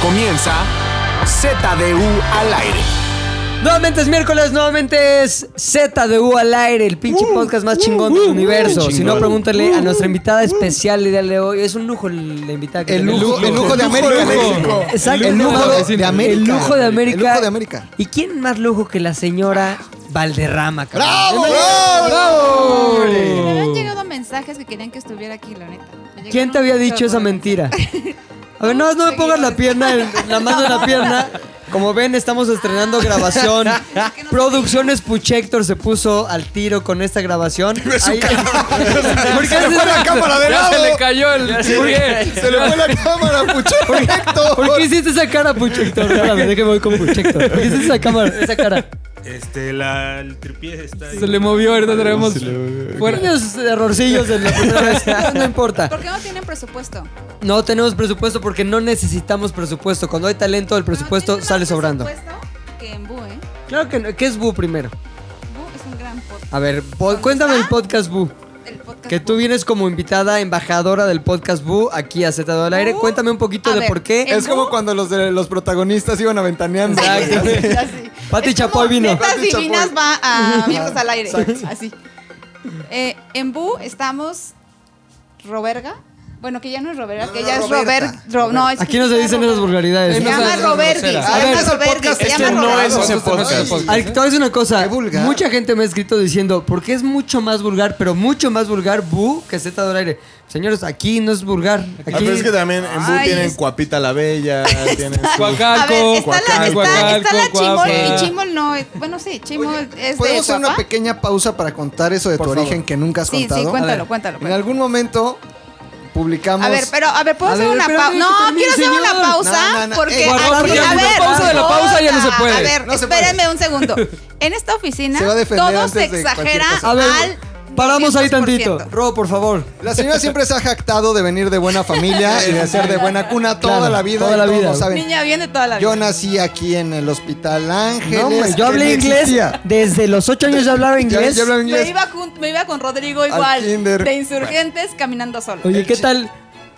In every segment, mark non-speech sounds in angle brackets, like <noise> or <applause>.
comienza ZDU al aire. Nuevamente es miércoles, nuevamente es ZDU al aire, el pinche Uh, podcast más chingón del universo. Si no, pregúntale a nuestra invitada especial el día de hoy. Es un lujo la invitada que uh, El tenemos. lujo, el lujo de lujo, América. lujo. Exacto, El lujo de, de América. El lujo de América. El lujo de América. ¿Y quién más lujo que la señora Valderrama, cabrón? ¡Bravo, Bienvenida. bravo! ¡Ole! Me habían llegado mensajes que querían que estuviera aquí, la neta. Me llegaron Oh. ¿Quién te había un dicho chorro esa de- mentira? <laughs> A ver, no, no me pongas la pierna, en- la mano en la pierna. Como ven, estamos estrenando grabación. Producciones Puchector se puso al tiro con esta <laughs> grabación. Ahí- <laughs> ¿Por qué Se le haces fue la eso? cámara de Ya lado. se le cayó el pie. Se le fue la <laughs> cámara, pucho. Héctor. ¿Por qué hiciste esa cara, Puchector? Espérame, déjame voy con Puchector. ¿Por qué hiciste esa cámara, esa cara? Este, la, el tripié está ahí. Se le movió, ahorita traemos fuera. Pequeños errorcillos en la primera vez. No, no importa. ¿Por qué no tienen presupuesto? No tenemos presupuesto porque no necesitamos presupuesto. Cuando hay talento, el presupuesto No, tienen sale más sobrando. presupuesto que en Bu, ¿eh? Claro que no. ¿Qué es Bu primero? Bu es un gran podcast. A ver, po- cuéntame el podcast Bu. El podcast Que Bu. <laughs> tú vienes como invitada, embajadora del podcast Bu aquí a Z al aire. Bu. Cuéntame un poquito A de ver, por qué. en Es como Bu- cuando los, de- los protagonistas iban aventaneando. Exacto. Así. <laughs> Pati Es como Chapoy vino. Netas Pati Chapoy. divinas <laughs> va a amigos al aire. Así. Eh, en Bu estamos Roberga. Bueno, que ya no es Roberga, que ya es Robert. Roberta. Ro- no, es que Aquí no se está dicen Roberga. esas vulgaridades. Se No llama sabes- Roberti. Se groseras. A ver, llama es el Roberti. podcast. Se Este llama no Roberti. es ese podcast. Al- te voy a decir una cosa. Qué vulgar. Mucha gente me ha escrito diciendo, ¿por qué es mucho más vulgar, pero mucho más vulgar Bu que Z del aire? Señores, aquí no es vulgar. Ah, Aquí pero es que también en Bu Ay, tienen es- Cuapita <laughs> la Bella, tienen su- A ver, Cuacalco, está la, cuacal, está, está la cuacalco, Chimol cuapa. y Chimol no. es- Bueno, sí, Chimol es de ¿Podemos hacer una Cuapa? pequeña pausa para contar eso de tu Por favor. origen que nunca has Sí, contado? sí, A ver, cuéntalo, cuéntalo. pues. En algún momento publicamos. A ver, pero, a ver, ¿puedo A hacer ver, una espérame, que pausa? No, termine, quiero hacer señor. una pausa No, no, no, porque eh, guardar aquí, la a ver, pausa de la pausa ya no se puede. A ver, No se puede. espérenme un segundo. <laughs> En esta oficina Se va a defender todo antes se de cualquier exagera cosa. A ver, al paramos ahí 200%. tantito. Robo, por favor. La señora siempre se ha jactado de venir de buena familia y de ser de buena cuna toda Claro, la vida. toda y la todos vida. lo saben. Niña, viene toda la vida. Yo nací aquí en el Hospital Ángeles. No, hombre, que yo hablé ni inglés existía. desde los 8 años ya hablaba Yo, inglés. yo hablaba me, inglés. iba con, me iba con Rodrigo Al kinder. igual, de insurgentes caminando solo. Oye, ¿qué tal?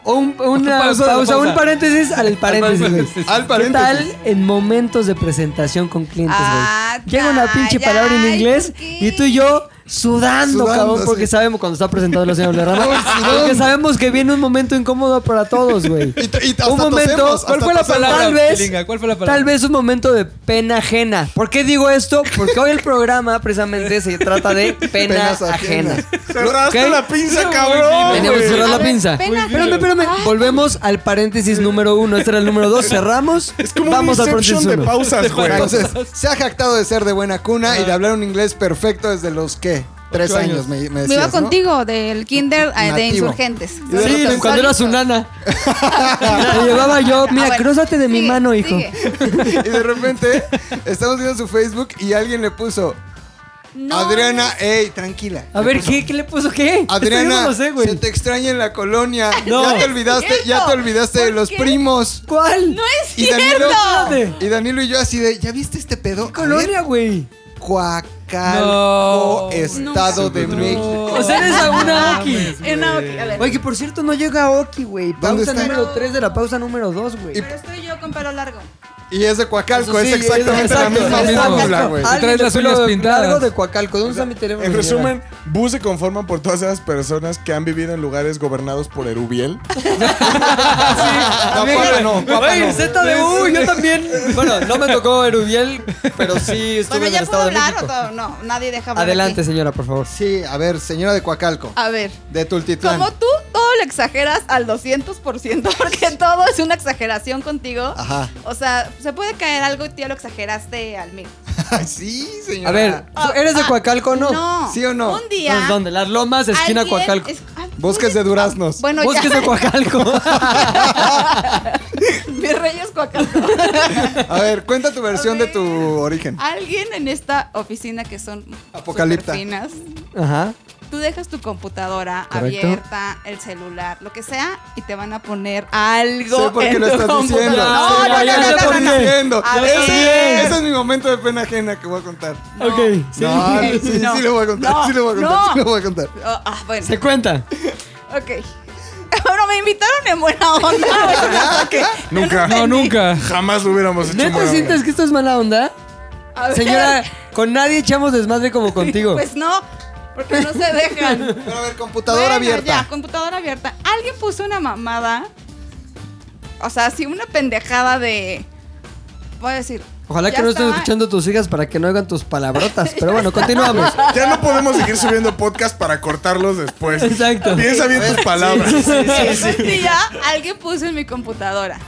Un, una pausa, Pausa, pausa. un paréntesis al paréntesis. güey. paréntesis. Al paréntesis. ¿Qué tal en momentos de presentación con clientes, güey? Ah, Llega una pinche ya, palabra en ¿y inglés por qué? y tú y yo sudando, Sudando, cabrón, sí. porque sabemos cuando está presentado la señora Lerrama. <laughs> Ay, sudón. porque sabemos que viene un momento incómodo para todos, güey. Y t- y hasta un momento, tosemos, ¿Cuál hasta fue tosemos. la palabra? Tal vez, Pilinga? ¿Cuál fue la palabra? Tal vez un momento de pena ajena. ¿Por qué digo esto? Porque hoy el programa precisamente se trata de pena Penas ajena. ajenas. Cerraste ¿Ok? la pinza, No, cabrón. Teníamos que güey. cerrar A la ver, pinza. pena ajena. Espérame, espérame. Volvemos al paréntesis número uno. Este era el número dos. Cerramos. Es como Vamos un al Inception paréntesis de uno. pausas, güey. Entonces, se ha jactado de ser de buena cuna Ah. y de hablar un inglés perfecto desde los ¿qué? Tres Ocho años, años. me, me Me decías, iba ¿no? contigo del kinder eh, de Nativo. insurgentes. Sí, Solito, cuando era su solito. nana. La llevaba yo. Mira, Ah, bueno, cruzate de mi sigue, mano, hijo. sigue. <laughs> Y de repente estamos viendo su Facebook y alguien le puso No, Adriana, ey, tranquila. A ver, ¿qué, ¿qué le puso? ¿Qué? Esto yo Adriana, no lo sé, se güey. te extraña en la colonia. No. Ya te olvidaste, ya te olvidaste de ¿Por los qué? primos. ¿Cuál? No es Y cierto. Danilo, Espérate. y Danilo y yo así de, ¿ya viste este pedo? A ver, Colonia, güey. Coacalco, No. Estado de México. O sea, eres a una Oki. Eh, no, ok, a ver. Oye, que por cierto, no llega Oki, güey. ¿Dónde Pausa está? número 3 de la pausa número 2, güey. Pero estoy yo con pelo largo. Y es de Coacalco, Sí, es exactamente la exacto, misma exacto. fórmula, güey. Alguien Traes de las pelo uñas pintadas. largo de Coacalco. ¿Dónde está mi teléfono? En señora? resumen, Bu se conforma por todas esas personas que han vivido en lugares gobernados por Erubiel. Ah, No, Coapa no, Coapa Oye, no. ZDU, yo también. Bueno, no me tocó Erubiel, pero sí estuve Bueno, en el ya puedo Estado de hablar o México. todo. No, nadie deja hablar. Adelante, aquí. señora, por favor. Sí, a ver, señora de Coacalco, A ver. de Tultitlán. Como tú todo lo exageras al 200%, <laughs> porque todo es una exageración contigo. Ajá. O sea, se puede caer algo y tú ya lo exageraste al mil. <laughs> Ay, sí, señora. A ver, Ah, ¿eres de ah, Coacalco o no? no. ¿Sí o no? Un día. Entonces, ¿Dónde? Las Lomas, esquina alguien Coacalco. es- ah, Bosques oye, de duraznos. Bueno, Bosques de <laughs> Coacalco. de Reyes Coacalco. A ver, cuenta tu versión de tu origen. Alguien en esta oficina que son Apocalipta. superfinas, <laughs> Ajá. tú dejas tu computadora Correcto. abierta, el celular, lo que sea, y te van a poner algo. Sé por qué en lo tu estás computadora. diciendo. Ah, No, Sé no, por ya, ya, ya, qué lo no, no, estás por no, no. qué. diciendo. A ver. Ese, ese es mi momento de pena ajena que voy a contar. No. Ok, sí. No, <laughs> Sí, sí, no. sí lo voy a contar, No, sí lo voy a contar, no. sí lo voy a contar. Oh, ah, bueno, Se cuenta. ok. <laughs> Bueno, me invitaron en buena onda. güey, <laughs> hasta que- <laughs> Nunca. No, nunca. Jamás lo hubiéramos hecho. ¿Neta mala sientes que esto es mala onda? a ver, <laughs> Señora, con nadie echamos desmadre como contigo. Pues no, porque no se dejan. Pero a ver, computadora Bueno, abierta. Ya, computadora abierta. Alguien puso una mamada. O sea, así una pendejada de. Voy a decir. Ojalá ya que no estén estaba- escuchando tus hijas para que no hagan tus palabrotas. Pero bueno, <laughs> continuamos. Ya no podemos seguir subiendo podcast para cortarlos después. Exacto. Piensa bien tus palabras. Y ya alguien puso en mi computadora.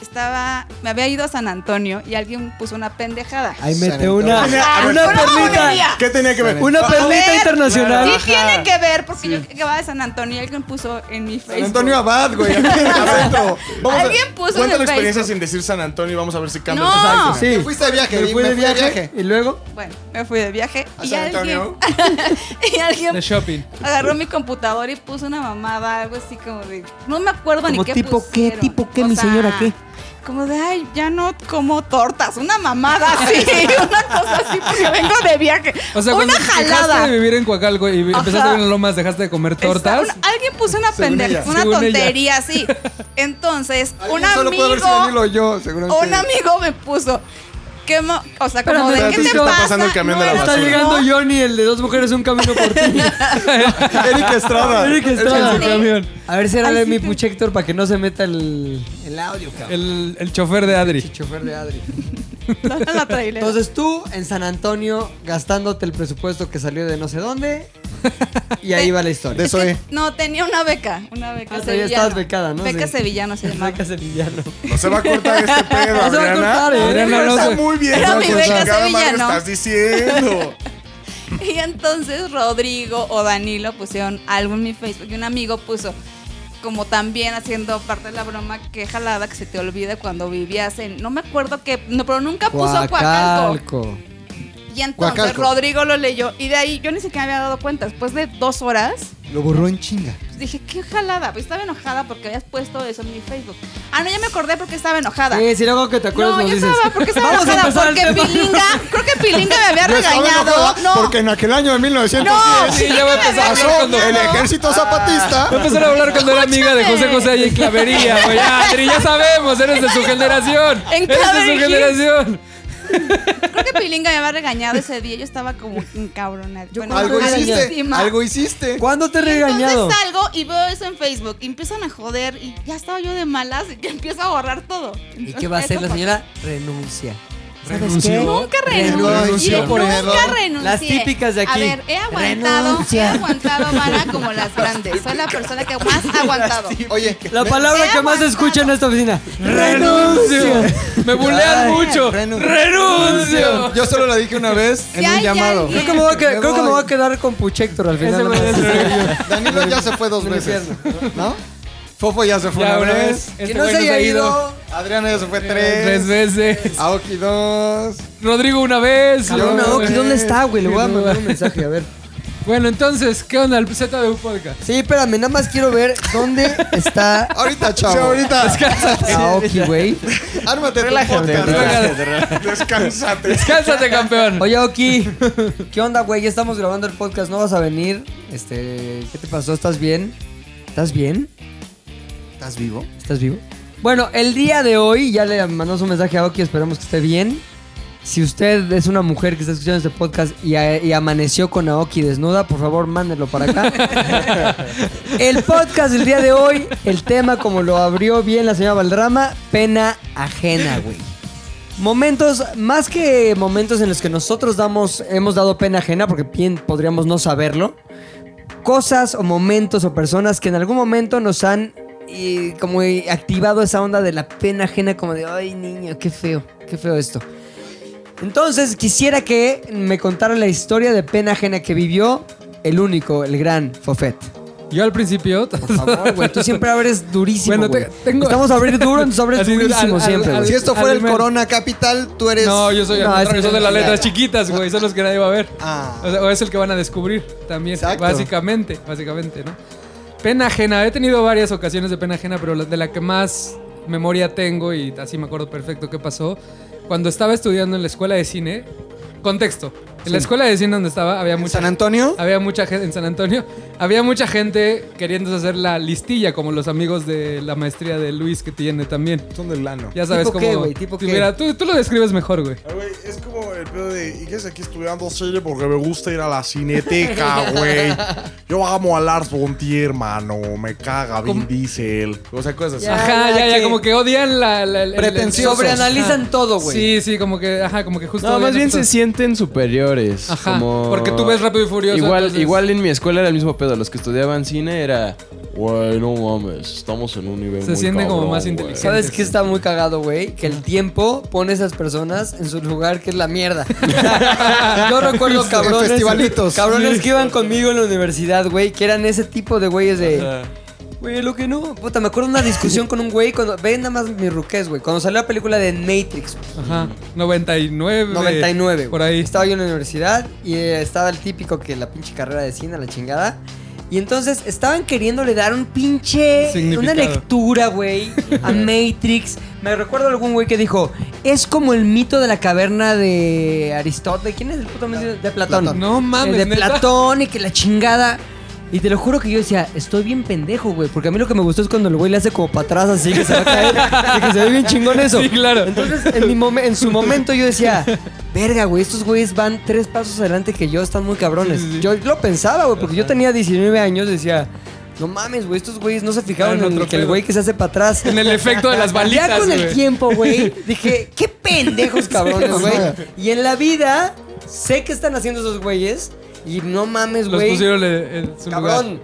Estaba. Me había ido a San Antonio y alguien puso una pendejada. Ah, Ahí San mete Antonio. una, Mira, a ver, una una perlita. bobería. ¿Qué tenía que ver? Una A perlita ver, internacional. Sí tiene que ver, porque yo que va de San Antonio y alguien puso en mi Facebook. Antonio Abad, Ah, güey. aquí adentro. Vamos a- Alguien puso Cuenta en la el experiencia Facebook. sin decir San Antonio y vamos a ver si cambia. No. Exacto. pues, Sí. Te fuiste de viaje, Me y fui de viaje, viaje. y luego Bueno, me fui de viaje ¿A y San alguien, Antonio? <laughs> y alguien De shopping. agarró mi computadora y puso una mamada, algo así como de. No me acuerdo Como ni qué tipo qué, pusieron. tipo qué, O mi señora, qué. Como de, ay, ya no como tortas. Una mamada <laughs> así, <laughs> una cosa así, porque vengo de viaje. O sea, una cuando jalada. dejaste de vivir en Coacalco y empezaste a Ajá. vivir en Lomas, dejaste de comer tortas. Está- una- alguien puso una pendeja, una Según ella. tontería <laughs> así. Entonces, un Alguien Solo puede haber sido Nilo amigo, o yo, seguramente. un amigo me puso. ¿qué mo- o sea, como Espérame, de, ¿qué te tantito. Está pasa? pasando el camión de la eres está basura. tú, llegando ¿no? Johnny, el de dos mujeres, un camino por <laughs> ti. Eric Estrada. Eric Estrada. El camión. A ver si era Ay, de sí mi te- Puchector para que no se meta el, el audio, cabrón. El, el chofer de Adri. chofer de Adri. ¿Dónde la trailera? Entonces tú en San Antonio gastándote el presupuesto que salió de no sé dónde y ahí va la historia. De Es que- Zoe. no, tenía una beca. Una beca Ah, todavía sevillana. estabas becada, ¿no? Beca Sí. <laughs> sevillana se llamaba. Marca Sevillano. No se va a cortar este pedo, No se va a cortar, ¿eh? Adriana Adriana, no está se- muy bien. Era No, mi con beca chingada madre sevillano. estás diciendo? Y entonces Rodrigo o Danilo pusieron algo en mi Facebook y un amigo puso como también haciendo parte de la broma que jalada que se te olvida cuando vivías en no me acuerdo qué no pero nunca puso Coacalco Coacalco. y entonces Coacalco. Rodrigo lo leyó y de ahí yo ni siquiera me había dado cuenta después de dos horas Lo borró en chinga. pues dije qué jalada pues estaba enojada porque habías puesto eso en mi Facebook ah no ya me acordé porque estaba enojada Sí, si luego que te acuerdas no, nos yo dices. estaba porque estaba Vamos a enojada empezar el porque tema. Pilinga, creo que Pilinga me <laughs> había regañado. No, Porque en aquel año de 1910 no, Sí, ya va a empezar a hablar pasó cuando. el ejército zapatista. Va a empezar a hablar cuando era amiga de José José y en Clavería, güey. Ya, Adri, ya sabemos, eres de <laughs> su generación. En Eres de Clavería. su generación. Creo que Pilinga me había regañado ese día. Yo estaba como encabronada. Bueno, Algo hiciste. enojadísima. Algo hiciste. ¿Cuándo <laughs> te he Y regañado? Entonces salgo y veo eso en Facebook. Y empiezan a joder. Y ya estaba yo de malas. Y que empiezo a borrar todo. <laughs> ¿Y qué va a hacer la Eso señora? Renuncia. ¿Sabes Renunció. qué? Nunca Renunció. renuncié. por error. Nunca renuncié. Las típicas de aquí. A ver, he aguantado. He Renuncia. aguantado, Mara, como las grandes. Soy la persona que más ha aguantado. Oye, La palabra He que más se escucha en esta oficina. Renuncio. Me bulean Ay, mucho. renuncio. Renuncio. yo solo la dije una vez en Si un hay llamado. alguien- Creo que me voy a, que- Me creo que me voy. voy a quedar con Puchector al final. Ese nada güey más. es renuncio. Danilo ya se fue dos Me veces. ¿No? Fofo ya se fue Ya, una una vez. vez. Que Este no güey se nos haya ha ido. ido. Adriana ya se fue tres. Tres veces. Aoki dos. Rodrigo una vez. Cabrón, Yo- Aoki, ¿dónde está, güey? Le voy a Sí, mandar no. <laughs> un mensaje, a ver. Bueno, entonces, ¿qué onda el ZDU Podcast? Sí, espérame, nada más quiero ver dónde <laughs> está Ahorita, chavo. Sí, ahorita. Aoki, güey. Ármate tu podcast. Descansate. Descánsate, campeón. Oye, Aoki, ¿qué onda, güey? Ya estamos grabando el podcast, no vas a venir. Este, ¿qué te pasó? ¿Estás bien? ¿Estás bien? ¿Estás vivo? ¿Estás vivo? Bueno, el día de hoy ya le mandamos un mensaje a Oki, esperamos que esté bien. Si usted es una mujer que está escuchando este podcast y, a- y amaneció con Aoki desnuda, por favor, mándelo para acá. el podcast del día de hoy, el tema, como lo abrió bien la señora Valdrama, pena ajena, güey. Momentos, más que momentos en los que nosotros damos, hemos dado pena ajena, porque bien podríamos no saberlo cosas o momentos o personas que en algún momento nos han eh, como eh, activado esa onda de la pena ajena, como de, ay niño, qué feo, qué feo esto. Entonces quisiera que me contara la historia de pena ajena que vivió el único, el gran Fofet. Yo al principio. Por favor, güey, tú siempre abres durísimo, Bueno, te- güey. tengo- Estamos a abrir duro, entonces abres <laughs> Así, durísimo al- al- siempre, al- güey. Si esto fuera el Aliment- Corona Capital, tú eres. No, yo soy No, el ese yo soy no de las es letras legal. chiquitas, güey. Son los que nadie va a ver. Ah. O, sea, o es el que van a descubrir también. Exacto. Básicamente, básicamente, ¿no? Pena ajena. He tenido varias ocasiones de pena ajena, pero la- de la que más memoria tengo y así me acuerdo perfecto qué pasó. Cuando estaba estudiando en la escuela de cine, contexto. En la escuela de cine donde estaba había ¿En mucha Ah. San Antonio? Había mucha gente en San Antonio. Había mucha gente queriendo hacer la listilla, como los amigos de la maestría de Luis que tiene también. Son del lano. Ya sabes ¿Tipo cómo. qué, güey? ¿Tipo qué? Mira, tú, tú lo describes mejor, güey. Ah, güey, es como el pedo de, ¿y qué es aquí estudiando serie? Porque me gusta ir a la cineteca, <laughs> güey. Yo amo a Lars Bontier, mano. Me caga Vin ¿Cómo? Diesel. O sea, cosas así. Ya, Ajá, ya Ah, ya, ya, que- como que odian la. la- el- el- Pretenciosos. Sobreanalizan Ajá. todo, güey. Sí, sí, como que. Ajá, como que justo. No, más odian bien se estos- sienten superiores. Ajá, como- porque tú ves Rápido y Furioso, Igual, entonces- igual en mi escuela era el mismo pedo. Los que estudiaban cine era. Güey, no mames, estamos en un nivel. Se muy sienten como cabrón, más güey". inteligentes. ¿Sabes qué está muy cagado, güey? Que el tiempo pone a esas personas en su lugar, que es la <laughs> mierda. Yo recuerdo cabrones. festivalitos. Cabrones que iban conmigo en la universidad, güey, que eran ese tipo de güeyes de. Güey, lo que no. Puta, me acuerdo una discusión con un güey cuando. Ven nada más mi ruqués, güey. Cuando salió la película de Matrix, Ajá. 99. 99. güey. Por ahí. Estaba yo en la universidad y eh, estaba el típico que la pinche carrera de cine, la chingada. Y entonces estaban queriéndole dar un pinche. Una Significado. lectura, güey, <laughs> a Matrix. Me recuerdo algún güey que dijo: Es como el mito de la caverna de Aristóteles. ¿Quién es el puto mito? De Platón. Platón. No mames, Eh, De ¿neta? Platón y que la chingada. Y te lo juro que yo decía, estoy bien pendejo, güey. Porque a mí lo que me gustó es cuando el güey le hace como para atrás así que se va a <laughs> caer. y que se ve bien chingón eso. Sí, claro. Entonces, en, mi momen- en su momento yo decía, verga, güey, estos güeyes van tres pasos adelante que yo, están muy cabrones. Sí, sí, sí. Yo lo pensaba, güey, porque yo tenía 19 años, decía, no mames, güey, estos güeyes no se fijaron Ah, en en, otro que el pedo. güey que se hace para atrás. En el efecto de las balitas. Ya con el güey. tiempo, <laughs> güey, dije, qué pendejos cabrones, güey. Y en la vida sé que están haciendo esos güeyes y no mames, Los güey. pusieron en, en su lugar. Cabrón.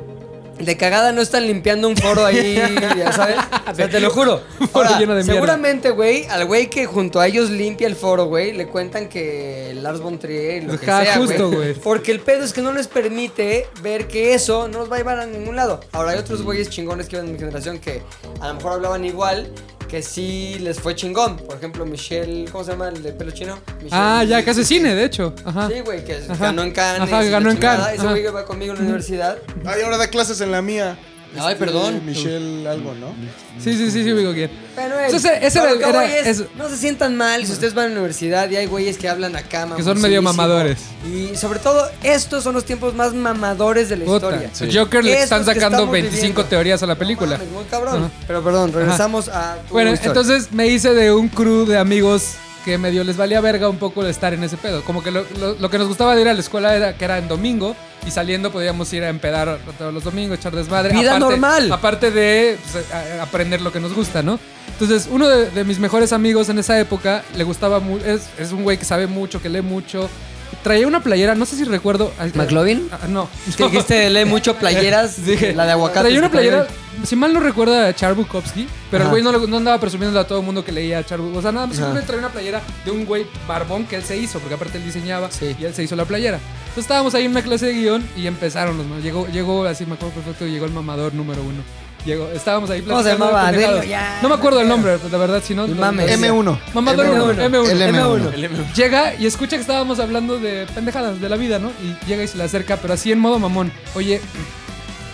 De cagada no están limpiando un foro <laughs> ahí, ya sabes. O sea, te lo juro. foro Ahora, lleno de mierda. seguramente, güey, al güey que junto a ellos limpia el foro, güey, le cuentan que Lars von Trier, y lo que Ajá, sea, justo, güey. Porque el pedo es que no les permite ver que eso no los va a llevar a ningún lado. Ahora, hay otros güeyes chingones que iban en mi generación que a lo mejor hablaban igual, que sí les fue chingón. Por ejemplo, Michelle, ¿cómo se llama el de pelo chino? Michelle- Ah, ya, casi cine, de hecho. Ajá. Sí, güey, que Ajá. ganó en Cannes. Ajá, y la ganó en chingada. Cannes, Ese güey ajá. que va conmigo en la universidad. Ay, ahora da clases en la mía. Este, Ay, perdón. Michelle algo, ¿no? Sí, sí, sí, sí, digo bien. Pero él, Entonces, ese a lo era- que voy era- es, es- no se sientan mal si ustedes van a la universidad y hay güeyes que hablan acá Que son mamoncísimo. medio mamadores. Y sobre todo, estos son los tiempos más mamadores de la Puta, historia. el Joker le Estos están que sacando estamos 25 viviendo. teorías a la película. No mames, muy cabrón. Ajá. Pero perdón, regresamos a tu Bueno, historia. entonces me hice de un crew de amigos que medio les valía verga un poco estar en ese pedo. Como que lo, lo- lo que nos gustaba de ir a la escuela era que era en domingo y saliendo podíamos ir a empedar todos los domingos, echar desmadre. Vida normal. Aparte de pues, a- a- aprender lo que nos gusta, ¿no? Entonces, uno de, de mis mejores amigos en esa época le gustaba mucho. Es, es un güey que sabe mucho, que lee mucho. Traía una playera, no sé si recuerdo. ¿McLovin? Ah, no. Es que dijiste, lee mucho <laughs> playeras, eh, Dije, la de aguacate. Traía una que también- playera, si mal no recuerdo, a Char Bukowski, pero el Ajá. güey no, le- no andaba presumiendo a todo el mundo que leía a Char Bukowski. O sea, nada más simplemente traía una playera de un güey barbón que él se hizo, porque aparte él diseñaba Sí. y él se hizo la playera. Entonces estábamos ahí en una clase de guión y empezaron los ma- Llegó, llegó así, me acuerdo perfecto, llegó el mamador número uno. Llegó, estábamos ahí ¿Cómo se platicando de llamaba? pendejadas. Dilo ya, No me acuerdo el no nombre, la verdad, si no. El no- mames. M1. Mamador M1. M1. El M1. Llega y escucha que estábamos hablando de pendejadas de la vida, ¿no? Y llega y se le acerca, pero así en modo mamón. Oye,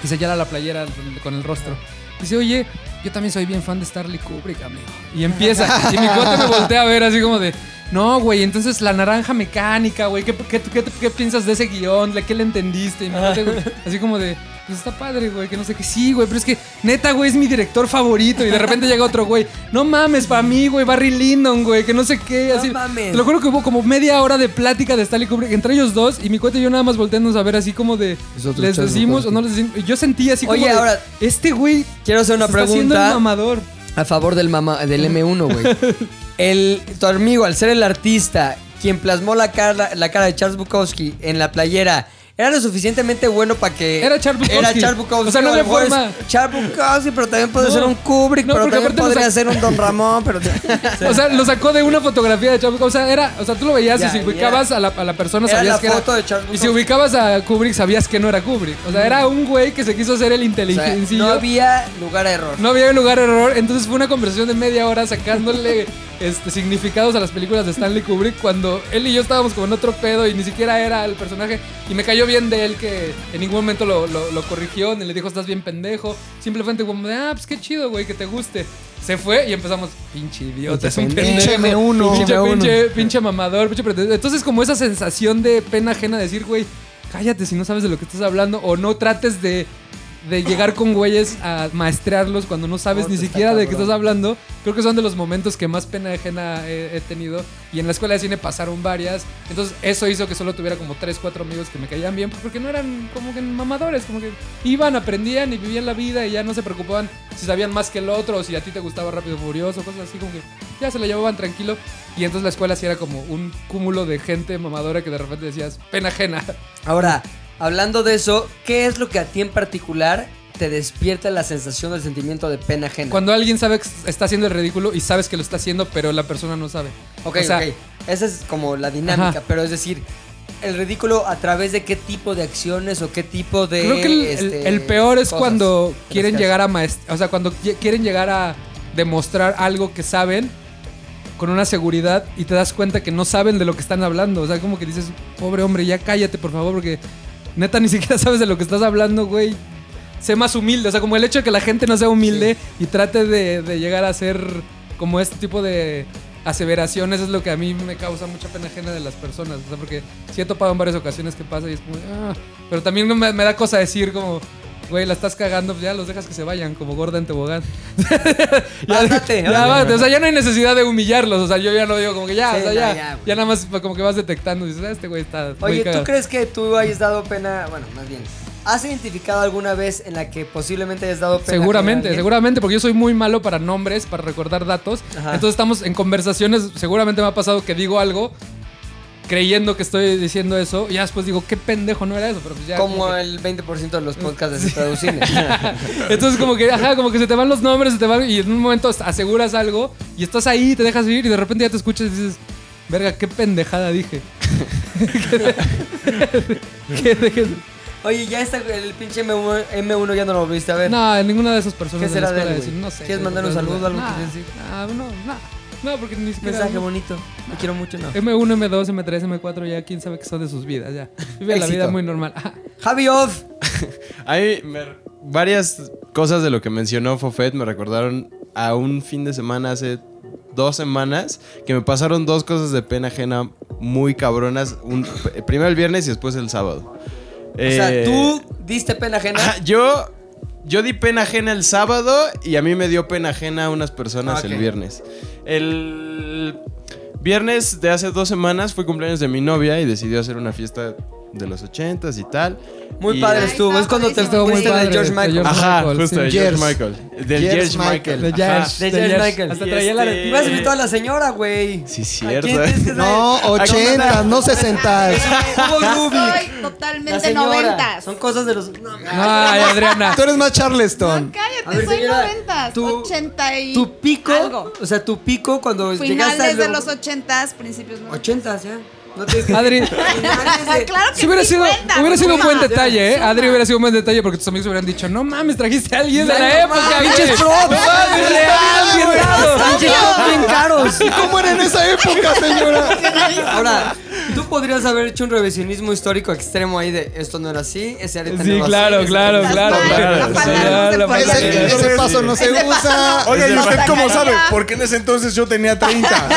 y señala la playera con el rostro. Dice, oye, yo también soy bien fan de Starley Kubrick, amigo. Y empieza. Y mi cuate me voltea a ver así como de, no, güey, entonces la naranja mecánica, güey, ¿qué, qué, qué- qué piensas de ese guión? ¿Le- ¿Qué le entendiste? Y mi cuate, güey, así como de, pues está padre, güey, que no sé qué. Sí, güey, pero es que neta, güey, es mi director favorito. Y de repente llega otro güey, no mames, para mí, güey, Barry Lyndon, güey, que no sé qué. Así, mames. Te lo juro que hubo como media hora de plática de Stanley Kubrick entre ellos dos. Y mi cuate y yo nada más volteándonos a ver así como de, Nosotros ¿les echamos decimos o no les decimos? <laughs> Yo sentí así como Oye, de, ahora- este güey Quiero hacer una se está haciendo pregunta. el mamador. A favor del, mama, del M1, <laughs> güey. El, tu amigo, al ser el artista, quien plasmó la cara, la cara de Charles Bukowski en la playera, ¿era lo suficientemente bueno para que... Era Charles Bukowski. Era Charles Bukowski. O sea, no a lo había mejor es forma. Charles Bukowski, pero también puede No. ser un Kubrick, No, pero porque también aparte lo podría sa- ser un <laughs> Don Ramón, pero... O sea, lo sacó de una fotografía de Charles Bukowski. O sea, era, o sea tú lo veías Ya, y si y ubicabas a, la, a la persona era sabías la que foto de era. Charles y si Bukowski. ubicabas a Kubrick sabías que no era Kubrick. O sea, Mm. era un güey que se quiso hacer <laughs> O el sea, inteligencillo. no había lugar a error. No había lugar a error, entonces fue una conversación de media hora sacándole este, significados a las películas de Stanley Kubrick cuando él y yo estábamos como en otro pedo y ni siquiera era el personaje. Y me cayó bien de él que en ningún momento lo, lo- lo corrigió, ni le dijo estás bien pendejo. Simplemente como de, ah, pues qué chido, güey, que te guste. Se fue y empezamos, pinche idiota, es un pendejo. Pinche M1. Pinche, M1. pinche, pinche mamador, pinche pretendiente. Entonces, como esa sensación de pena ajena de decir, güey, cállate si no sabes de lo que estás hablando o no trates de, de llegar con güeyes a maestrearlos cuando no sabes ni siquiera de qué estás hablando. Creo que son de los momentos que más pena ajena he, he tenido. Y en la escuela de cine pasaron varias. Entonces, eso hizo que solo tuviera como 3, 4 amigos que me caían bien porque no eran como que mamadores, como que iban, aprendían y vivían la vida y ya no se preocupaban si sabían más que el otro o si a ti te gustaba Rápido y Furioso, cosas así como que ya se la llevaban tranquilo. Y entonces la escuela sí era como un cúmulo de gente mamadora que de repente decías, pena ajena. Ahora, hablando de eso, ¿qué es lo que a ti en particular te despierta la sensación del sentimiento de pena ajena? Cuando alguien sabe que está haciendo el ridículo y sabes que lo está haciendo, pero la persona no sabe. Ok, o sea, ok. Esa es como la dinámica, Ajá. pero es decir, el ridículo a través de qué tipo de acciones o qué tipo de. Creo que el, el- este, el peor es cosas cuando de las quieren que llegar a maestro, o sea, cuando qui- quieren llegar a demostrar algo que saben con una seguridad y te das cuenta que no saben de lo que están hablando, o sea, como que dices, "Pobre hombre, ya cállate, por favor, porque neta ni <laughs> siquiera sabes de lo que estás hablando, güey." Sé más humilde, o sea, como el hecho de que la gente no sea humilde y trate de, de llegar a ser como este tipo de aseveraciones es lo que a mí me causa mucha pena ajena de las personas, o sea, porque sí he topado en varias ocasiones que pasa y es como, "Ah", pero también no me, me da cosa decir como, güey, la estás cagando, ya los dejas que se vayan, como gorda <laughs> en tobogán. ya, Ándate, <laughs> ya ándate. basta, o sea, ya no hay necesidad de humillarlos, o sea, yo ya lo digo como que ya, Sí, o sea, no, ya, ya, ya, güey. nada más como que vas detectando, dices, "Ah, este güey está... muy Oye, ¿tú cagado". crees que tú hayas dado pena? Bueno, más bien. ¿Has identificado alguna vez en la que posiblemente hayas dado pena? Seguramente, ajena a alguien? seguramente, porque yo soy muy malo para nombres, para recordar datos. Ajá. Entonces estamos en conversaciones, seguramente me ha pasado que digo algo creyendo que estoy diciendo eso, y ya después digo, qué pendejo no era eso, pero pues ya... como Como que- el 20% de los podcasts de Estado Cine. <laughs> Entonces como que, ajá, como que se te van los nombres, se te van, y en un momento aseguras algo, y estás ahí, te dejas vivir, y de repente ya te escuchas y dices, verga, qué pendejada dije. <laughs> ¿Qué dejé de- Oye, ya está el pinche M1, M1 ya no lo volviste a ver. No, en ninguna de esas personas. ¿Qué de la será de escuela él, decir, güey? No sé. ¿Quieres güey, mandar un no, saludo, no, algo que nah, quieres decir? nah, no, no, no, Eh. porque ni siquiera. Mensaje bonito. Te quiero mucho, no. M1, M2, M3, M4, ya quién sabe qué son de sus vidas, ya. Vive la Éxito. vida muy normal. Ah, Ajá. Javi Off. Hay me- varias cosas de lo que mencionó Fofet me recordaron a un fin de semana hace dos semanas que me pasaron dos cosas de pena ajena muy cabronas. un- primero el viernes y después el sábado. Eh, O sea, tú diste pena ajena. yo, yo di pena ajena el sábado y a mí me dio pena ajena a unas personas Ah, ok. el viernes. El viernes de hace dos semanas fue cumpleaños de mi novia y decidió hacer una fiesta de los ochentas y tal. Muy Y- padre Ay, estuvo. está Es cuando te buenísimo. Estuvo muy fuiste padre, de George de Michael. George Ajá, Michael, justo de sí. George George. Michael. Del George George, Michael. Michael. De Ajá. George, De de George George. Michael. Hasta Y ah, traía la este- Me has invitado a la señora, güey. Sí, ¿A cierto. quién <laughs> tienes que saber? No, 80, no 60. Hugo Rubik. Soy La totalmente señora. noventas. Son cosas de los. No, Ay, Adriana. Tú eres más No, Charleston. cállate, A ver, soy señora, noventas. tu- ochenta y tu pico. algo. O sea, tu pico cuando pues, llegaste a Finales de los ochentas, principios de los 80, ya. No <laughs> tienes que. Adri. Finales de- claro que Si hubiera sí sido, cuenta, hubiera sido un suma. buen detalle, ¿eh? Suma. Adri hubiera sido un buen detalle porque tus amigos hubieran dicho, no mames, trajiste a alguien de la No época. mames, güey". pinches props. No mames, real, bien dado. Pinches son bien caros. ¿Cómo era en esa época, <laughs> señora? Ahora, tú podrías haber hecho un revisionismo histórico extremo ahí de esto no era así, ese arete no Sí, era claro, así, claro, Las claro, manos, claro. la Sí, palanca ya, se la puede. palanca. Ese, ese paso no <laughs> se Ese paso usa. Oiga, ¿y usted cómo Sacaría. sabe? Porque en ese entonces yo tenía 30.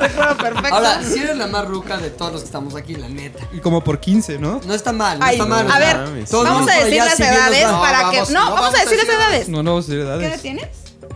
Recuerdo perfecto. Ahora, si eres la más ruca de todos los que estamos aquí, la neta. Y como por 15, ¿no? No está mal, no Ay, está mal. a ver, mames. Todo el vamos mundo a por decir allá las sí viendo- edades No, para Ah, vamos, que. No, vamos a decir las edades. No, no, vamos a decir ¿Qué edad edades. tienes?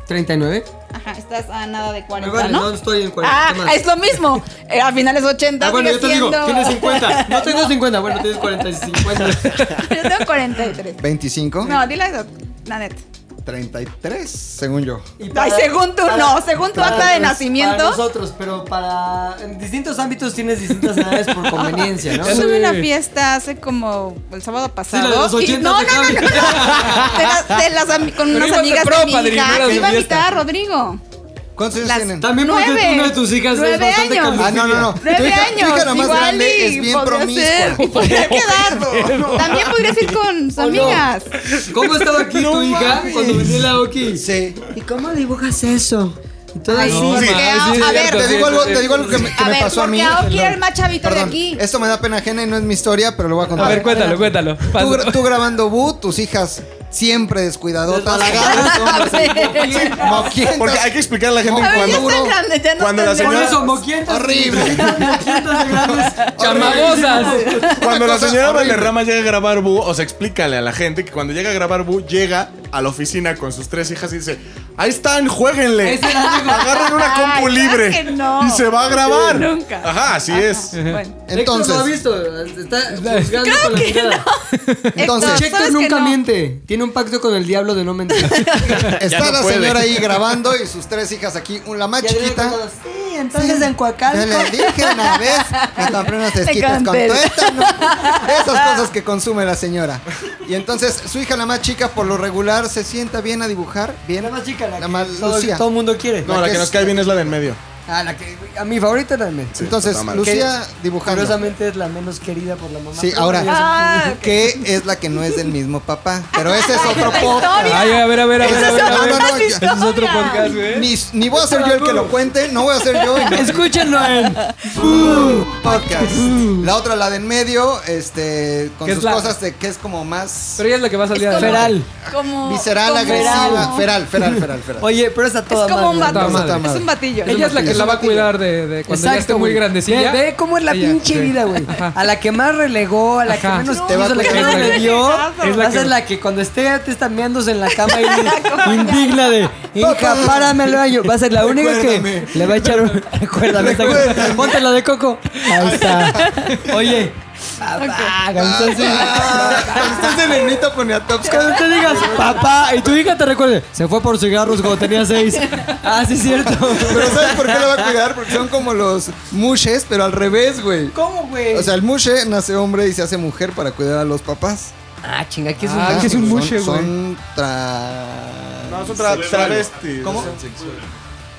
39. Ajá, estás a nada de Me 40, vale, ¿no? no estoy en 40. Ah, ¿qué más? es lo mismo. Eh, a finales 80 Ah, bueno, yo sigue te digo, siendo- tienes 50. No <laughs> tengo 50, bueno, tienes 40 y 50. Yo tengo 43. 25, No, dile eso, la neta. 33, según yo. Y Ay, según tú, no, según tu para acta de nos- nacimiento. Para nosotros, pero para. En distintos ámbitos tienes distintas edades por conveniencia, ¿no? Yo tuve una fiesta hace como el sábado pasado. de los y- 80 no, de no, no, no, Javi. no. De la- de las ami- con Pero unas ibas de amigas pro, de mi padrino, hija, eras que de iba a fiesta. invitar a Rodrigo. ¿Cuántos años Las- tienen? También porque Nueve. tú- una de tus hijas es Nueve bastante años. Ah, no, no, no. Nueve Tu hija- tu años. hija la más igual grande y es bien podría ser. Y promiscua. podría quedar. También podrías ir con sus no. amigas. <laughs> ¿Cómo estaba aquí tu hija cuando venía la Oki? Sí. ¿Y cómo dibujas eso? Entonces, Ay, sí, porque ma, Ao- sí, a es ver, cierto, Te sí, digo sí, algo, sí, te digo sí, algo que, sí. me, que me ver, pasó a mí. Porque Ao quiere el más chavito Perdón, de aquí. <laughs> Esto me da pena ajena y no es mi historia, pero lo voy a A contar. ver, cuéntalo, cuéntalo. tú, Pásalo. gra- tú grabando Bu, tus hijas siempre descuidadotas. La Porque hay que explicarle a la gente A que ver, ya cuando están grandes, ya no cuando están la Por señora- eso, moquientos. Horrible. Moquientos de grandes. Chamagosas. Cuando Una la cosa señora horrible. Valderrama llega a grabar Bu, o sea, <laughs> explícale a la gente que cuando llega a grabar Bu, llega a la oficina con sus tres hijas y dice: Ahí están, jueguenle. Ese era el Agarren una Ay, compu claro libre. que no. Y se va a grabar. Nunca. Ajá, así es. Bueno, Entonces, Entonces, lo ha visto. Está juzgando con la mirada. entonces Héctor, Héctor ¿sabes que nunca no? miente. Tiene un pacto con el diablo de no <laughs> mentir. está no la puede. señora ahí grabando y sus tres hijas aquí, un- la más Y Adriana chiquita. con todos, Sí, entonces en Yo Coacalco. le dije una vez <laughs> que compré unas esquitas con canté. tuesta, ¿no? De esas cosas que consume la señora. Y entonces su hija, la más chica, por lo regular, se sienta bien a dibujar. Bien. La más chica, la, La que más todo, Lucía. todo el mundo quiere. No, la que nos cae bien es la del medio. Ah, la que a mi favorita también. Entonces, está mal. Lucía dibujando. Curiosamente es la menos querida por la mamá. Sí, Pero ahora, ella Ah, ok. que es la que no es del mismo papá. Ah, Pero ese es otro La podcast. historia. Ay, a ver, a ver, a ver, a ver. a No, <laughs> no, ver. no, Esa Ese es otro historia. podcast, güey. Ni, ni voy a ser yo el que lo cuente, no voy a ser yo. y se- no- Escúchenlo en. podcast. La otra, la de en medio, este, con Que es sus la- cosas de que es como más Pero ella es la que va a salir Es como- adelante. Feral. Como, visceral, como- agresiva. Feral, feral, feral, <laughs> feral. Oye, pero es a toda Es como un madre. Está madre. vato. Es madre. un batillo. Ella es la que la va a cuidar de, de cuando ya esté muy güey. grandecilla. Ve, ve cómo es la Ella, pinche sí. vida, güey. Ajá. A la que más relegó, a la Ajá. que menos Te te va a la que cuidando. menos le dio. Es Es la la, que- es la que cuando esté te estambeándose en la cama y <laughs> indigna de hija, Papá. párame el baño. Va a ser la única que Recuérdame. le va a echar un. Recuérdame, Recuérdame. ponte la de coco. Ahí está. Oye. Papá, cuando usted- Entonces Benito ponía tops. Cuando te digas papá y tu hija te recuerde, se fue por cigarros cuando tenía seis. Ah, sí, es cierto. Pero ¿sabes por qué la va a cuidar? Porque son como los mushes, pero al revés, güey. ¿Cómo, güey? O sea, el mushe nace hombre y se hace mujer para cuidar a los papás. ah, chinga, ¿qué es un Ah, Ah, que es un son- mushe, güey. Son tra... No, es otra travesti. ¿Cómo?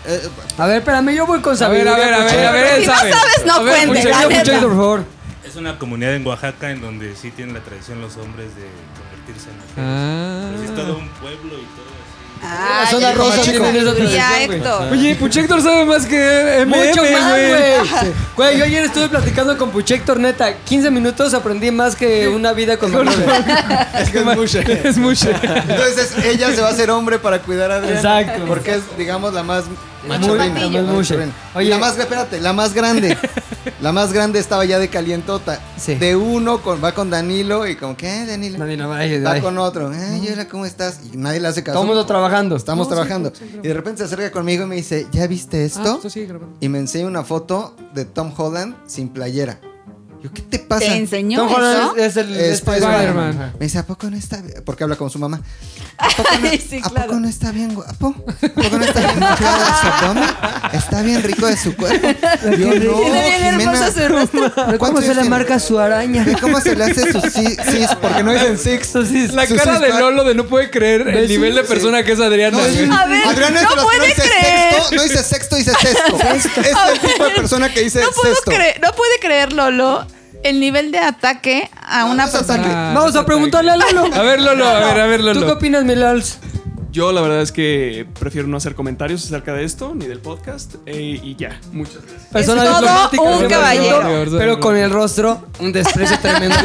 eh, A ver, espérame, yo voy con A ver, sabiduría. a ver, a ver, a ver, él Si no sabe. sabes, no A ver, cuentes, Puchector, la neta. Puchector, por favor. Es una comunidad en Oaxaca en donde sí tienen la tradición los hombres de convertirse en mujeres. Ah. Pero sí es todo un pueblo y todo así. Ah, zona qué rosa sabiduría, tiene esa tradición, güey. Héctor. Oye, Puchector sabe más que MM, Mucho más, güey. güey. Sí. Güey, yo ayer estuve platicando con Puchector, neta. 15 minutos aprendí más que una vida con mi madre. es que es mushe. Es mucho. Entonces ella se va a hacer hombre para cuidar a Adriana. Exacto. Porque es, digamos, la más Muy- machorrina. la más mushe. Oye, la más, espérate, la más grande. La más grande estaba ya de calientota. Sí. De uno con, va con Danilo y como que, eh, Danilo. Danilo, ay, Va ay. con otro. Eh, Yola, ¿cómo estás? Y nadie le hace caso. Todo el mundo trabajando. Estamos trabajando. y de repente se acerca conmigo y me dice, ¿ya viste esto? Esto sigue grabando. y me enseña una foto de Tom Holland sin playera. Yo, ¿qué te pasa? ¿Te enseñó Tom eso? Holland es, es el Eh, Spider-Man. Spider-Man. Ajá. Me dice, ¿a poco no está bien? Porque habla con su mamá. ¿A poco no, Ay, sí, ¿a claro. poco no está bien guapo? ¿A poco no está bien hinchado de su abdomen? ¿Está bien rico de su cuerpo? Yo, no, <laughs> Oh, Tiene bien hermoso su <laughs> rostro. Ve ¿Cómo ¿Cuántos se le tiene? marca su araña? Ve ¿Cómo se le hace su sí, sí? Porque no dicen six. La Sus cara de six-pack. Lolo de no puede creer el nivel de persona que es Adriana. No, güey. es- A ver, Adrián no es de los que puede dice creer. sexto, no dice sexto, dice sexto. Es el tipo de persona que dice No puedo sexto. creer, no puede creer Lolo el nivel de ataque a una no es persona. ataque. Ah, Vamos a preguntarle a Lalo. A ver, Lolo, a ver, a ver, ¿Tú qué Lolo. opinas, mi Lals? Yo la verdad es que prefiero no hacer comentarios acerca de esto, ni del podcast, eh, y ya. Muchas gracias. Persona Es todo diplomática, un siempre caballero. siendo, Pero con el rostro, un desprecio <laughs> tremendo.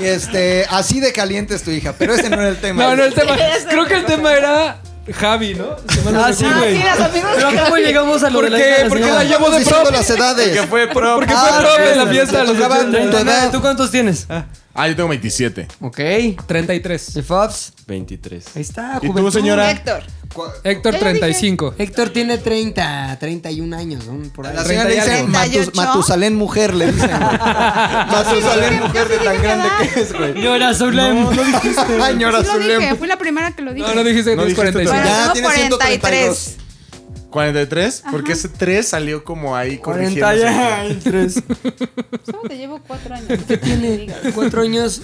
Y, Este, así de caliente es tu hija, pero ese no era el <laughs> tema. No, no, el tema. Sí, ese Creo que el tema era Javi, ¿no? Si mal no Ah, sí, recuerdo. güey. las amigas Pero <laughs> ¿cómo llegamos a lo ¿Por de la qué? hija de ¿Por qué señora? la llamo de Estamos diciendo profe? las edades. Ah, pues, fue pro. Porque fue profe en la fiesta de los Acaban 80. de- ¿Tú cuántos tienes? Ah, yo tengo 27. Ok. 33. ¿Y Fabs? 23. Ahí está, ¿Y tú, juventud. señora? Héctor. Héctor, 35. Héctor tiene 30, 31 años. ¿no? Por ahí. La señora le 30 y dice algo. Matus- 38. Matusalén mujer, le dicen. güey. Matusalén mujer de tan grande que es, güey. Llora Zulem. Ay, señora Sí lo dije, Zulem. fui la primera que lo dije. No, no dijiste que No tienes dijiste 45. Bueno, Ya tengo tiene 132. 43, porque ese 3 salió como ahí 40 corrigiéndose. ya. Solo te llevo cuatro años. ¿Qué tiene? 4 años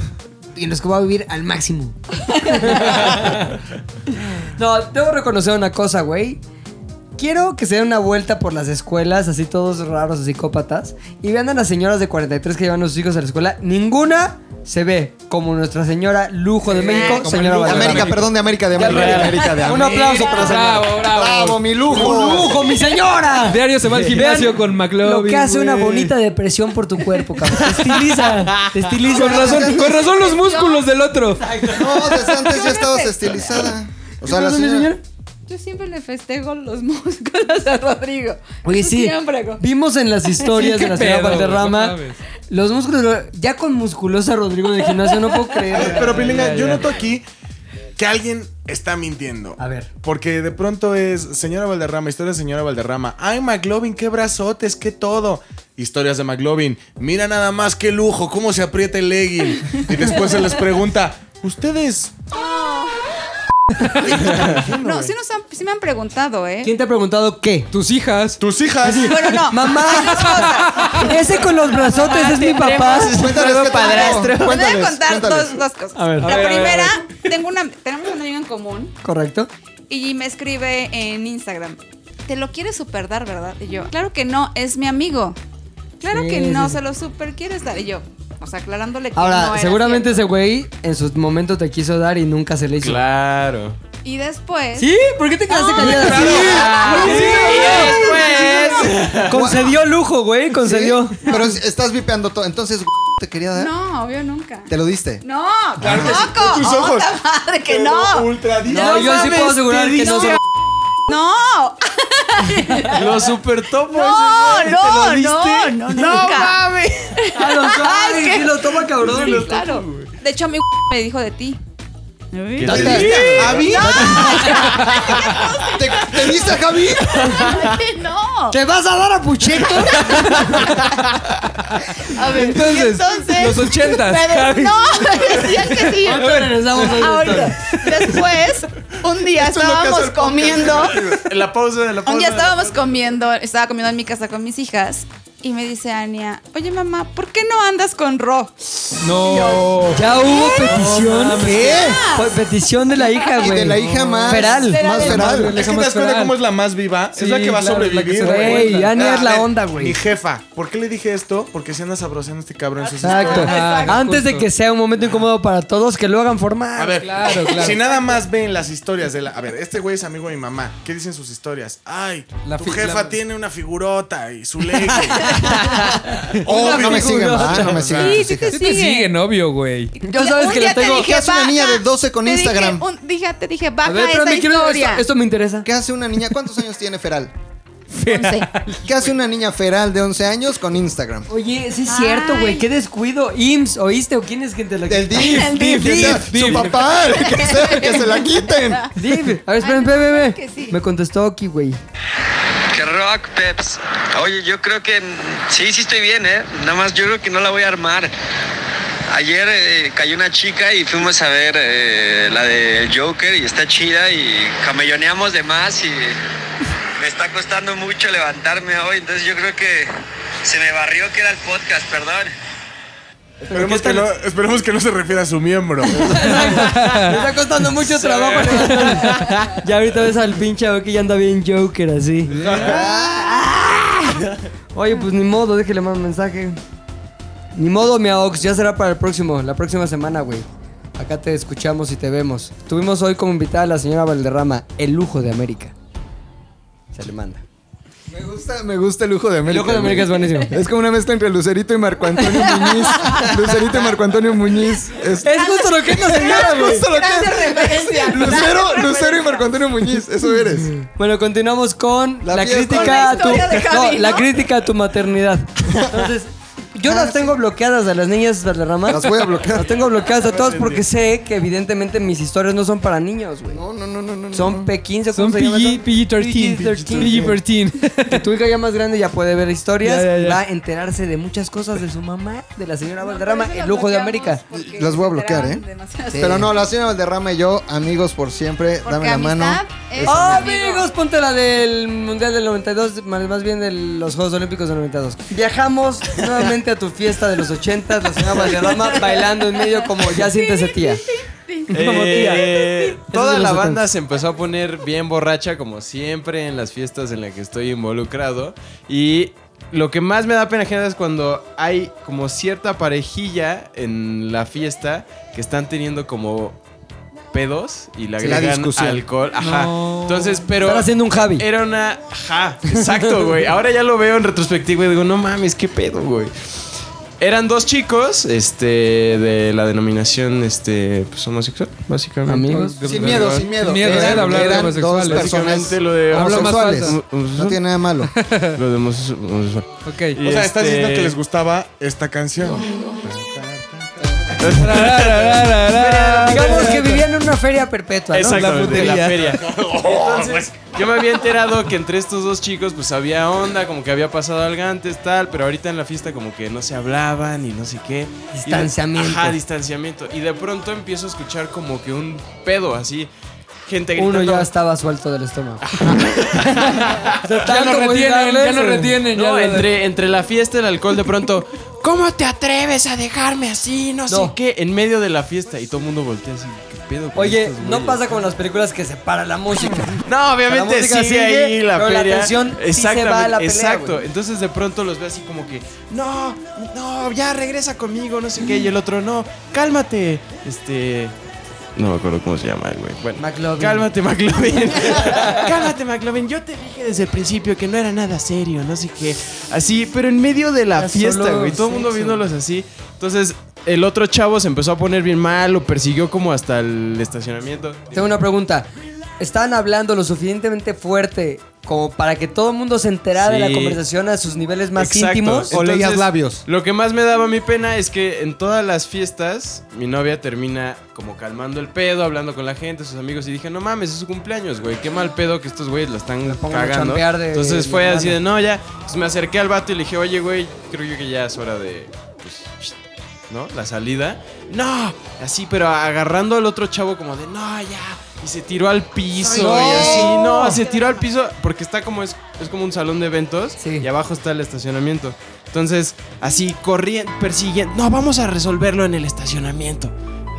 y en los que va a vivir al máximo. no, debo reconocer una cosa, güey. Quiero que se den una vuelta por las escuelas, así todos raros, psicópatas, y vean a las señoras de 43 que llevan a sus hijos a la escuela. Ninguna se ve como nuestra señora Lujo de México, como señora Lujo de Valderrama. América, perdón, de América, de América, de América, de Un América. aplauso para la señora. Bravo, bravo. ¡Bravo, mi ¡Un lujo! lujo, mi <laughs> señora! Diario se va al gimnasio Vean con McLovin. Lo que hace una güey. bonita depresión por tu cuerpo, cabrón. Te estiliza, te estiliza. Con razón, con razón los músculos del otro. No, desde antes ya Yo creo estabas que- estilizada. O sea, ¿Qué la pasó, mi señora... Yo siempre le festejo los <laughs> músculos a Rodrigo. Oye, Tú sí. Siempre, güey. Vimos en <laughs> las historias Sí, de la qué señora pedo, Valderrama güey, no sabes. los músculos. Ya con musculosa Rodrigo de gimnasio, no puedo creer. Pero, Pilinga, ya, yo ya. noto aquí que alguien está mintiendo. A ver. Porque de pronto es señora Valderrama, historia de señora Valderrama. Ay, McLovin, qué brazotes, qué todo. Historias de McLovin. Mira nada más qué lujo, cómo se aprieta el legging. Y después se les pregunta, ¿ustedes? No, sí, nos han- sí me han preguntado, ¿eh? ¿Quién te ha preguntado qué? Tus hijas. ¿Tus hijas? Bueno, no. Mamá, <laughs> ese con los brazotes es mi Ah, papá. Cuéntales qué te pasó. Te voy a Cuéntales, contar cuéntales. dos, dos cosas. ver. la A ver, a ver, primera, tengo una, tenemos un amigo en común Correcto. y me escribe en Instagram. Te lo quieres super dar, ¿verdad? Y yo, claro que no, es mi amigo. Claro Sí, que sí, no, sí. se lo super quieres dar. Y yo, o sea, aclarándole que no Ahora, era seguramente cierto. ese güey en su momento te quiso dar y nunca se le hizo. Claro. Y después. ¿Sí? ¿Por qué te quedaste callada? Ah, Sí. Oye, sí, Concedió lujo, güey, concedió. ¿Sí? Pero es- estás vipeando todo. Entonces, ¿te quería dar? No, obvio nunca. ¿eh? ¿Te lo diste? No, tampoco. <laughs> tus ojos. ¡Otra madre que Pero no! ultra di- No, yo sí puedo asegurar que no se ¡No! <laughs> Lo super topo. pues, ¡No! ¡No! ¡No! ¡No! ¡Nunca! Ah, lo sabe, Es que- sí lo toma cabrón. Sí, claro. De hecho, mi <laughs> me dijo de ti. ¿Javi? ¿Te, te diste a Javi? ¡No! ¿Te vas a dar a Pucheto? A ver, Entonces, y entonces los ochentas, me de- Javi. No, <laughs> me decían que sí. Ahorita regresamos a esa Ahorita. Después, un día estábamos comiendo. La pausa de la pausa. Un día estábamos comiendo, estaba comiendo en mi casa con mis hijas. Y me dice Ania, oye mamá, ¿por qué no andas con Ro? No. Ya hubo petición. ¿Qué? Fue petición de la hija, Y güey. de la hija más... Feral. Más feral. Es que te das cuenta cómo es la más viva. Sí, es la que va a claro, es la que sobrevivir. se da güey. cuenta. Ya ni Ah, es la a ver, onda, güey. Mi jefa. ¿Por qué le dije esto? Porque si anda sabrosando este cabrón en sus Exacto. Ah, Antes de justo. que sea un momento incómodo para todos, que lo hagan formal. A ver, Claro, claro. si nada más ven las historias de la. A ver, este güey es amigo de mi mamá. ¿Qué dicen sus historias? Ay, La tu fi- jefa la- tiene una figurota y su lego. <laughs> Oh, no me sigan, ah, no me sigan. Sí, tus sí hijas. te Sí te siguen, siguen. obvio, güey. Yo sabes Un que día lo tengo- te dije, ¿Qué hace una "Baja". niña de 12 con Te dije, Instagram? un- dije- te dije, baja A ver, esa espérame, quiero. historia. Esto, esto me interesa. ¿Qué hace una niña? ¿Cuántos años tiene feral? Once. ¿Qué hace una niña feral de 11 años con Instagram? Oye, sí es cierto, Ay. güey. Qué descuido. IMSS, ¿oíste? ¿O quién es gente la Del DIF. <laughs> El que DIF. sea DIF. Su papá, el que, sea, que se la quiten. DIF. A ver, Ay, esperen, no, ve, ve, claro que sí. ve. Me contestó aquí, güey. Que rock, Peps. Oye, yo creo que mm, sí, sí estoy bien, ¿eh? Nada más yo creo que no la voy a armar. Ayer eh, cayó una chica y fuimos a ver eh, la del Joker y está chida y camelloneamos de más y me está costando mucho levantarme hoy, entonces yo creo que se me barrió que era el podcast, perdón. Esperemos que, no, esperemos que no se refiera a su miembro. Me está costando mucho trabajo. ya ahorita ves al pinche güey que ya anda bien Joker <laughs> así. Oye, pues ni modo, déjele más mensaje. Ni modo, mi Aox, ya será para el próximo, la próxima semana, güey. Acá te escuchamos y te vemos. Tuvimos hoy como invitada a la señora Valderrama, el lujo de América. Se le manda. Me gusta, me gusta el lujo de América. El lujo de América es güey. buenísimo. Es como una mezcla entre Lucerito y Marco Antonio <laughs> Muñiz. Lucerito y Marco Antonio Muñiz. Es, <laughs> Es justo lo que es la señora, es güey. justo lo que es. Grande referencia. Lucero, <laughs> Lucero y Marco Antonio Muñiz, eso eres. Bueno, continuamos con la, La fiesta. crítica Con a la tu historia de Javi, <laughs> no, la ¿no? crítica a tu maternidad. Entonces, yo las tengo bloqueadas a las niñas Valderrama. Las voy a bloquear. Ah, Las tengo bloqueadas <laughs> a todas porque sé que evidentemente mis historias no son para niños, güey. No, no, no, no, no. Son P15 o Son cómo se llama PG, eso? PG-13. PG-13. PG-13. Que tu hija ya más grande ya puede ver historias, Ya, ya, ya. va a enterarse de muchas cosas de su mamá, de la señora Valderrama, No, por eso el lo lujo de bloqueamos, Pues, América. porque Las voy a se bloquear, enteraban ¿eh? demasiado. Pero no, la señora Valderrama y yo, amigos por siempre, Porque dame la mano. amistad es Oh, amigo. amigos, ponte la del Mundial del 92, más más bien de los Juegos Olímpicos del 92. <laughs> Viajamos nuevamente a tu fiesta de los 80, la señora Valderrama bailando en medio <laughs> como ya siéntese tía. Eh, toda Esos la son los banda se empezó a poner bien borracha, como siempre en las fiestas en las que estoy involucrado. Y lo que más me da pena ajena es cuando hay como cierta parejilla en la fiesta que están teniendo como pedos y le Sí, la agregan discusión. alcohol. Ajá. No. Entonces, pero. Están haciendo un Javi. Era una. Ajá, exacto, güey. Ahora ya lo veo en retrospectiva y digo, no mames, qué pedo, güey. Eran dos chicos, este, de la denominación, este, pues homosexual, básicamente. Amigos. Sin miedo, sin miedo. Sin miedo, Eran- sin miedo hablar de eran homosexuales. Dos personas Básicamente lo Eh, de Habla más homosexuales. falso. No tiene nada de <laughs> malo. Lo de homose- homosexual. Ok. O sea, estás este- diciendo que les gustaba esta canción. Este, Digamos que vivían en una feria perpetua, ¿no? Exactamente, La putería. <laughs> Entonces, yo me había enterado que entre estos dos chicos, pues había onda, como que había pasado algo antes, tal, pero ahorita en la fiesta, como que no se hablaban y no sé qué. Y de- Distanciamiento. ajá, distanciamiento. Y de pronto empiezo a escuchar como que un pedo así. Gente gritando. Uno ya estaba suelto del <laughs> estómago. <laughs> Ya no retienen, ya no retienen. ya No, lo- entre, entre la fiesta y el alcohol, de pronto, ¿cómo te atreves a dejarme así? No, sé No. qué, en medio de la fiesta. Y todo el mundo voltea así, ¿qué pedo? con Oye, estos no güeyes? pasa como en las películas que se para la música. No, obviamente La música sigue, sigue, ahí la pero la feria. atención sí se va a la pelea, exacto. güey. Entonces de pronto los ve así como que, no, no, ya regresa conmigo, no sé qué. Y el otro, no, cálmate. Este. No me acuerdo cómo se llama el güey. Bueno, McLovin. <laughs> cálmate, McLovin. cálmate, McLovin. Yo te dije desde el principio que no era nada serio, no sé qué. Así, pero en medio de la Era fiesta, solo güey. Todo el mundo sexo. viéndolos así. Entonces. El otro chavo se empezó a poner bien mal, lo persiguió como hasta el estacionamiento. Tengo una pregunta. ¿Estaban hablando lo suficientemente fuerte como para que todo el mundo se enterara de la Sí. conversación a sus niveles más Exacto. íntimos? O leías Entonces, labios. Lo que más me daba mi pena es que en todas las fiestas mi novia termina como calmando el pedo, hablando con la gente, sus amigos y dije, no mames, es su cumpleaños, güey, qué mal pedo que estos güeyes la están pongan a cagando. chambear de- Entonces de fue la así banda. de, no, ya, pues me acerqué al vato y le dije, oye, güey, creo yo que ya es hora de, pues, shh, ¿no? La salida. No, así, pero agarrando al otro chavo como de, no, ya. Y se tiró al piso y así, no, se tiró al piso porque está como, es, es como un salón de eventos Sí. y abajo está el estacionamiento. Entonces, así corriendo, persiguiendo, no, vamos a resolverlo en el estacionamiento.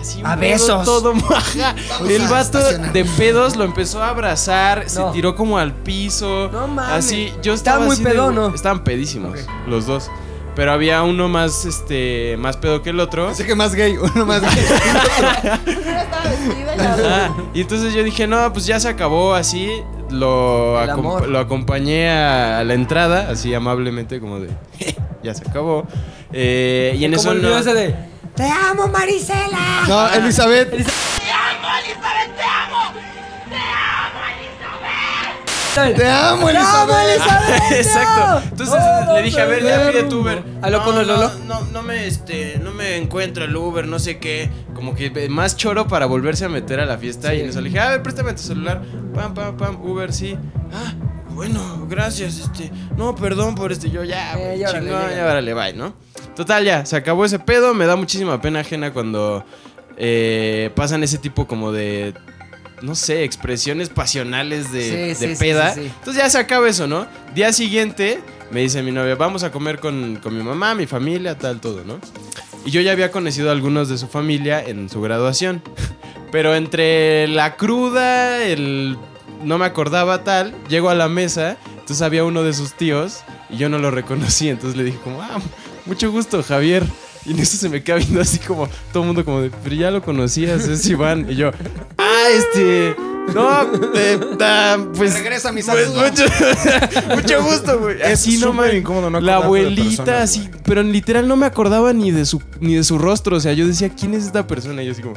Así, A un pedo besos. Todo maja. Vamos El al vato de estacionamiento. pedos lo empezó a abrazar, se No. tiró como al piso. No mames. Así, ¿Estaba yo estaba muy así de, pedo o güey, no? Estaban pedísimos Ok. los dos. Pero había uno más, este, más pedo que el otro. Así que más gay, <laughs> uno más gay. <laughs> <laughs> Ah, y entonces yo dije, no, pues ya se acabó así. Lo, El acom- amor. lo acompañé a, a la entrada, así amablemente, como de, <laughs> ya se acabó. Eh, y en como eso el no. video ese de ¡Te amo, Marisela! <laughs> No, Elizabeth. Te amo, ¡Te amo, Elizabeth. <laughs> Elizabeth! Exacto. Entonces No, le dije, a ver, ya no, pide tu Uber. Aló, No, con el no, Lolo. No, no me, este, no me encuentra el Uber, no sé qué. Como que más choro para volverse a meter a la fiesta. Y en eso le dije, a ver, préstame tu celular. Pam, pam, pam, Uber, sí. Ah, bueno, gracias, este. No, perdón por este. Yo ya, Eh, güey, ya órale, chingón, ya. ya órale, bye, ¿no? Total, ya, se acabó ese pedo. Me da muchísima pena ajena cuando eh, pasan ese tipo como de no sé, expresiones pasionales de, Sí, de sí, sí, peda. sí, sí. Entonces ya se acaba eso, ¿no? Día siguiente me dice mi novia, vamos a comer con, con mi mamá, mi familia, tal, todo, ¿no? Y yo ya había conocido a algunos de su familia en su graduación. Pero entre la cruda, el... No me acordaba tal, llego a la mesa, entonces había uno de sus tíos y yo no lo reconocí, entonces le dije como, ah, mucho gusto, Javier. Y en eso se me queda viendo así como todo el mundo como de, pero ya lo conocías, es Iván. Y yo, ah, este, no, eh, ah, pues... Regresa mi pues, saludo. mucho, mucho <laughs> gusto, güey. Es Así no súper me incómodo no La acordarte de abuelita, personas, así, pero literal no me acordaba ni de su ni de su rostro, o sea, yo decía, "¿Quién es esta persona?" Y yo así como,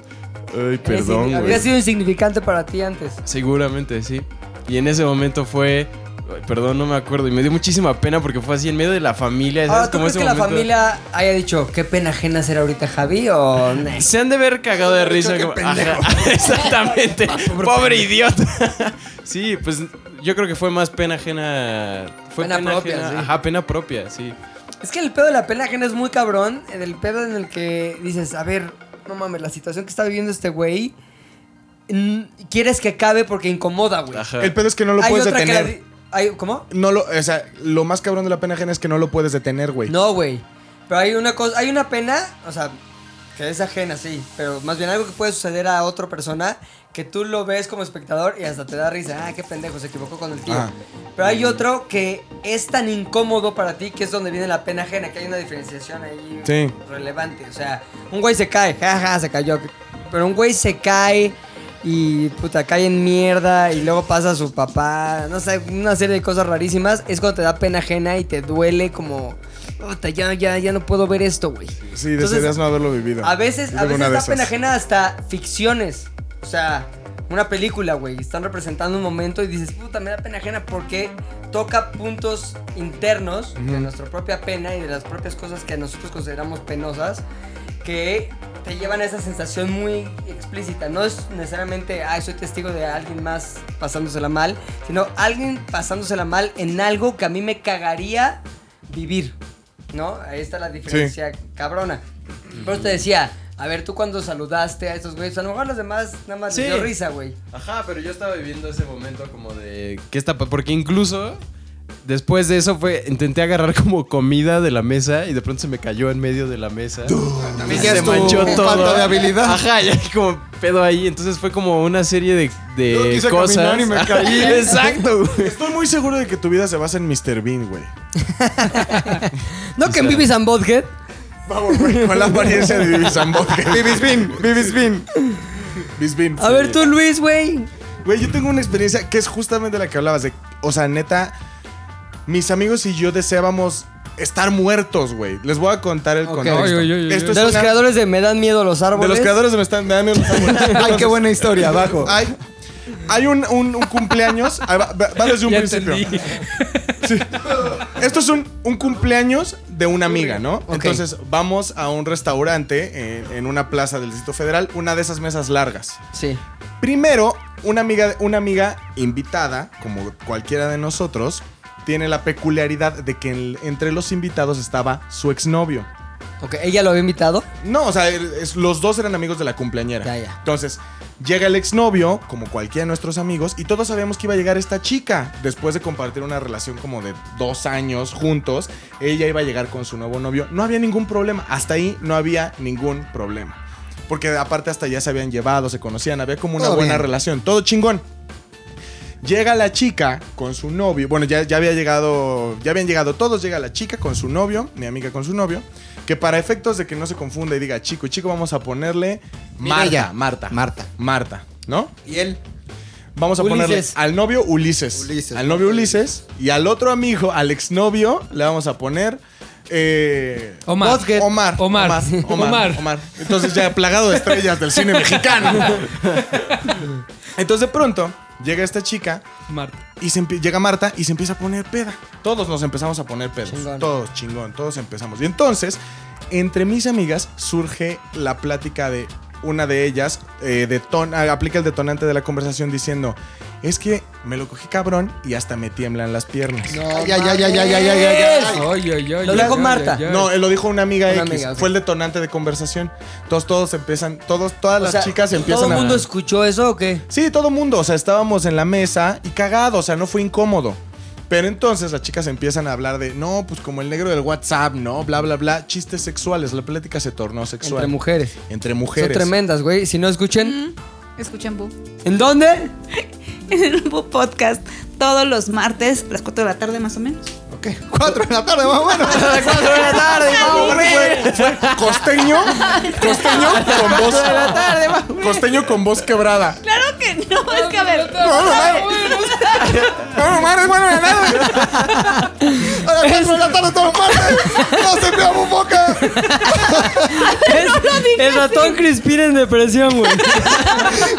"Ay, perdón, Había güey." sido insignificante para ti antes. Seguramente sí. Y en ese momento fue, "Ay, perdón, no me acuerdo, y me dio muchísima pena porque fue así en medio de la familia, ¿sabes? Ahora, Ah, ¿tú Como crees ese que la momento- familia haya dicho qué pena ajena será ahorita Javi o...? nah"? Se han de ver cagado de risa. qué como, pendejo. <laughs> ajá, <laughs> exactamente. pobre idiota. <laughs> sí, pues yo creo que fue más pena ajena. Fue Pena pena, propia, ajena. sí. Ajá, pena propia, sí. Es que el pedo de la pena ajena es muy cabrón. en El pedo en el que dices, a ver, no mames, la situación que está viviendo este güey... mm, Quieres que acabe porque incomoda, güey. Ajá. El pedo es que no lo Hay puedes otra que la detener. di- hay- ¿Cómo? No lo, o sea, lo más cabrón de la pena ajena es que no lo puedes detener, güey. No, güey. Pero hay una cosa, hay una pena, o sea, Que es ajena, sí. Pero más bien algo que puede suceder a otra persona que tú lo ves como espectador y hasta te da risa. Ah, qué pendejo, se equivocó con el tío. Ah. Pero hay otro que es tan incómodo para ti que es donde viene la pena ajena, que hay una diferenciación ahí Sí. relevante. O sea, un güey se cae, jaja, se cayó. Pero un güey se cae y puta, cae en mierda y luego pasa a su papá. No sé, una serie de cosas rarísimas. Es cuando te da pena ajena y te duele como. Puta, ya, ya, ya no puedo ver esto, güey. Sí, Entonces, desearías no haberlo vivido. A veces, Yo a tengo veces una de da pena esas. ajena hasta ficciones. O sea, una película, güey. Están representando un momento y dices, puta, me da pena ajena porque toca puntos internos de Ujú. nuestra propia pena y de las propias cosas que nosotros consideramos penosas que te llevan a esa sensación muy explícita. No es necesariamente, ay, soy testigo de alguien más pasándosela mal, sino alguien pasándosela mal en algo que a mí me cagaría vivir. ¿No? Ahí está la diferencia cabrona. Por eso te decía, a ver, tú cuando saludaste a estos güeyes, a lo mejor los demás nada más les Sí. dio risa, güey. Ajá, pero yo estaba viviendo ese momento como de... ¿Qué está? pa- Porque incluso después de eso fue... Intenté agarrar como comida de la mesa y de pronto se me cayó en medio de la mesa. Y Tenías se tu manchó todo. falta de habilidad. Ajá, y hay como pedo ahí. Entonces fue como una serie de, de Yo quise cosas. caminar y me caí. <laughs> Exacto, güey. Estoy muy seguro de que tu vida se basa en Mr. Bean, güey. No que en Bibis and Bothead. Vamos, güey, con la apariencia de Vivis <laughs> Amboque. Bibis Bean, Bibis Bean. Vivis Bean. A ver tú, Luis, güey. Güey, yo tengo una experiencia que es justamente la que hablabas de. O sea, neta, mis amigos y yo deseábamos estar muertos, güey. Les voy a contar el Ok. contexto. Ay, ay, ay, ay, Esto De es los una- creadores de Me dan miedo los árboles. de los creadores de Me están- Me dan miedo los árboles. Ay, qué buena historia, <laughs> abajo. Hay, hay un, un- un cumpleaños. ahí va, va- va desde un Ya principio. entendí. Esto es un, un cumpleaños de una amiga, ¿no? Entonces vamos a un restaurante en, en una plaza del Distrito Federal, una de esas mesas largas. Sí. Primero, una amiga, una amiga invitada, como cualquiera de nosotros, tiene la peculiaridad de que en- entre los invitados estaba su exnovio. Ok, ella lo había invitado. No, o sea, es- los dos eran amigos de la cumpleañera. Ya, ya. Entonces, llega el exnovio, como cualquiera de nuestros amigos, y todos sabíamos que iba a llegar esta chica. Después de compartir una relación como de dos años juntos, ella iba a llegar con su nuevo novio. No había ningún problema. Hasta ahí no había ningún problema. Porque aparte hasta ya se habían llevado, se conocían, había como una Todo buena bien. relación. Todo chingón. Llega la chica con su novio. Bueno, ya, ya había llegado. Ya habían llegado todos. Llega la chica con su novio. Mi amiga con su novio. Que para efectos de que no se confunda y diga chico y chico, vamos a ponerle Marta. Mireya. Marta. Marta. Marta. ¿No? Y él. Vamos a Ulises. ponerle al novio Ulises. Ulises. Al novio Ulises. Y al otro amigo, al exnovio, le vamos a poner. eh, Omar. Omar. Omar. Omar. Omar. Omar. Omar. Entonces ya plagado de estrellas del cine mexicano. Entonces de pronto llega esta chica Marta. y se empie- llega Marta y se empieza a poner peda. Todos nos empezamos a poner pedos. Chingón. Todos, chingón, todos empezamos. Y entonces, entre mis amigas surge la plática de una de ellas, eh, deton- ah, aplica el detonante de la conversación diciendo, es que me lo cogí cabrón y hasta me tiemblan las piernas. No, Ay, ay, ay, ay, ay, ay, ay, <laughs> ay, ay. Ay, ay, ay, Lo ay, dijo ay, Marta. ay, ay. él lo dijo una amiga Una X. amiga, ok. Fue el detonante de conversación. Entonces todos empiezan, todos, todas O las sea, chicas empiezan ¿Todo el a... mundo escuchó eso o qué? Sí, todo mundo. O sea, estábamos en la mesa y cagado. O sea, no fue incómodo. Pero entonces las chicas empiezan a hablar de, no, pues como el negro del WhatsApp, ¿no? Bla, bla, bla. Chistes sexuales. La plática se tornó sexual. Entre mujeres. Entre Son mujeres. Mm. tremendas, güey. Si no escuchen. Escuchen Boo. ¿En dónde? En el Boo Podcast todos los martes, a las 4 de la tarde más o menos. Ok, cuatro de la tarde, más o menos. <laughs> cuatro de la tarde, <laughs> Fue- fue costeño, costeño con voz, costeño con voz quebrada. Claro que no, es que a ver. No, no, no. No, no, mames, bueno, nada. A las cuatro de la tarde, todos los martes. Nos empleamos boca. Es- el ratón Crispin en depresión, güey.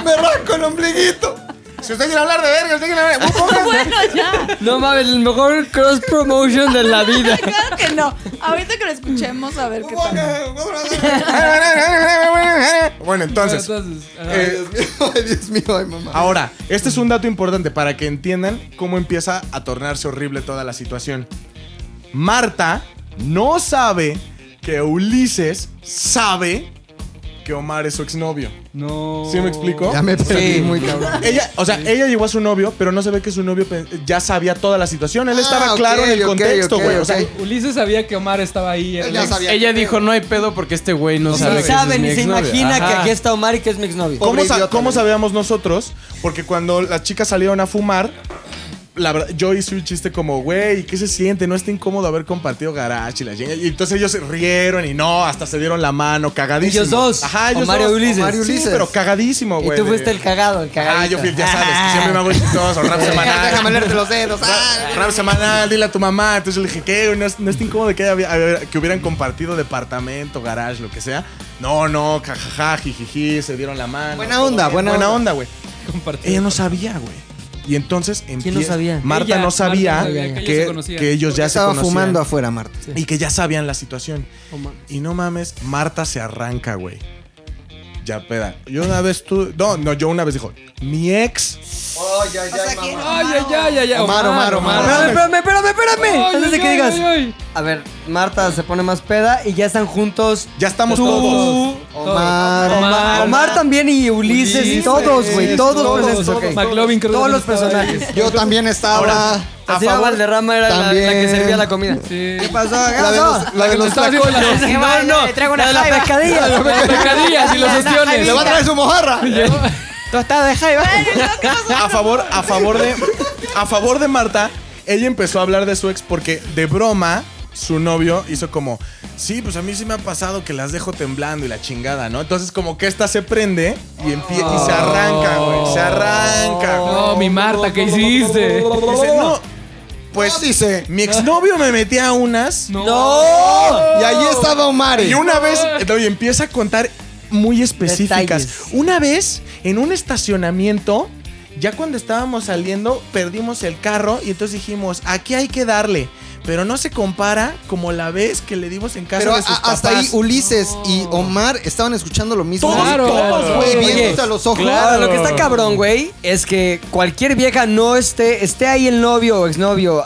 Me rasco el ombliguito. Si usted quiere hablar de verga, usted quiere hablar de... Uh, ponga- Bueno, ya. No mames, el mejor cross promotion de la vida. Claro que no. Ahorita que lo escuchemos, a ver qué tal. Bueno, entonces, Entonces, ajá. eh, Ay, Dios mío, ay, mamá. Ahora, este es un dato importante para que entiendan cómo empieza a tornarse horrible toda la situación. Marta no sabe que Ulises sabe que Omar es su exnovio. No. ¿Sí me explico? Ya me perdí muy cabrón. Ella, o sea, ella llegó a su novio, pero no se ve que su novio pe- ya sabía toda la situación. Él Ah, estaba ok, claro en el ok, contexto, ok, güey. ok. O sea, Ulises sabía que Omar estaba ahí. el Ya ex. sabía. Ella dijo, no hay pedo porque este güey no Ni sabe. que sabe, es mi ni se exnovio". imagina que Ajá. aquí está Omar y que es mi exnovio. Pobre ¿Cómo, sa- idiota, cómo güey. sabíamos nosotros? Porque cuando las chicas salieron a fumar, la verdad, yo hice un chiste como, güey, ¿qué se siente? No está incómodo haber compartido garage y la chinga". Y entonces ellos se rieron y no, hasta se dieron la mano, Ellos cagadísimos. dos, Ajá, ellos Omar y dos. Ulises. Omar y Ulises. Sí, pero cagadísimo, Y güey. tú de- fuiste el cagado, el cagado. Ah, yo fui, ya sabes, que siempre me hago el <laughs> chistoso, rap semanal. Déjame leerte los dedos. Ah, Rap semanal, dile a tu mamá. Entonces le dije, ¿qué? No, es- no está incómodo que, haya- haya- que hubieran compartido departamento, garage, lo que sea. No, no, jajaja, jijiji, se dieron la mano. Buena todo onda, bien, buena buena onda. onda, güey. Compartido. Ella no sabía, güey. Y entonces no empie- sabía? Marta Ella, no sabía, Marta no sabía que ellos se que, conocían. que ellos ya se estaba conocían. fumando afuera, Marta. Y que ya sabían la situación. y no mames, Marta se arranca, güey. Ya peda. Yo una vez tú. No, no, yo una vez dijo, mi ex. Oh, O sea, ¿quién? Ay, ay, ay, ay, ay. Omar, Omar, Omar. Espérame, espérame, espérame, Ay, espérame. ay, Antes de que ay, digas. ay, ay. A ver, Marta se pone más peda y ya están juntos. Ya estamos Tú, todos. Omar, Omar, Omar también y Ulises, y Ulises, todos, güey, todos, todos, presentes, todos. ok. McLovin creo que todos también los estaba personajes. Yo también estaba. A favor, Valderrama era la, la que También. servía la comida. Sí. ¿Qué pasó? ¿Qué La de pasó? los, la de los tacos. Sí, vale, no, le traigo la una de la jaiba. pescadilla. Pecadillas y los ostiones. Le va a traer su mojarra. Tostada de jaiba. a favor, a favor de. A favor de Marta, ella empezó a hablar de su ex porque de broma. Su novio hizo como, sí, pues a mí sí me ha pasado que las dejo temblando y la chingada, ¿no? Entonces como que esta se prende y, empie- y se arranca, güey, se arranca. güey. No, Oh, mi Marta, ¿qué hiciste? Dice, no, Pues dice. mi exnovio me metía a unas ¡No! Oh. Y ahí estaba Omar. Y una vez, no, y empieza a contar muy específicas. Detalles. Una vez, en un estacionamiento, ya cuando estábamos saliendo, perdimos el carro y entonces dijimos, aquí hay que darle. Pero no se compara como la vez que le dimos en casa Pero de sus a- hasta ahí papás. Ulises y Omar estaban escuchando lo mismo. Todos, Claro. todos, Oh. Güey, güey. viéndose a los ojos. Claro, lo que está cabrón, güey, es que cualquier vieja no esté, esté ahí el novio o exnovio.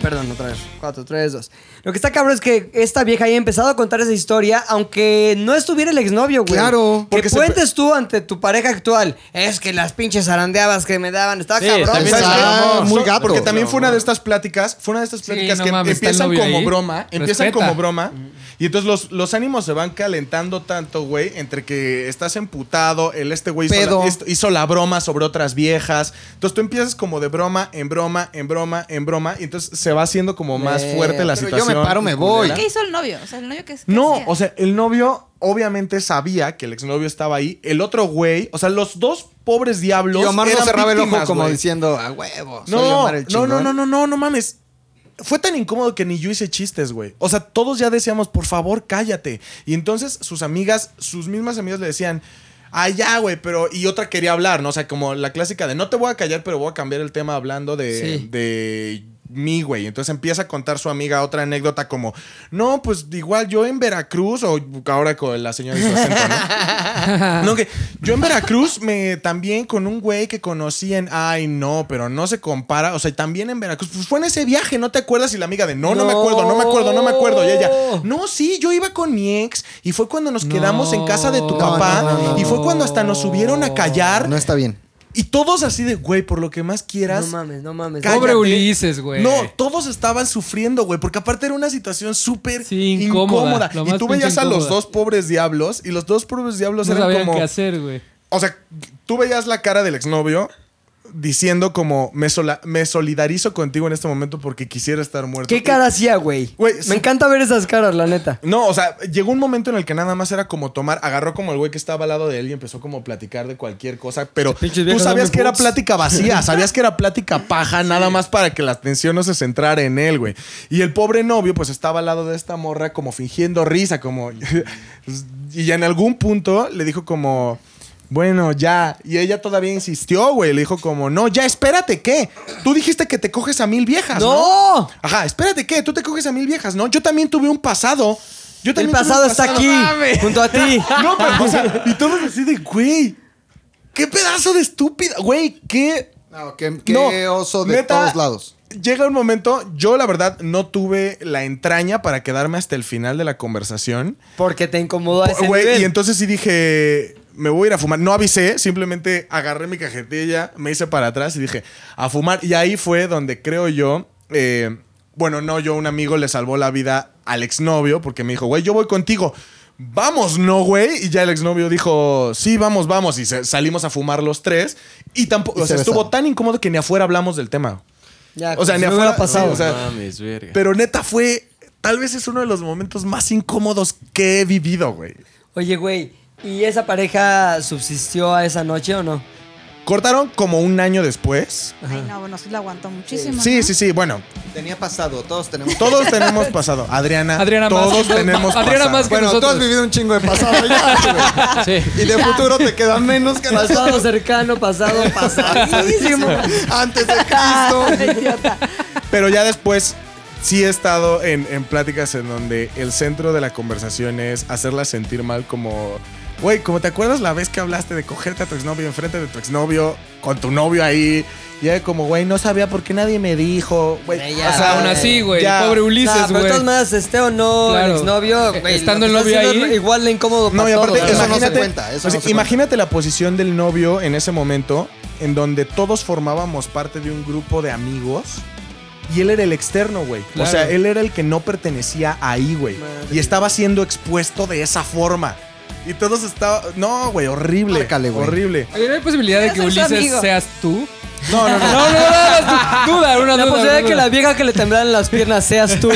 Perdón, otra vez. 4, 3, 2. Lo que está cabrón es que esta vieja haya empezado a contar esa historia, aunque no estuviera el exnovio, güey. Claro. Que Porque se- cuentes tú ante tu pareja actual. Es que las pinches arandeabas que me daban. Está Sí, cabrón. también ¿sabes está qué? cabrón. Son- muy gato. Porque también fue una de estas pláticas, fue una de estas Sí, pláticas no que mames, está el empiezan novio como ahí. broma, empiezan Respeta. como broma. Y entonces los, los ánimos se van calentando tanto, güey, entre que estás emputado, el este güey hizo Pedo. la, hizo- hizo la broma sobre otras viejas. Entonces tú empiezas como de broma, en broma, en broma, en broma, y entonces se va haciendo como más Ve, fuerte la pero yo me situación. paro, me voy. culera. ¿Qué hizo el novio? O sea, el novio que es. No, o sea, el novio obviamente sabía que el exnovio estaba ahí. El otro güey, o sea, los dos pobres diablos. Y Omar no eran cerraba el ojo víctimas, como güey. diciendo, a huevo. Soy No, Omar el no, chingón. no, no, no, no, no mames. Fue tan incómodo que ni yo hice chistes, güey. O sea, todos ya decíamos, por favor, cállate. Y entonces sus amigas, sus mismas amigas le decían, ay, ya, güey, pero. Y otra quería hablar, ¿no? O sea, como la clásica de no te voy a callar, pero voy a cambiar el tema hablando de. Sí. de mí, güey. Entonces empieza a contar su amiga otra anécdota como, no, pues igual yo en Veracruz, o ahora con la señora y su <laughs> acento, ¿no? Ah. No, que yo en Veracruz me también con un güey que conocí en. Ay, no, pero no se compara. O sea, también en Veracruz. Pues fue en ese viaje, ¿no te acuerdas? Y la amiga de no, no, me acuerdo, no me acuerdo, no me acuerdo. Y ella, no, sí, yo iba con mi ex y fue cuando nos quedamos en casa de tu No, papá no, no, no, y fue cuando hasta nos subieron a callar. No está bien. Y todos así de, güey, por lo que más No quieras. mames, no mames. Cállate. Pobre Ulises, güey. No, todos estaban sufriendo, güey, porque aparte era una situación súper Sí, incómoda, incómoda. lo Y más tú pinche veías a los incómoda. dos pobres diablos y los dos pobres diablos no eran sabían como qué hacer, güey. o sea, tú veías la cara del exnovio diciendo como me, sola- me solidarizo contigo en este momento porque quisiera estar muerto. ¿Qué cara hacía, güey? Güey, Me sí. encanta ver esas caras, la neta. No, o sea, llegó un momento en el que nada más era como tomar, agarró como el güey que estaba al lado de él y empezó como a platicar de cualquier cosa, pero Pinches tú viejas sabías dame que era puts. plática vacía, sabías que era plática paja, nada más para que la atención no se centrara en él, güey. Y el pobre novio pues estaba al lado de esta morra como fingiendo risa, como... <laughs> y en algún punto le dijo como... Bueno, ya. Y ella todavía insistió, güey. Le dijo como, no, ya, espérate, ¿qué? Tú dijiste que te coges a mil viejas, ¿no? ¡No! Ajá, espérate, ¿qué? Tú te coges a mil viejas, ¿no? Yo también tuve un pasado. Yo El también pasado tuve un está aquí, junto a ti. <laughs> No, pero, <laughs> o sea, y todos así de, güey, qué pedazo de estúpida, güey, qué... No, qué, qué No, oso de neta, todos lados. llega un momento, yo la verdad no tuve la entraña para quedarme hasta el final de la conversación. Porque te incomodó a ese Güey, nivel. y entonces sí dije, me voy a ir a fumar. No avisé, simplemente agarré mi cajetilla, me hice para atrás y dije, a fumar. Y ahí fue donde creo yo, eh, bueno, no, yo un amigo le salvó la vida al exnovio porque me dijo, güey, yo voy contigo. Vamos, no, güey. Y ya el exnovio dijo, sí, vamos, vamos. Y se- salimos a fumar los tres. Y tampoco, Y o sea, se estuvo besaron. tan incómodo que ni afuera hablamos del tema. Ya, O sea, Ah, si ni no afuera hubiera pasado. sí, o sea, Mames, verga. pero neta fue, tal vez es uno de los momentos más incómodos que he vivido, güey. Oye, güey, ¿y esa pareja subsistió a esa noche o no? Cortaron como un año después. Ay, no, bueno, sí la aguantó muchísimo. Sí, ¿no? sí, sí, bueno, Tenía pasado, todos tenemos. todos tenemos pasado. Adriana, Adriana más, todos todos- tenemos Adriana pasado. más que bueno, tú nosotros. has vivido un chingo de pasado <laughs> ya, güey. Sí. Y de futuro te queda menos que las Pasado <laughs> cercano, pasado pasadísimo. <laughs> antes de Ah, Cristo. idiota. Pero ya después sí he estado en, en pláticas en donde el centro de la conversación es hacerla sentir mal como... Güey, como te acuerdas la vez que hablaste de cogerte a tu exnovio enfrente de tu exnovio, con tu novio ahí, y era como, güey, no sabía por qué nadie me dijo. Güey, Eh, ya, o sea, Aún así, güey. ya. Pobre Nah, Ulises, pero de güey. todas maneras, esté o no Claro. el exnovio, Eh, güey, lo estando el que novio está haciendo ahí- es igual de incómodo No, para y aparte, todos, eso ¿verdad? no Imagínate- se cuenta. eso no se imagínate la posición del novio en ese momento, en donde todos formábamos parte de un grupo de amigos. Y él era el externo, güey. Claro. O sea, él era el que no pertenecía ahí, güey. Y estaba siendo expuesto de esa forma. Y todos estaban... No, güey, horrible. Márcale, güey. Horrible. Oye, ¿no hay posibilidad de que Quiero ser su Ulises amigo. seas tú? No, no, no. No, no, no, no, no, duda, una duda. La una posibilidad de que duda. la vieja que le temblaran las piernas seas <laughs> tú.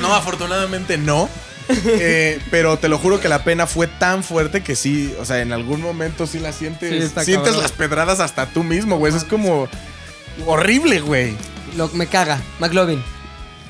No, afortunadamente no. <laughs> Eh, pero te lo juro que la pena fue tan fuerte que sí, o sea, en algún momento sí la sientes, Sí, está sientes cabrón. las pedradas hasta tú mismo, güey. Eso es como horrible, güey. Lo me caga, McLovin.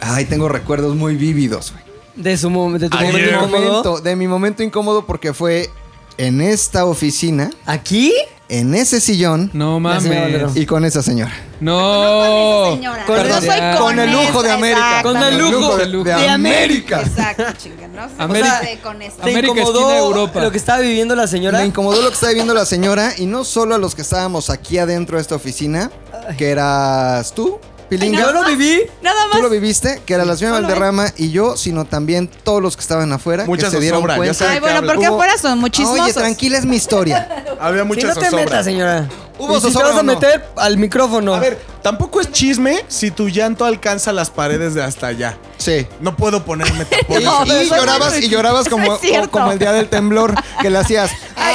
Ay, tengo recuerdos muy vívidos, güey. De, su mom- de tu momento De mi incómodo. momento- de mi momento incómodo porque fue en esta oficina, ¿Aquí? en ese sillón No Ya se me mames. olvidó. y con esa señora. No. Señora, Con no el- soy con el lujo de esa, América. Con el exactamente. lujo de- de, de América. Exacto, chinga, no sé. América. O sea, con este. esa. ¿Te América, esquina de incomodó Europa. lo que estaba viviendo la señora? Me incomodó lo que estaba viendo la señora y no solo a los que estábamos aquí adentro de esta oficina, que eras tú, Pilinga. Yo lo viví. Nada más. Tú lo viviste, que era la señora Solo Valderrama y yo, sino también todos los que estaban afuera Mucha que se dieron zozobra, ya cuenta. sé de Ay, qué bueno, hablas. porque Hubo- Ah, afuera son muy chismosos. Oye, tranquila, es mi historia. Había Si no muchas te zozobra. metas, señora. ¿Hubo Y si te zozobra vas o a no? meter al micrófono. A ver, tampoco es chisme si tu llanto alcanza las paredes de hasta allá. <laughs> Sí. No puedo ponerme Y, tapones. No, y pero eso llorabas no es- y llorabas eso como, <laughs> es cierto. como el día del temblor que le hacías. Ay,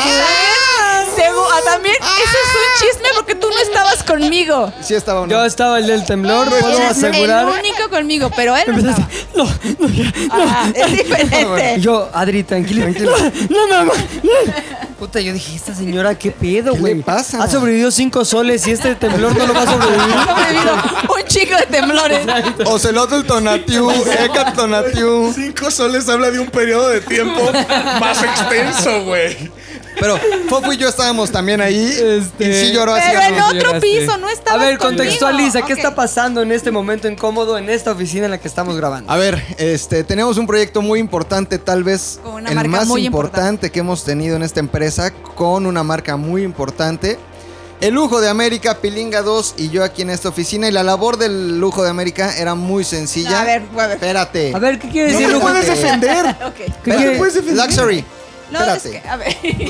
también, segu- ah, también, eso es un chisme porque tú no estabas conmigo. Sí estaba una. Yo estaba el del temblor, puedo Eras asegurar. el único conmigo, pero él no Empezaste, estaba. No, no, ya, no. Ah, <laughs> es diferente. Este. Y Yo, Adri, tranquila. Tranquila. No, no, no. Puta, yo dije, esta señora, qué pedo, ¿Qué güey. le pasa? Ha sobrevivido cinco soles y este temblor no lo <laughs> va a sobrevivir. Ha sobrevivido un chico de temblores. Ocelote el Tonatiu, Eka Tonatiu. Cinco soles habla de un periodo de tiempo más extenso, güey. Pero Fofo y yo estábamos también ahí. Este- Y sí lloró así. Pero en no otro lloraste. piso no A estabas ver, conmigo. contextualiza, ¿qué Ok. está pasando en este momento incómodo en esta oficina en la que estamos grabando? A ver, este, tenemos un proyecto muy importante, tal vez Con una el marca más muy importante, que hemos tenido en esta empresa, con una marca muy importante. El Lujo de América, Pilinga 2 y yo aquí en esta oficina. Y la labor del Lujo de América era muy sencilla. A ver, a ver. Espérate. A ver, ¿qué quiere No pues, decir? me Lujo? puedes defender. <laughs> Ok. ¿Qué quiere- Luxury. No, es Espérate. que, a ver.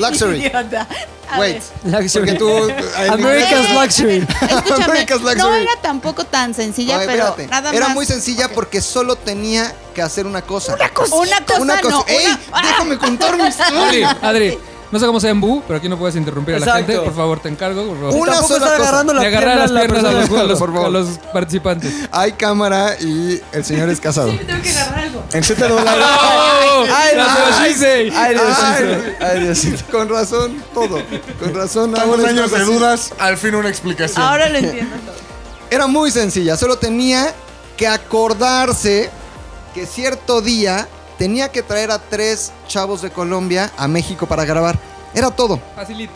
<laughs> Luxury. Idiota. A ver. Eh, Wait. Luxury. Porque tú. eh, America's Luxury. <laughs> Escúchame, America's Luxury. no era tampoco tan sencilla, Ay, pero espérate. nada más. Era muy sencilla porque solo tenía que hacer una cosa. Una Una cosa, Una cosa. no, ¡Ey! una- <laughs> ¡Ah! Déjame contar mi <laughs> <laughs> Adri, historia. Adri, no sé cómo sea en Bu, pero aquí no puedes interrumpir a la Exacto. gente. Por favor, te encargo. Por favor. Una Tampoco sola está cosa. agarrando la Le agarrar pierna a las la piernas a los, a persona. los- Por favor. a los participantes. Hay cámara y el señor es casado. Tengo que agarrar algo. En 7 dólares. ¡Ay, no, Ay, Dios mío. Ay, con razón, todo. Con razón, hago Tantos las años de cosas dudas, al fin una explicación. Ahora lo entiendo todo. así. Era muy sencilla, solo tenía que acordarse que cierto día tenía que traer a tres chavos de Colombia a México para grabar. Era todo. Ah, Facilito.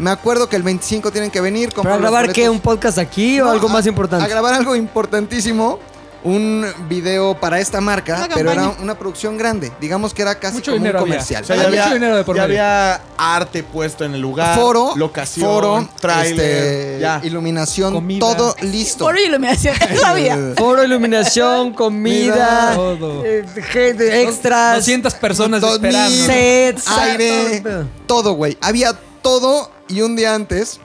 Me acuerdo que el 25 tienen que venir. ¿Para comprar los grabar boletos. qué? ¿Un podcast aquí o No, algo Ah, a- más A importante? grabar algo importantísimo. un video para esta marca, Una pero era campaña. una producción grande. Digamos que era casi Mucho como dinero un había. comercial. O sea, ya Había había, ya medio. había arte puesto en el lugar, foro, locación, foro, trailer, este, ya. iluminación, todo listo. Por iluminación todavía. <laughs> Foro, iluminación, comida, Todo. eh, gente, extras, 200 personas Dos esperando. mil. sets, Ah, aire, todo. todo, güey. Había todo y un día antes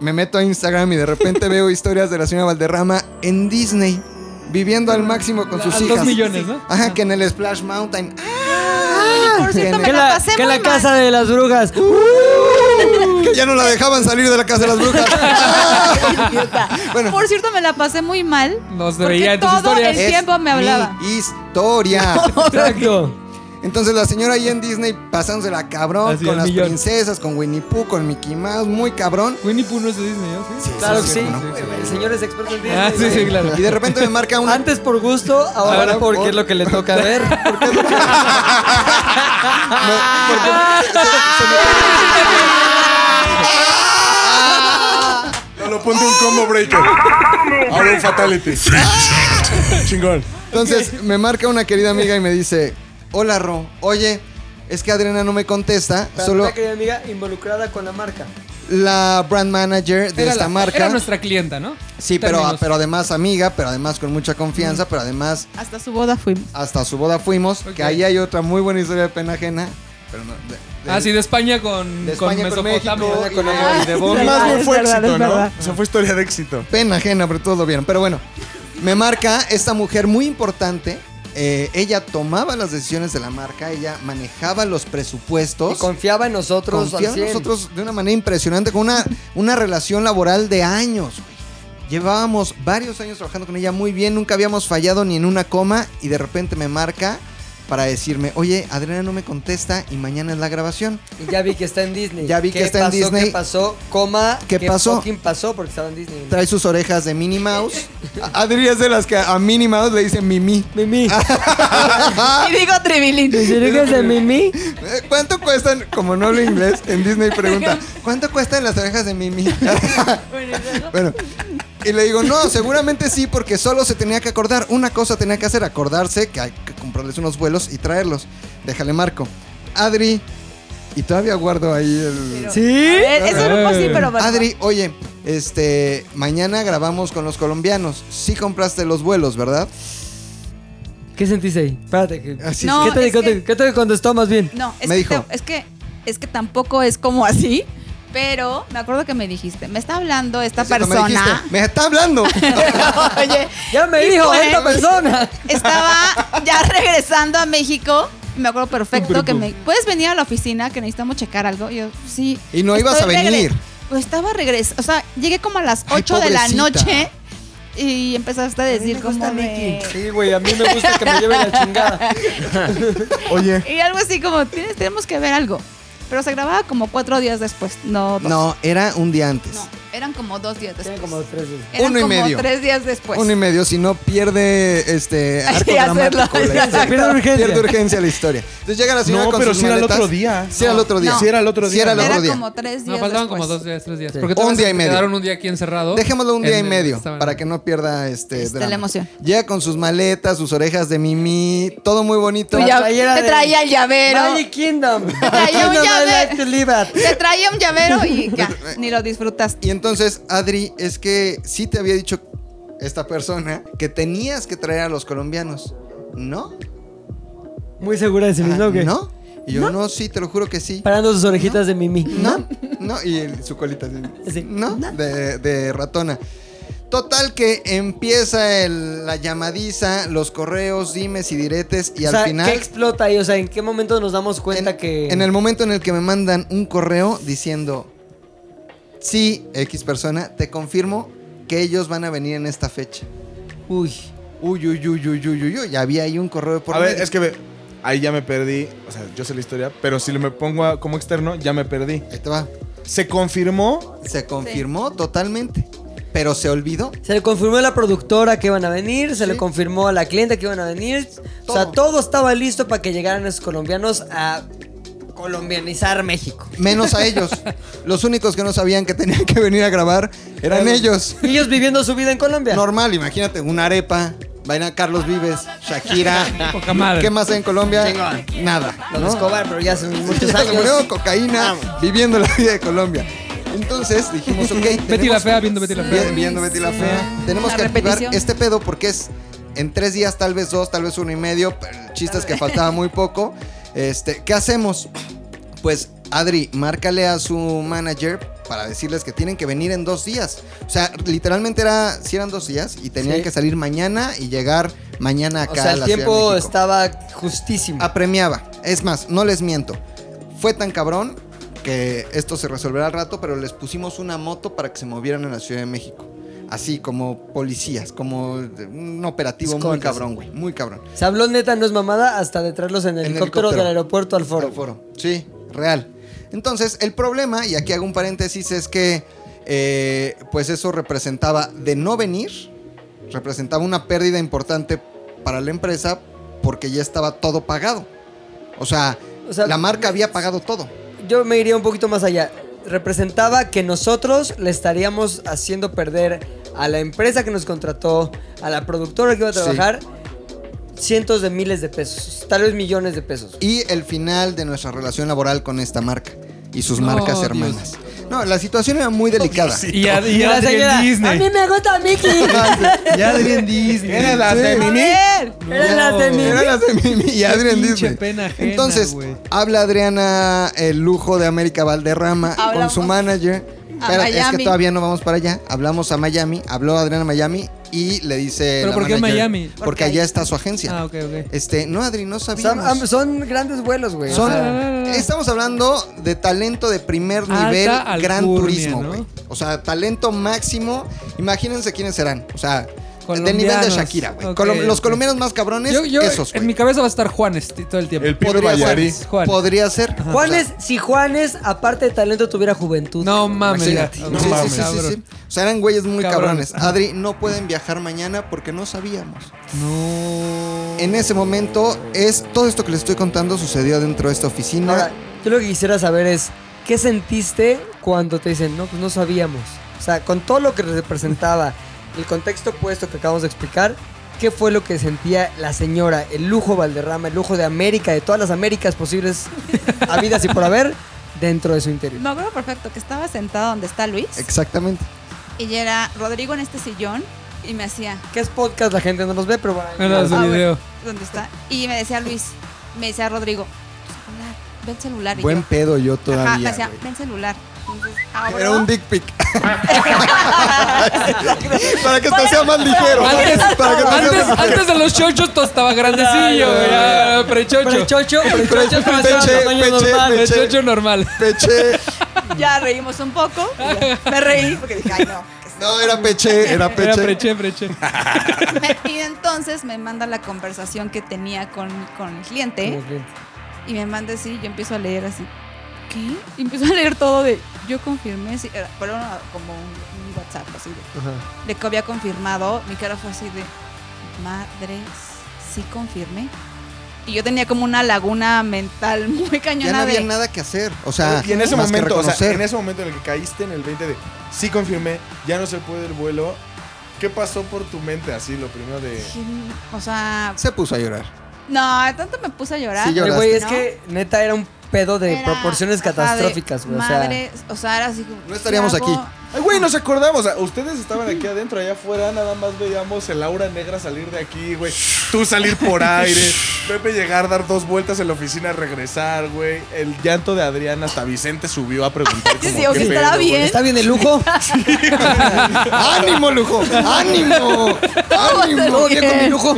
me meto a Instagram y de repente <laughs> veo historias de la señora Valderrama en Disney viviendo al máximo con sus A hijas. dos millones, ¿no? Ajá, que en el Splash Mountain. Oye, por que cierto, no. me Que la la, pasé que muy la mal. casa de las brujas. <laughs> Que ya no la dejaban salir de la casa de las <laughs> brujas. Idiota. Bueno. <laughs> Por cierto, me la pasé muy mal. Nos Porque veía en tus todo el historias. Es tiempo me hablaba. <laughs> mi historia. Exacto. Entonces la señora ahí en Disney pasándosela cabrón Así con al las millón. princesas, con Winnie Pooh, con Mickey Mouse, muy cabrón. Winnie Pooh no es de Disney, ¿no? Sí. Claro que sí. ¿no? El señor es experto en Ah, sí, Disney. sí, claro. Y de repente me marca una Antes por gusto, Ah, ahora, Ahora porque por- es lo que le toca <laughs> ver. <laughs> <laughs> Ah. No lo ponte un combo <laughs> breaker. Ahora un fatality. <laughs> Chingón. Entonces me marca una querida amiga y me dice, hola Ro, oye, es que Adriana no me contesta, solo Una querida amiga involucrada con la marca. la brand manager de Era esta la- marca. Era nuestra clienta, ¿no? Sí, pero, Términos. pero además amiga, pero además con mucha confianza, pero además Hasta su boda fuimos. hasta su boda fuimos, Ok. que ahí hay otra muy buena historia de pena ajena. Pero no, de- de- Ah, sí, de España con, de con España con Mesopotamia. México, ¿no? con Ah, amor y de es vómito. verdad, Más bien es fue verdad, éxito, es ¿no? verdad. O sea, fue historia de éxito. pena ajena, pero todos lo vieron. Pero bueno, me marca esta mujer muy importante. eh, ella tomaba las decisiones de la marca, ella manejaba los presupuestos. Y confiaba en nosotros. Confiaba al 100. en nosotros de una manera impresionante, con una, una relación laboral de años. güey. Llevábamos varios años trabajando con ella muy bien, nunca habíamos fallado ni en una coma y de repente me marca para decirme, oye, Adriana no me contesta y mañana es la grabación. Y ya vi que está en Disney. Ya vi que ¿Qué está en pasó, Disney. ¿Qué pasó? Coma. ¿Qué pasó? fucking pasó? Porque estaba en Disney. Trae sus orejas de Minnie <laughs> Mouse. A- Adri es de las que a Minnie Mouse le dicen Mimi. Mimi. Ah. Y digo trivilín. ¿Orejas de Mimi? Eh, ¿Cuánto cuestan? Como no hablo inglés, en Disney <laughs> pregunta, ¿cuánto cuestan las orejas de Mimi? <laughs> Bueno, y luego- Bueno, y le digo, no, seguramente sí, porque solo se tenía que acordar. Una cosa tenía que hacer, acordarse que hay que comprarles unos vuelos y traerlos. Déjale marco. Adri, y todavía guardo ahí el... Pero- ¿Sí? A ver, Ese grupo Eh. sí, pero bueno. Adri, oye, este, mañana grabamos con los colombianos. Sí compraste los vuelos, ¿verdad? ¿Qué sentiste ahí? Espérate. que- Así No, ¿Qué, te, es qué te- que- qué te contestó más bien? No, es, Me que dijo. te- es que es que tampoco es como así, pero me acuerdo que me dijiste, me está hablando esta Cierto, me persona. dijiste, Me, está hablando. <laughs> Oye, Ya me y dijo fue- esta persona. <laughs> Estaba <laughs> ya regresando a México. y Me acuerdo perfecto que pues. me. ¿Puedes venir a la oficina que necesitamos checar algo? Y yo, sí. Y no ibas estoy a regre- venir. Pues estaba regresando. O sea, llegué como a las Ay, 8 de la pobrecita. noche y empezaste a decir como. de- Sí, güey, a mí me gusta que me lleve la <laughs> chingada. Oye, Y algo así como, "Tienes- tenemos que ver algo. Pero se grababa como cuatro días después. No, dos. No, era un día antes. No, eran como dos días Tiene después. como tres días. Eran Uno y como medio. tres días después. <laughs> Uno y medio, si no pierde este arco Sí, hacerlo, dramático. la exacto. historia. Pierde urgencia. <laughs> Pierde urgencia la historia. Entonces llega la señora no, con pero sus si era el maletas. otro día. Sí era el otro día. No. Sí era el otro Sí día. era el Era otro día. como tres No, días faltaban después. como dos días, tres días. Sí. Porque Un todavía día se y medio. Quedaron un día aquí encerrado. Dejémoslo un día y ¿Oh? En- medio estaban- para <laughs> que no pierda este, Este, drama. la emoción. Llega con sus maletas, sus orejas de mimi, todo muy bonito. Tu llave- playera te de- traía el llavero. Magic Kingdom. <laughs> traía Kingdom un I llave. like to live at. Te traía un llavero y <laughs> ya, ni lo disfrutaste. Y entonces, Adri, es que sí te había dicho esta persona que tenías que traer a los colombianos. ¿No? Muy segura de sí misma, Ah, ¿o qué? ¿No? Y yo, no, sí, te lo juro que sí. Parando sus orejitas de Mimi. No, no, y el- su colita. así. Sí. No, de, de ratona. Total que empieza el- la llamadiza, los correos, dimes y diretes y o al sea, final... ¿qué explota ahí? O sea, ¿en qué momento nos damos cuenta en, que...? en el momento en el que me mandan un correo diciendo, sí, X persona, te confirmo que ellos van a venir en esta fecha. Uy. Uy, uy, uy, uy, uy, uy, uy, ya había ahí un correo de por A ver, medio. es que ve, ahí ya me perdí. O sea, yo sé la historia, pero si lo me pongo a- como externo, ya me perdí. Ahí te va. Se confirmó. Se confirmó totalmente, pero se olvidó. Se le confirmó a la productora que iban a venir, se le Sí. confirmó a la clienta que iban a venir. O sea, Todo. todo estaba listo para que llegaran esos colombianos a colombianizar México. Menos a <laughs> ellos. Los únicos que no sabían que tenían que venir a grabar eran ellos. Y ellos viviendo su vida en Colombia. Normal, imagínate, una arepa, Vayan a Carlos Vives, Shakira. <laughs> Poca madre. ¿Qué más hay en Colombia? Chingón. Nada. Los Escobar, pero ya hace <laughs> muchos Ya se años. murió, cocaína, viviendo la vida de Colombia. Entonces dijimos, ok. Betty la tenemos- Fea, viendo Betty la Fea. Vi- Viendo Betty la Fea. Tenemos La que activar repetición. este pedo porque es en tres días, tal vez dos, tal vez uno y medio. Pero el chiste es que faltaba muy poco. Este, ¿Qué hacemos? Pues Adri, márcale a su manager para decirles que tienen que venir en dos días. O sea, literalmente era, si eran dos días y tenían Sí. que salir mañana y llegar mañana acá. O sea, a el la Ciudad de tiempo México Ah. estaba justísimo. apremiaba. Es más, no les miento. Fue tan cabrón que esto se resolverá al rato, pero les pusimos una moto para que se movieran en la Ciudad de México. Así como policías, como un operativo muy Escoltas. cabrón, güey. Muy cabrón. Se habló neta, no es mamada, hasta de traerlos en helicóptero, helicóptero. del aeropuerto al foro. Al foro. Sí, real. Entonces, el problema, y aquí hago un paréntesis, es que eh, pues eso representaba de no venir, representaba una pérdida importante para la empresa porque ya estaba todo pagado. O sea, O sea, la marca había pagado todo. Yo me iría un poquito más allá. Representaba que nosotros le estaríamos haciendo perder a la empresa que nos contrató, a la productora que iba a Sí. trabajar, cientos de miles de pesos, tal vez millones de pesos. y el final de nuestra relación laboral con esta marca y sus No, marcas Oh, Dios. Oh, hermanas. No, la situación era muy delicada. <laughs> Y, a, y Adri en a mí Disney. me gusta Mickey. Y Adri en Disney. Era la de A Mimi. ver. Era la de Mimi. Era la de Mimi y Adrián pinche Disney. pena ajena, Entonces, güey. habla Adriana el lujo de América Valderrama con Hablamos su manager. a Pero es que Miami. todavía no vamos para allá. Hablamos a Miami, habló Adriana a Miami y le dice. ¿Pero la por qué manager, Miami? Porque Porque allá ahí- está su agencia. Ah, ok, ok. Este, no, Adri, no Son, sabíamos. am- son grandes vuelos, güey. Ah, Son- O sea, estamos hablando de talento de primer Alta nivel, alcurnia, gran turismo, ¿no? güey. O sea, talento máximo. Imagínense quiénes serán. O sea, del nivel de Colombianos. Shakira, güey. Ok, Colom- Los ok. colombianos más cabrones, Yo, yo, esos, en güey. mi cabeza va a estar Juanes t- todo el tiempo. El Pipe Podría ser. Bayari. Juan. Podría ser. O sea, Juanes, si Juanes, aparte de talento, tuviera juventud. No mames. imagínate. ya. Sí, No sí, mames. sí, sí, sí. Ah, Cabrón. O sea, eran güeyes muy Cabrón. cabrones. Adri, no pueden viajar mañana porque no sabíamos. No. En ese momento, es, todo esto que les estoy contando sucedió dentro de esta oficina. Ahora, yo lo que quisiera saber es, ¿qué sentiste cuando te dicen, no, pues no sabíamos? O sea, con todo lo que representaba, el contexto puesto que acabamos de explicar, ¿qué fue lo que sentía la señora, el lujo Valderrama, el lujo de América, de todas las Américas posibles, habidas y por haber, dentro de su interior? Me acuerdo perfecto que estaba sentado donde está Luis Exactamente. y ya era Rodrigo en este sillón y me hacía ¿Qué es podcast? La gente no nos ve, pero bueno, No, no, ahí- su Ah, bueno. video. ¿Dónde está? Y me decía Luis, me decía Rodrigo, "Tu celular, ven celular. Y Buen yo, pedo yo ajá, me todavía. decía, güey. ven celular. Entonces, ah, abro. Era un dick <laughs> pic. para que esto sea más ligero. Antes- para que esto sea Antes, más ligero. antes de los chochos todo estaba grandecillo, ya, prechocho. Prechocho, prechocho, Prechocho, prechocho, peche, tamaño peche, normal. peche. Prechocho normal. Peche. <laughs> Ya reímos un <laughs> poco. y ya. Me reí porque dije, ay, no. que No, era peche, era Era peche. preche, preche. se-". Y entonces me manda la conversación que tenía con, con el cliente Como que- y me manda así. Yo empiezo a leer así, ¿qué? Y empiezo a leer todo de, yo confirmé, sí, era- pero era como un, un WhatsApp así de, ajá. de que había confirmado, mi cara fue así de, madre, sí confirmé. Y yo tenía como una laguna mental <laughs> muy Ya no cañona había de, nada que hacer. O sea, y en ese más que momento, o sea, reconocer. en ese momento en el que caíste en el 20 de sí confirmé, ya no se puede el vuelo. ¿Qué pasó por tu mente así lo primero de "Jim", o sea, se puso a llorar. no, tanto me puse a llorar. Sí, Pero, lloraste, güey, es ¿no? que neta era un pedo de Era, proporciones ajá, de catastróficas, güey. O sea, Madre, o sea, era así. No estaríamos ¿qué hago? aquí. Ay, güey, nos acordamos. ah, Ustedes estaban aquí adentro, allá afuera. Nada más veíamos el aura negra salir de aquí, güey. Tú <laughs> salir por aire. Pepe llegar, dar dos vueltas en la oficina, regresar, güey. El llanto de Adrián hasta Vicente subió a preguntar. <laughs> Sí, Como, sí, o ¿qué si estará pedo, güey? bien. <laughs> ¿Está bien el lujo? ¡Ánimo, lujo! ¡Oh, <laughs> ¡Ánimo! ¡Ánimo! bien con mi lujo.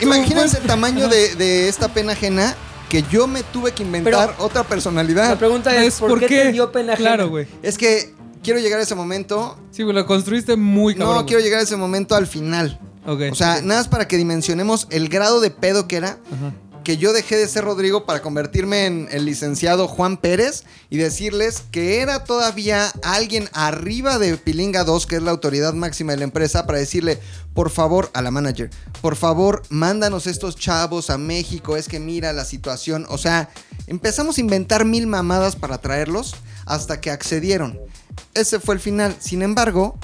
imagínense el tamaño de, de esta pena ajena que yo me tuve que inventar otra personalidad. La pregunta es, ¿por, qué, te dio pena ajena? Claro, güey. Es que quiero llegar a ese momento. Sí, güey, lo construiste muy No, cabrón. quiero llegar a ese momento al final. Ok. O sea, nada más para que dimensionemos el grado de pedo que era. Que yo dejé de ser Rodrigo para convertirme en el licenciado Juan Pérez y decirles que era todavía alguien arriba de Pilinga 2, que es la autoridad máxima de la empresa, para decirle, por favor, a la manager, por favor, mándanos estos chavos a México, es que mira la situación. O sea, empezamos a inventar mil mamadas para traerlos hasta que accedieron. Ese fue el final. Sin embargo,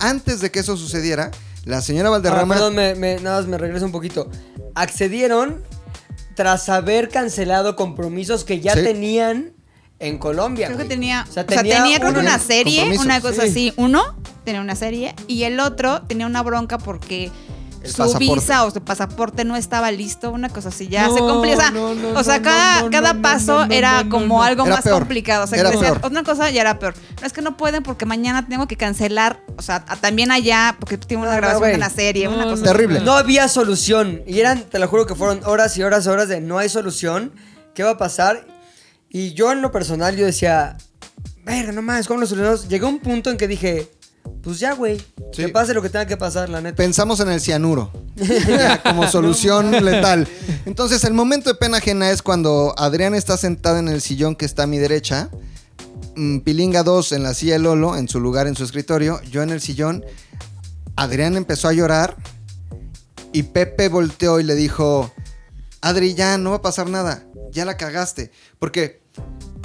antes de que eso sucediera, La señora Valderrama. Ah, perdón, me- me- nada más me regreso un poquito. Accedieron tras haber cancelado compromisos que ya Sí. tenían en Colombia. Creo que güey. tenía, O o sea, sea, tenía tenía, creo que un una serie, compromiso. una cosa Sí. así. Uno tenía una serie y el otro tenía una bronca porque El su pasaporte. visa o su pasaporte no estaba listo, una cosa así. Ya No, se cumplía. O sea, no, no, o sea, no, cada, no, no, cada no, paso no, no, era no, como no. algo Era más peor. complicado. O sea, Era que decían, peor. una cosa ya era peor. No es que no pueden porque mañana tengo que cancelar, o sea, a- también allá porque tiene una No, no, grabación güey. de una serie, No, una cosa Terrible. No había solución. Y eran, te lo juro que fueron horas y horas y horas de no hay solución. ¿Qué va a pasar? Y yo en lo personal, yo decía, verga, no mames, ¿cómo lo solucionamos? Llegué a un punto en que dije, pues ya, güey. Sí. Que pase lo que tenga que pasar, la neta. Pensamos en el cianuro <laughs> Ya, como solución letal. Entonces, el momento de pena ajena es cuando Adrián está sentada en el sillón que está a mi derecha, mm, Pilinga 2 en la silla de Lolo, en su lugar en su escritorio, yo en el sillón. Adrián empezó a llorar y Pepe volteó y le dijo: Adri, ya no va a pasar nada, ya la cagaste. Porque,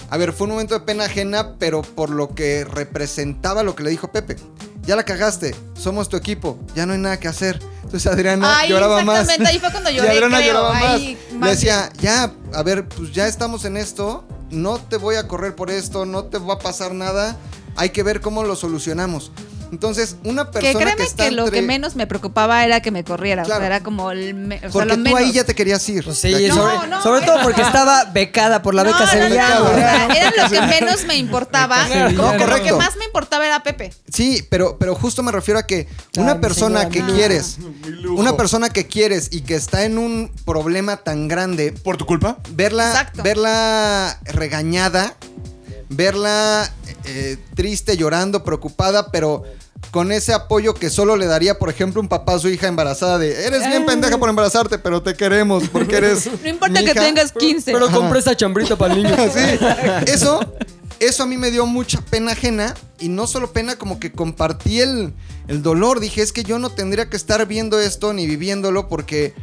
a ver, fue un momento de pena ajena, pero por lo que representaba lo que le dijo Pepe. Ya la cagaste, somos tu equipo, ya no hay nada que hacer. Entonces Adriana Ay, lloraba más. exactamente, ahí fue cuando Y lloré, Adriana creo, lloraba ahí, más. <laughs> Le más decía, ya, a ver, pues ya estamos en esto, no te voy a correr por esto, no te va a pasar nada, hay que ver cómo lo solucionamos. Entonces, una Que persona que, créeme que, está lo entre- que menos me preocupaba era que me corriera. O Claro. sea, era como el. me- o sea, Porque lo tú menos. ahí ya te querías ir. Pues De sí, aquí. No, sobre, no, sobre todo no. porque estaba becada por la No, beca no, sevillana. no, güey. era- era lo que menos me importaba. Claro. No, Lo que correcto. más me importaba era Pepe. Sí, pero, pero justo me refiero a que una Ah, mi persona señora, que mi lujo. quieres, <laughs> Mi lujo. una persona que quieres y que está en un problema tan grande, ¿Por tu culpa? verla, Exacto. verla regañada, verla eh, triste, llorando, preocupada, pero con ese apoyo que solo le daría, por ejemplo, un papá a su hija embarazada de, eres bien pendeja por embarazarte, pero te queremos porque eres... Eh. <laughs> No importa mi que hija". tengas 15. Pero compré esta chambrita para el niño. <laughs> Sí, eso, eso a mí me dio mucha pena ajena y no solo pena, como que compartí el, el dolor. Dije, es que yo no tendría que estar viendo esto ni viviéndolo porque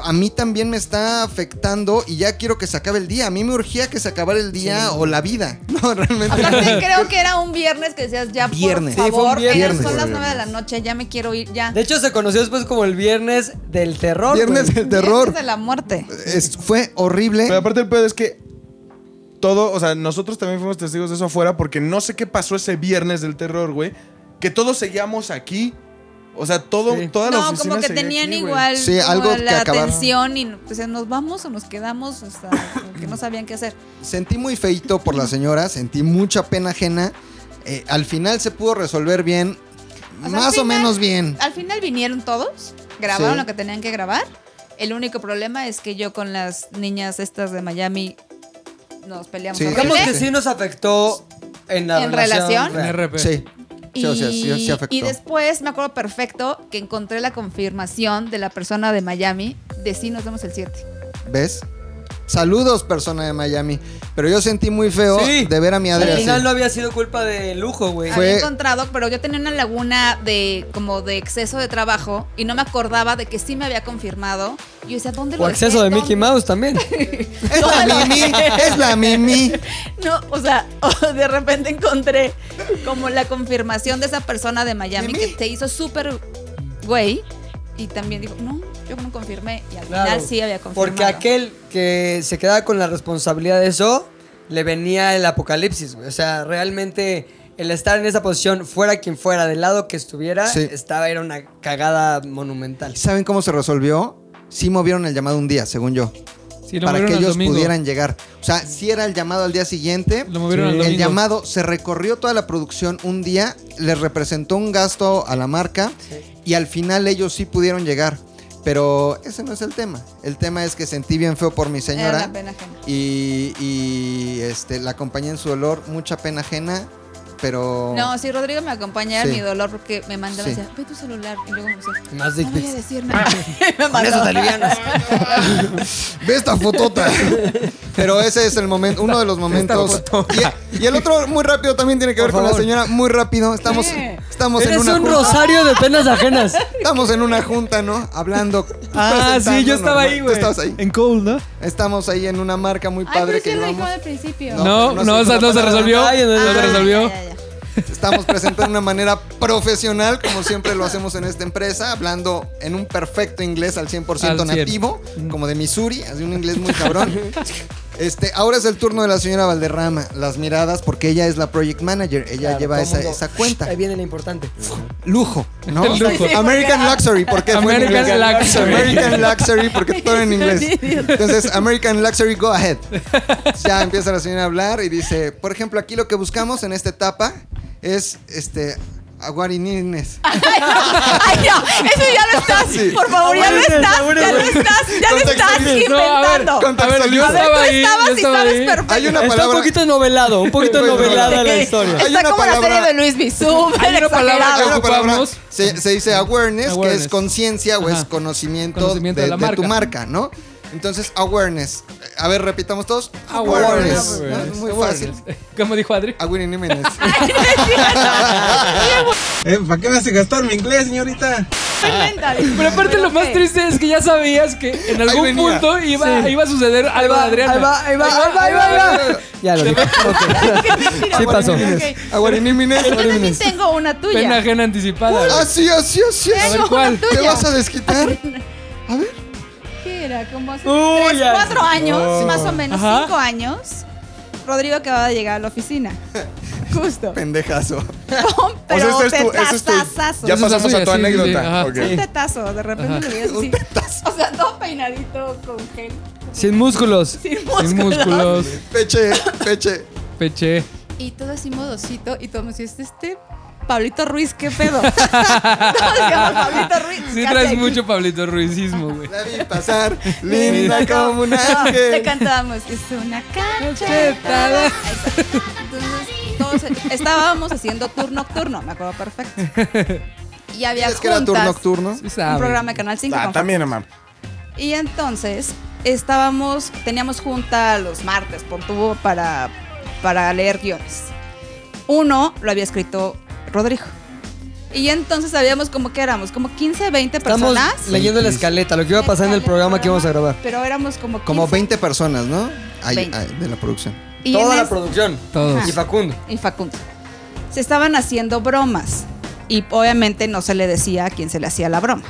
a mí también me está afectando y ya quiero que se acabe el día. A mí me urgía que se acabara el día o la vida. <laughs> No, <laughs> realmente. <laughs> Aparte, creo que era un viernes que decías, ya, Viernes. Sí, por fue favor, un viernes. eran- son las Viernes. 9 de la noche, ya me quiero ir, ya. De hecho, se conoció después como el viernes del terror. Viernes güey. del terror. Viernes de la muerte. Es- fue horrible. Pero aparte el pedo es que todo, o sea, nosotros también fuimos testigos de eso afuera porque no sé qué pasó ese viernes del terror, güey, que todos seguíamos aquí. O sea, todo, Sí. toda la No, oficina como que seguía tenían aquí, güey. igual Sí, como algo que la acabar. tensión y pues, nos vamos o nos quedamos, o sea, como que no sabían qué hacer. Sentí muy feito por la señora, sentí mucha pena ajena. Eh, al final se pudo resolver bien, O sea, al más o final- menos bien. Al final vinieron todos, grabaron Sí. lo que tenían que grabar. El único problema es que yo con las niñas estas de Miami nos peleamos. Sí. horrible. Digamos que sí nos afectó en la ¿En relación? relación. real. En RP. Sí. Ah, Y, Sí, o sea, sí- sí afectó. y después me acuerdo perfecto que encontré la confirmación de la persona de Miami de sí nos vemos el 7. ¿Ves? Saludos, persona de Miami. Pero yo sentí muy feo Sí. de ver a mi Adri Al así. final no había sido culpa de lujo, güey. Fue- Había encontrado, pero yo tenía una laguna de como de exceso de trabajo y no me acordaba de que sí me había confirmado. Y yo decía, ¿dónde lo O dejé? acceso de ¿Dónde? Mickey Mouse también. Es la <laughs> Mimi, es la Mimi. No, o sea, <laughs> de repente encontré como la confirmación de esa persona de Miami que te hizo súper güey y también dijo, no, yo no confirmé y al final sí había confirmado. Porque aquel que se quedaba con la responsabilidad de eso, le venía el apocalipsis, güey. O sea, realmente el estar en esa posición, fuera quien fuera, del lado que estuviera, Sí. estaba, era una cagada monumental. ¿Saben cómo se resolvió? Sí movieron el llamado un día, según yo. Sí, lo para que movieron al ellos domingo. pudieran llegar. O sea, si era el llamado al día siguiente. Lo movieron al El domingo. llamado se recorrió toda la producción un día, les representó un gasto a la marca y al final ellos sí pudieron llegar. Pero ese no es el tema. El tema es que sentí bien feo por mi Era señora. la pena ajena. y, y, este, la acompañé en su dolor, mucha pena ajena, pero... No, si Rodrigo me acompañara Oh. Sí. mi dolor porque me mandaba Sí. y decía, ve tu celular. Y luego me decía, Más no voy a <laughs> decir nada. <laughs> me eso mandaba. te alivianas. Ve esta fotota. <laughs> Pero ese es el momento, uno de los momentos. Y, y el otro muy rápido también tiene que ver con la favor. señora, muy rápido. Estamos, ¿Qué? estamos en Eres una un junta. rosario de penas <laughs> ajenas. Estamos en una junta, ¿no? Hablando. Ah, sí, yo presentándonos, estaba ¿no? ahí, Tú güey. estabas ahí. En Cold, ¿no? Estamos ahí en una marca muy Ay, padre pero que sí lo dijo llevamos. al principio. No, No, no, no se esa no se resolvió resolvió. nada. Ay, no, no Ah, se ya, <laughs> resolvió. ya, ya. estamos presentando de una manera profesional, como siempre lo hacemos en esta empresa, hablando en un perfecto inglés al 100% Al cien. Mm. nativo, como de Missouri, así un inglés muy cabrón. Este, ahora es el turno de la señora Valderrama, las miradas, porque ella es la project manager, ella Claro, lleva todo esa, mundo. esa cuenta. Ahí viene lo importante. Lujo, <laughs> ¿no? El lujo. American Luxury, porque fue en American inglés? Luxury. American Luxury, porque todo en inglés. Entonces, American Luxury, go ahead. Ya empieza la señora a hablar y dice, por ejemplo, aquí lo que buscamos en esta etapa es este aguarinines. Ah, Ay, no, eso ya lo estás. Sí. Por favor, ya lo Aguántate, estás. Ya lo aguántate. estás. Ya lo estás Contextualiza. No, a ver, inventando. contextualiza. A ver, tú estabas y sabes perfecto. Hay una Está un palabra poquito novelado, un poquito Bueno, novelada la sí. historia. Hay Está una como la serie palabra- de Luis Bisú. Hay una palabra Hay que una palabra, ocupamos. se, se dice awareness, que Awareness. es conciencia o es Ajá. conocimiento, Conocimiento de, de la de tu marca, marca. ¿no? Entonces, awareness. A ver, repitamos todos. Awareness. Awareness. Awareness. Muy Awareness. <laughs> fácil. Como dijo Adri. Ah, Awareness. Eh, ¿Para qué me hace gastar mi inglés, señorita? Pero aparte lo más triste es que ya sabías que en algún venía. punto iba, iba a suceder algo de Adriana. ahí va, ahí va, ahí va, ahí va, ahí va. Ya lo dije. Ok. Sí pasó. Aguarinimines. Yo también tengo una tuya. Pena ajena anticipada. Ah, sí, así, así, Tengo así. una ¿cuál? tuya. ¿Te vas a desquitar? A ver. ¿Qué era? Como hace Uy, tres, ya. cuatro años, Oh. más o menos Ajá. cinco años, Rodrigo acababa de llegar a la oficina. Justo. <laughs> Pendejazo. Pero o sea, esto es tu- eso es tu- tetazazazo. Ya Eso es pasamos así, a tu sí, sí, sí, anécdota. ajá. Ok. Un tetazo, de repente Ajá. lo veías así. O sea, todo peinadito con gel. Sin músculos. Sin Sin músculos. músculos. Peche, peche. Peche. Y todo así modosito. Y todo me decía, este, este Pablito Ruiz, ¿qué pedo? <laughs> no, decíamos, Pablito Ruiz. Sí ¿qué traes hace aquí?". <laughs> mucho Pablito Ruizismo, güey. La vi pasar, linda como un Le ángel. cantábamos, es una cachetada. Ahí está. Entonces, todos estábamos haciendo tour nocturno, me acuerdo <laughs> perfecto. Y había ¿Sabes que era tour juntas, nocturno? Sí un sabe. programa de Canal 5. Ah, con- también, mamá. Y entonces estábamos, teníamos junta los martes por tubo para, para leer guiones. Uno lo había escrito Rodrigo. Y entonces sabíamos como que éramos, como 15, 20 Estamos personas. leyendo la escaleta, lo que iba a pasar en el programa que íbamos a grabar. Pero éramos como 15. Como 20 personas, ¿no? Ahí- 20. ahí, de la producción. Y en Toda la es- producción. Todos. Y Facundo. y Facundo. Se estaban haciendo bromas y obviamente no se le decía a quién se le hacía la broma.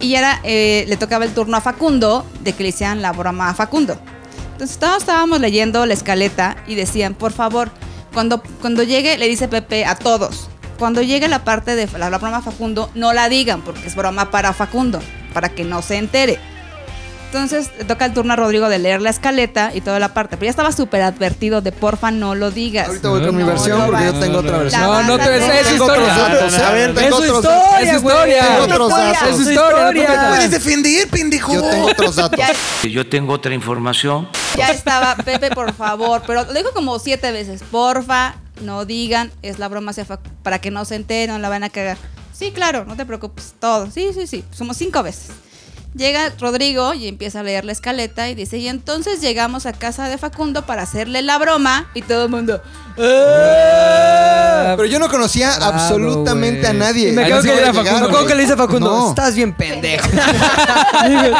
Y era, eh, le tocaba el turno a Facundo de que le hicieran la broma a Facundo. Entonces todos estábamos leyendo la escaleta y decían, por favor, cuando, cuando llegue, le dice Pepe a todos, cuando llegue la parte de la, la broma a Facundo, no la digan porque es broma para Facundo, para que no se entere. Entonces le toca el turno a Rodrigo de leer la escaleta y toda la parte, pero ya estaba súper advertido de porfa no lo digas. Ahorita voy con mi No, versión no, porque no, yo tengo otra versión. No, no te esa es Tengo historia. otros datos, a ver, Es tengo su otros historia, datos. es su historia. Tengo otros Es datos. su historia. defender, pendejo? Yo tengo otros datos. Ya, Yo tengo otra información. ya estaba, Pepe, por favor. Pero lo dijo como siete veces. Porfa, no digan, es la broma hacia Fac- para que no se enteren, la van a cagar. Sí, claro, no te preocupes, todo. Sí, sí, sí. Somos cinco veces. Llega Rodrigo y empieza a leer la escaleta y dice, y entonces llegamos a casa de Facundo para hacerle la broma y todo el mundo... "Eh". Pero yo no conocía Bravo, absolutamente güey. a nadie. Y me Me Ahí quedo sí que voy era a llegar, Facundo. Me acuerdo güey. que le dice a Facundo, No. estás bien <laughs> pendejo.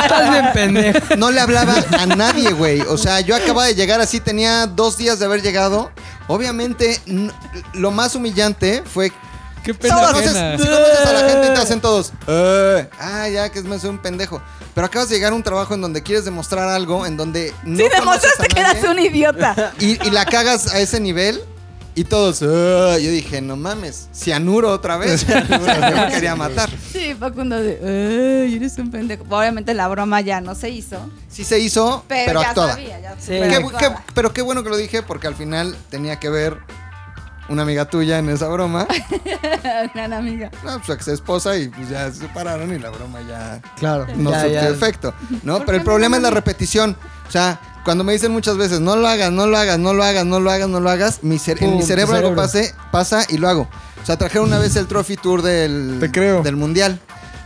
estás bien pendejo. No le hablaba a nadie, güey. O sea, yo acababa de llegar así, tenía dos días de haber llegado. Obviamente, n- lo más humillante fue. Qué Si pena conoces, ajena. <laughs> si conoces a la gente y te hacen todos. "Eh, ah, ya que es más un pendejo. Pero acabas de llegar a un trabajo en donde quieres demostrar algo, en donde. No sí, conoces demostraste a que nadie. eras <laughs> un idiota. y, y la cagas a ese nivel y todos, "Ah", yo dije, no mames, cianuro <laughs> otra vez. yo me quería matar. Sí, Facundo de... "Ay, eres un pendejo. Obviamente la broma ya no se hizo, Sí se hizo, pero, pero, ya actuada. sabía. Ya Sí. pero Qué bu- actuada. qué- pero qué bueno que lo dije porque al final tenía que ver una amiga tuya en esa broma. <laughs> Gran amiga. No, pues su ex esposa y pues ya se separaron y la broma ya Claro. no ya, surtió ya. efecto. ¿no? ¿Por Pero el qué problema me es la llaman? repetición. O sea, cuando me dicen muchas veces, no lo hagas, no lo hagas, no lo hagas, no lo hagas, no lo hagas, mi cere- en Pum, mi tu cerebro algo cerebro. pase, pasa y lo hago. O sea, trajeron una vez el Trophy Tour del, Te creo. del Mundial.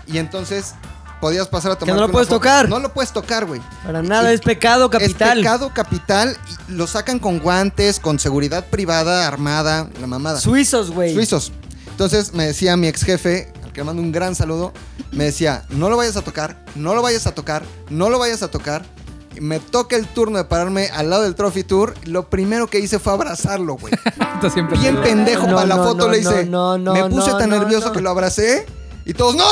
Y entonces podías pasar a tomar. no lo puedes tocar. No lo puedes tocar, güey. Para nada, es pecado capital. Es pecado capital. Y lo sacan con guantes, con seguridad privada, armada, la mamada. Suizos, güey. Suizos. Entonces me decía mi ex jefe, al que le mando un gran saludo, me decía, no lo vayas a tocar, no lo vayas a tocar, no lo vayas a tocar. me toca el turno de pararme al lado del Trophy Tour, lo primero que hice fue abrazarlo, güey. Bien pendejo No, para la no, foto no, le hice. no, no, me no, puse no, tan no, nervioso no. que lo abracé y todos ¡No!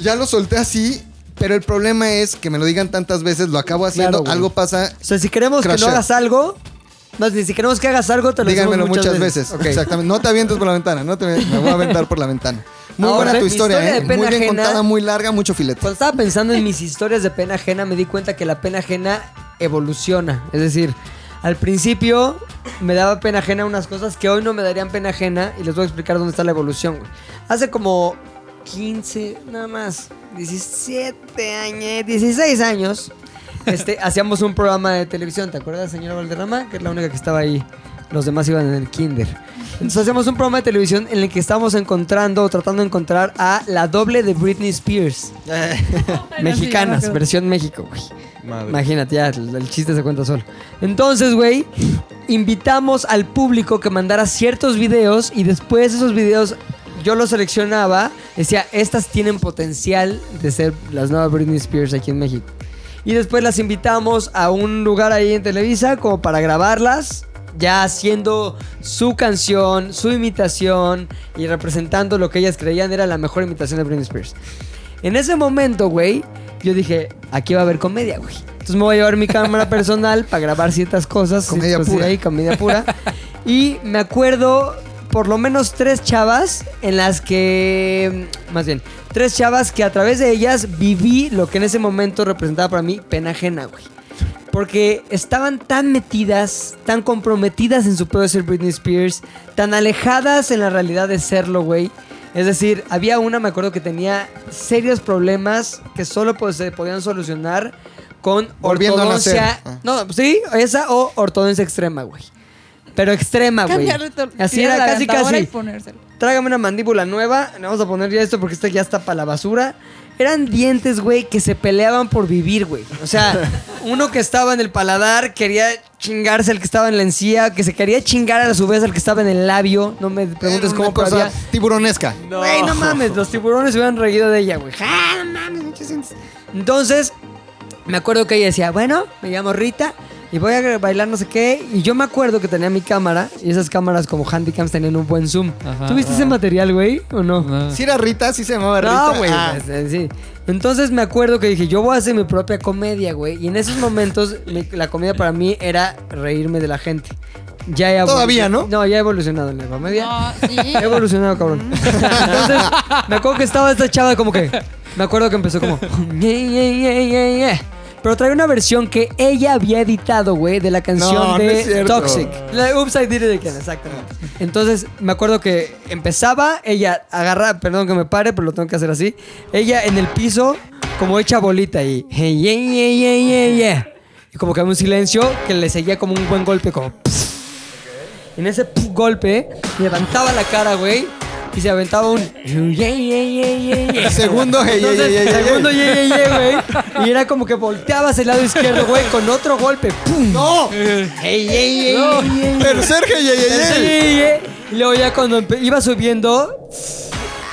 Ya lo solté así, pero el problema es que me lo digan tantas veces, lo acabo haciendo, Claro, güey. algo pasa. O sea, si queremos que no hagas algo, más bien, si queremos que hagas algo, te lo decimos Díganmelo muchas, veces. Ok. Exactamente. No te avientes por la ventana, no te me voy a aventar por la ventana. Muy Ahora, buena tu mi historia, historia ¿eh? de pena Muy bien ajena. Pues, contada, muy larga, mucho filete. Cuando estaba pensando en mis historias de pena ajena, me di cuenta que la pena ajena evoluciona. Es decir, al principio me daba pena ajena unas cosas que hoy no me darían pena ajena y les voy a explicar dónde está la evolución. güey. Hace como 15, nada más, 17 años, 16 años, este, hacíamos un programa de televisión, ¿te acuerdas, señora Valderrama? Que es la única que estaba ahí. Los demás iban en el kinder. Entonces hacíamos un programa de televisión en el que estábamos encontrando o tratando de encontrar a la doble de Britney Spears. Mexicanas, versión México, güey. Imagínate, ya, el, el chiste se cuenta solo. Entonces, güey, invitamos al público que mandara ciertos videos y después esos videos yo los seleccionaba. Decía, estas tienen potencial de ser las nuevas Britney Spears aquí en México. Y después las invitamos a un lugar ahí en Televisa como para grabarlas. Ya haciendo su canción, su imitación y representando lo que ellas creían era la mejor imitación de Britney Spears. En ese momento, güey, yo dije, aquí va a haber comedia, güey. Entonces me voy a llevar mi cámara <laughs> personal para grabar ciertas cosas. Comedia cosas pura. Ahí, comedia <laughs> pura. y me acuerdo por lo menos tres chavas en las que... Más bien, tres chavas que a través de ellas viví lo que en ese momento representaba para mí pena ajena, güey. Porque estaban tan metidas, tan comprometidas en su pedo de ser Britney Spears, tan alejadas en la realidad de serlo, güey. Es decir, había una, me acuerdo que tenía serios problemas que solo pues, se podían solucionar con Volviendo a nacer. ortodoncia. Ah. No, sí, esa o ortodoncia extrema, güey. Pero extrema, güey. Cambiarle to- Ah, Así tirar era, la casi, dentadura casi y ponérselo. trágame una mandíbula nueva, le vamos a poner ya esto porque esta ya está para la basura. Eran dientes, güey, que se peleaban por vivir, güey. O <laughs> sea, uno que estaba en el paladar quería chingarse al que estaba en la encía, que se quería chingar a su vez al que estaba en el labio. Eh, No me preguntes Era cómo una cosa pasaba. tiburonesca. Güey, no mames, los tiburones se hubieran reído de ella, güey. Ja, no mames, muchos dientes. Entonces, me acuerdo que ella decía, bueno, me llamo Rita y voy a bailar no sé qué. Y yo me acuerdo que tenía mi cámara y esas cámaras como handicaps tenían un buen zoom. Ajá. ¿Tuviste ese material, güey, o no? Si era Rita, sí se llamaba Rita. No, güey. Ah. pues, sí. Entonces me acuerdo que dije, yo voy a hacer mi propia comedia, güey. Y en esos momentos mi- la comedia para mí era reírme de la gente. Ya he evolu- Todavía, ¿no? No, ya he evolucionado en la comedia. <laughs> No, sí. He evolucionado, cabrón. Entonces, me acuerdo que estaba esta chava como que. Me acuerdo que empezó como. <laughs> "Yeah, yeah, yeah, yeah, yeah". Pero trae una versión que ella había editado, güey, de la canción No, no es de cierto. Toxic. La Oops, I Did It Again, exactamente. Entonces, me acuerdo que empezaba, ella agarra, perdón que me pare, pero lo tengo que hacer así. Ella en el piso, como hecha bolita y. "Hey, yeah, yeah, yeah, yeah, yeah". Y como que había un silencio que le seguía como un buen golpe, como. En ese pf, golpe, levantaba la cara, güey, y se aventaba un. "Yeah, yeah, yeah, yeah, yeah". Segundo, hey, hey, Entonces, hey, hey, hey. segundo, yeah, yeah, yeah, güey. Y era como que volteabas el lado izquierdo, güey, con otro golpe. ¡Pum! ¡No! Hey, hey, hey, No. hey, hey, Pero Sergio, ye, ye, ye. Tercer yeah, yeah, yeah. Y luego ya cuando empe- iba subiendo.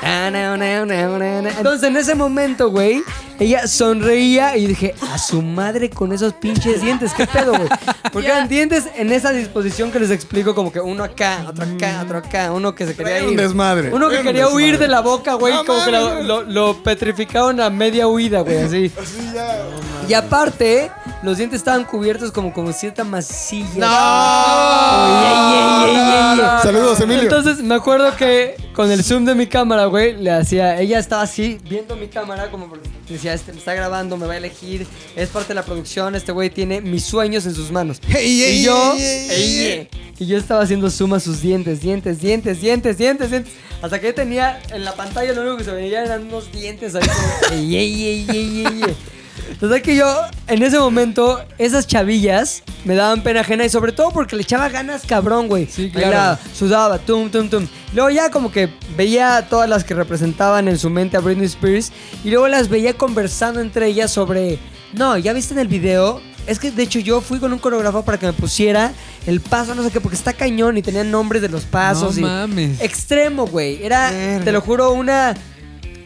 na, na, na, na, na, na. Entonces en ese momento, güey, ella sonreía y dije, a su madre con esos pinches dientes, qué pedo, güey. Porque eran dientes en esa disposición que les explico, como que uno acá, otro acá, otro acá, uno que se quería Era ir. un desmadre. Uno que Era un quería desmadre. huir de la boca, güey, No como que lo, mames. lo- lo petrificaron a media huida, güey, <laughs> así. Y aparte, los dientes estaban cubiertos como con cierta masilla. Ey, ey, ey, ey, ey. Ah. Saludos, Emilio. Entonces me acuerdo que con el zoom de mi cámara, güey, le hacía, ella estaba así viendo mi cámara como porque decía, este me está grabando, me va a elegir, es parte de la producción, este güey tiene mis sueños en sus manos. Ey, ey, y yo, ey, ey, ey, ey. y yo estaba haciendo zoom a sus dientes, dientes, dientes, dientes, dientes, dientes, hasta que tenía en la pantalla lo único que se veía eran unos dientes ahí como, ey, ey, ey, ey, ey, ey. Entonces que yo, en ese momento, esas chavillas me daban pena ajena y sobre todo porque le echaba ganas cabrón, güey. Sí, claro. Bailaba, sudaba, tum, tum, tum. Luego ya como que veía a todas las que representaban en su mente a Britney Spears y luego las veía conversando entre ellas sobre, no, ya viste en el video, es que de hecho yo fui con un coreógrafo para que me pusiera el paso, no sé qué, porque está cañón y tenían nombres de los pasos. No y mames. Extremo, güey. Era, te lo juro, una...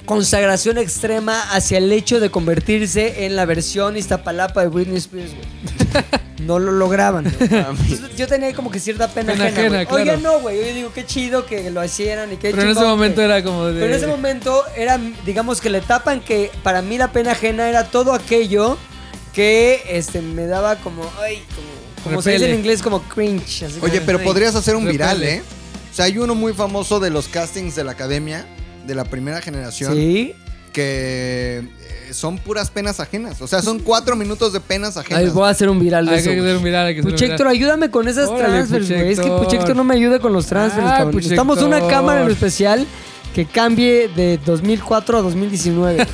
consagración extrema hacia el hecho de convertirse en la versión Iztapalapa de Britney Spears, <laughs> güey. No lo lograban. güey. Entonces, yo tenía como que cierta pena, Pena ajena, ajena, güey. Oiga, claro. no, güey. Yo digo, qué chido que lo hicieran y qué Pero en ese chingón momento que- era como de. Pero en ese momento era, digamos que la etapa en que para mí la pena ajena era todo aquello que este, me daba como, ay, como, como se dice en Repele. inglés, como cringe. así Oye, como, pero ay. podrías hacer un viral, Repele. ¿eh? O sea, hay uno muy famoso de los castings de la academia, de la primera generación. Sí. Que eh, son puras penas ajenas. O sea, son cuatro minutos de penas ajenas. Ay, voy a hacer un viral de Hay eso. que güey. hacer un viral, hay que hacer un Puchector, viral. ayúdame con esas Órale, transfers, güey. Es que Puchector. Puchector no me ayuda con los transfers, Ah, cabrón. Necesitamos una Puchector. cámara en especial que cambie de 2004 a <laughs> 2019.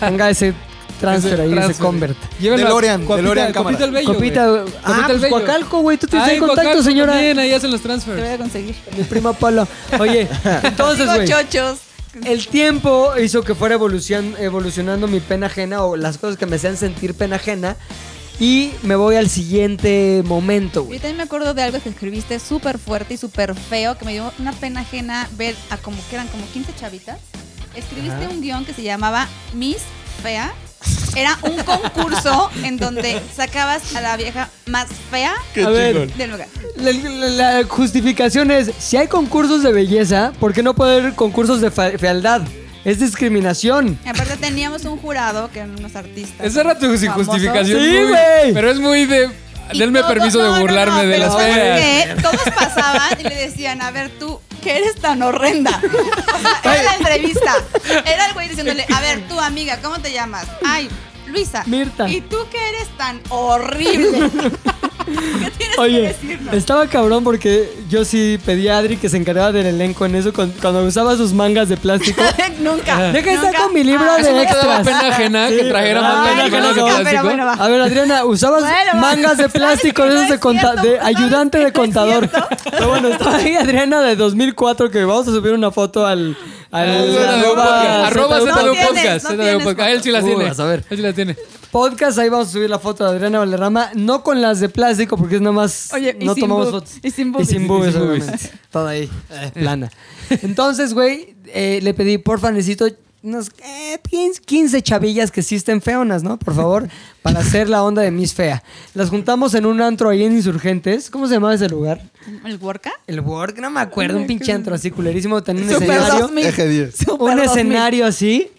Tenga ese transfer ahí, ese transfer. convert. Llévenlo a DeLorean, Copita- DeLorean Copita cámara. el Bello, Copita, güey. ah, Copita el pues, Bello. Coacalco, güey. Tú tienes Ay, ahí contacto, Coacalco señora. también, ahí hacen los transfers. Te voy a conseguir. Mi prima Paula. Oye, entonces, Digo, güey. chochos. El tiempo hizo que fuera evolucion- evolucionando mi pena ajena o las cosas que me hacían sentir pena ajena. Y me voy al siguiente momento, Yo güey. también me acuerdo de algo que escribiste súper fuerte y súper feo, que me dio una pena ajena ver a como que eran como 15 chavitas. Escribiste Ajá. un guión que se llamaba Miss Fea. Era un <laughs> concurso en donde sacabas a la vieja más fea Qué A ver. chingón. del lugar. La, la- la justificación es, si hay concursos de belleza, ¿por qué no puede haber concursos de fa- fealdad? Es discriminación. Y aparte teníamos un jurado que eran unos artistas. Esa era tu famosos. justificación. Sí, muy- güey. Pero es muy de. Y Denme todo- permiso no, no, de burlarme no, de pero las ¿sabes feas. qué? Todos pasaban y le decían, a ver tú, que eres tan horrenda. O sea, era la entrevista. Era el güey diciéndole, a ver tú, amiga, ¿cómo te llamas? Ay, Luisa. Mirta. ¿Y tú que eres tan <laughs> horrible? ¿Qué tienes que Oye, decirnos? <laughs> estaba cabrón porque yo sí pedí a Adri que se encargara del elenco en eso con- cuando usaba sus mangas de <laughs> plástico. Deja nunca. de estar nunca. con mi libro Ah, de eso no te daba extras. pena ajena que trajera ¿verdad? más Ay, mangas de nunca, plástico. pero bueno, va. A ver, Adriana, usabas Bueno, va. mangas de ¿Sabes plástico que de <laughs> no esos de, es conta- cierto? de ayudante <laughs> de contador. Pero bueno, estaba ahí Adriana de 2004 que vamos a subir una foto al... al Arroba, Eh, arroba ZDU ZDU Podcast. ZDU Podcast. Ah, Él sí la Uy, tiene. vas a ver. Él sí la tiene. Podcast, ahí vamos a subir la foto de Adriana Valderrama, no con las de plástico, porque es nada más. Oye, y no sin tomamos boob- fotos. y sin boobies. Y sin boobies, Y sin boobies. obviamente. Todo ahí, eh, plana. Entonces, güey, eh, le pedí, porfa, necesito unas eh, 15 chavillas que existen feonas, ¿no? Por <laughs> favor, para hacer la onda de Miss Fea. Las juntamos en un antro ahí en Insurgentes. ¿Cómo se llamaba ese lugar? ¿El Worka? El Work, no me acuerdo, un pinche antro así culerísimo, tenía un Super escenario. 2000. Eje <laughs> 10. Super Un 2000. escenario así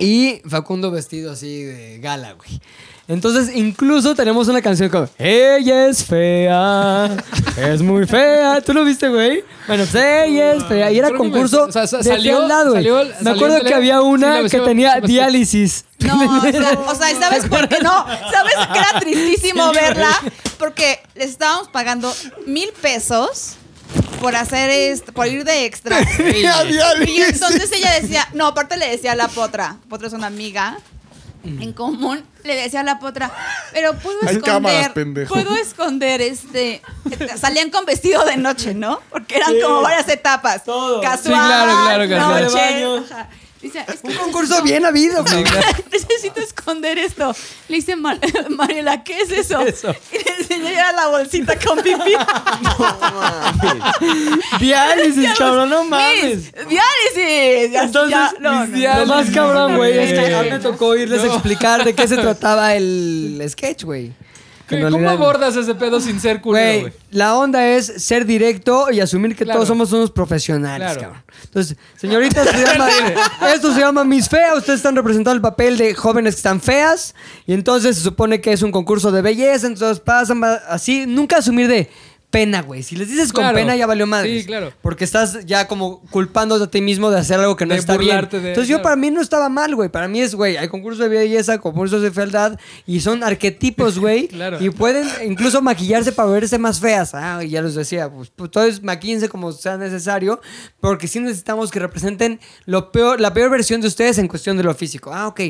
y Facundo vestido así de gala, güey. Entonces, incluso tenemos una canción como "Eh, Ella es fea, es muy fea. ¿Tú lo viste, güey? Bueno, pues, ella es fea. Y era Creo que me- concurso o sea, sa- de salió- fealdad, güey. salió- Me salió acuerdo el que tele- había sí, una la que versión- tenía <laughs> versión- diálisis. No, o sea, o sea, ¿sabes por qué no? ¿Sabes que era tristísimo Sí, verla? Porque les estábamos pagando mil pesos por hacer esto, por ir de extra. Sí. Y entonces ella decía, no, aparte le decía a la potra, potra es una amiga en común, le decía a la potra, pero puedo Hay esconder, cámaras, pendejo. puedo esconder este, salían con vestido de noche, ¿no? Porque eran como varias etapas, casual, Sí, claro, claro, casual. noche, De baño. ajá. Dice, es que Un concurso bien <laughs> habido, güey. Necesito esconder esto. Le dice Mar- <laughs> Mariela, ¿qué es eso? <laughs> Y le enseñé ya la bolsita con pipí. Diálisis, cabrón, no mames. Diálisis. Ya- Entonces, ya- no, mis no, diálogos, lo <laughs> no. más cabrón, <laughs> güey, es que no, a mí me tocó irles a explicar de qué <laughs> se trataba el sketch, güey. Que en ¿Cómo realidad- abordas ese pedo sin ser culero, Güey, güey? la onda es ser directo y asumir que Claro. todos somos unos profesionales, Claro. cabrón. Entonces, señorita, se <laughs> llama- esto se llama Miss Fea. Ustedes están representando el papel de jóvenes que están feas. Y entonces se supone que es un concurso de belleza. Entonces pasan va- así. Nunca asumir de pena, güey. Si les dices con Claro. pena, ya valió madre. Sí, claro. Porque estás ya como culpándote a ti mismo de hacer algo que no De está bien. burlarte de- Entonces, yo claro. para mí no estaba mal, güey. Para mí es, güey, hay concursos de belleza, concursos de fealdad. Y son arquetipos, güey. Claro. Y pueden incluso maquillarse para verse más feas. Ah, y ya los decía, pues pues, entonces maquíense como sea necesario, porque sí necesitamos que representen lo peor, la peor versión de ustedes en cuestión de lo físico. Ah, ok.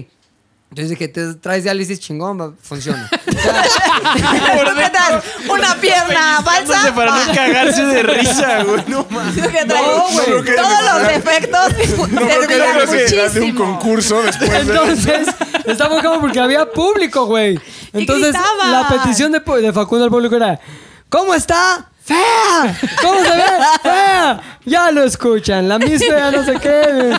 Entonces dije, te traes diálisis chingón, va, funciona. ¿Qué tal? Una pierna balsa. para <laughs> no cagarse de risa, güey. No mames. Digo que No, trae güey. Todos los defectos servirán de un muchísimo. concurso después de... <laughs> Entonces, está muy cabrón porque había público, güey. Entonces, gritaban. la petición de, pu- de Facundo al público era: ¿Cómo está? ¡Fea! ¿Cómo se ve? ¡Fea! Ya lo escuchan, la misma, no sé qué.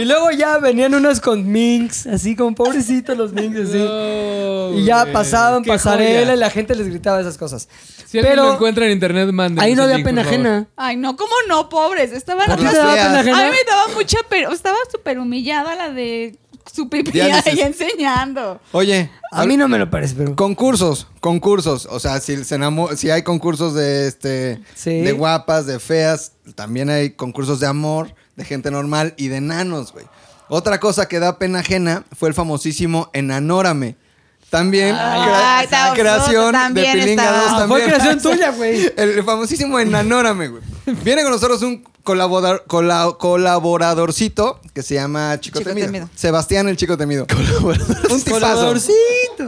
Y luego ya venían unas con minks, así como pobrecitos los minks, así. y ya güey, pasaban qué pasarela joya. y la gente les gritaba esas cosas. Si alguien Pero- lo encuentra en internet, manden. Ahí no había pena ajena. Ay, no, ¿cómo no, pobres? Estaban ¿Por qué te daba pena ajena? A mí me daba mucha pena. Estaba súper humillada la de su pipí Diálisis. ahí enseñando. Oye, a mí no me lo parece, pero. Concursos, concursos. O sea, si, se enamo- si hay concursos de este de guapas, de feas, también hay concursos de amor, de gente normal y de enanos, güey. Otra cosa que da pena ajena fue el famosísimo Enanórame. También, crea- ah, Ay, está creación absurdo, también de Pilinga está- 2 Ah, también. fue <laughs> creación tuya, güey. <laughs> El famosísimo Enanórame, güey. Viene con nosotros un colaborador, cola- colaboradorcito que se llama Chico, Chico Temido. Temido. Sebastián el Chico Temido. un tipazo.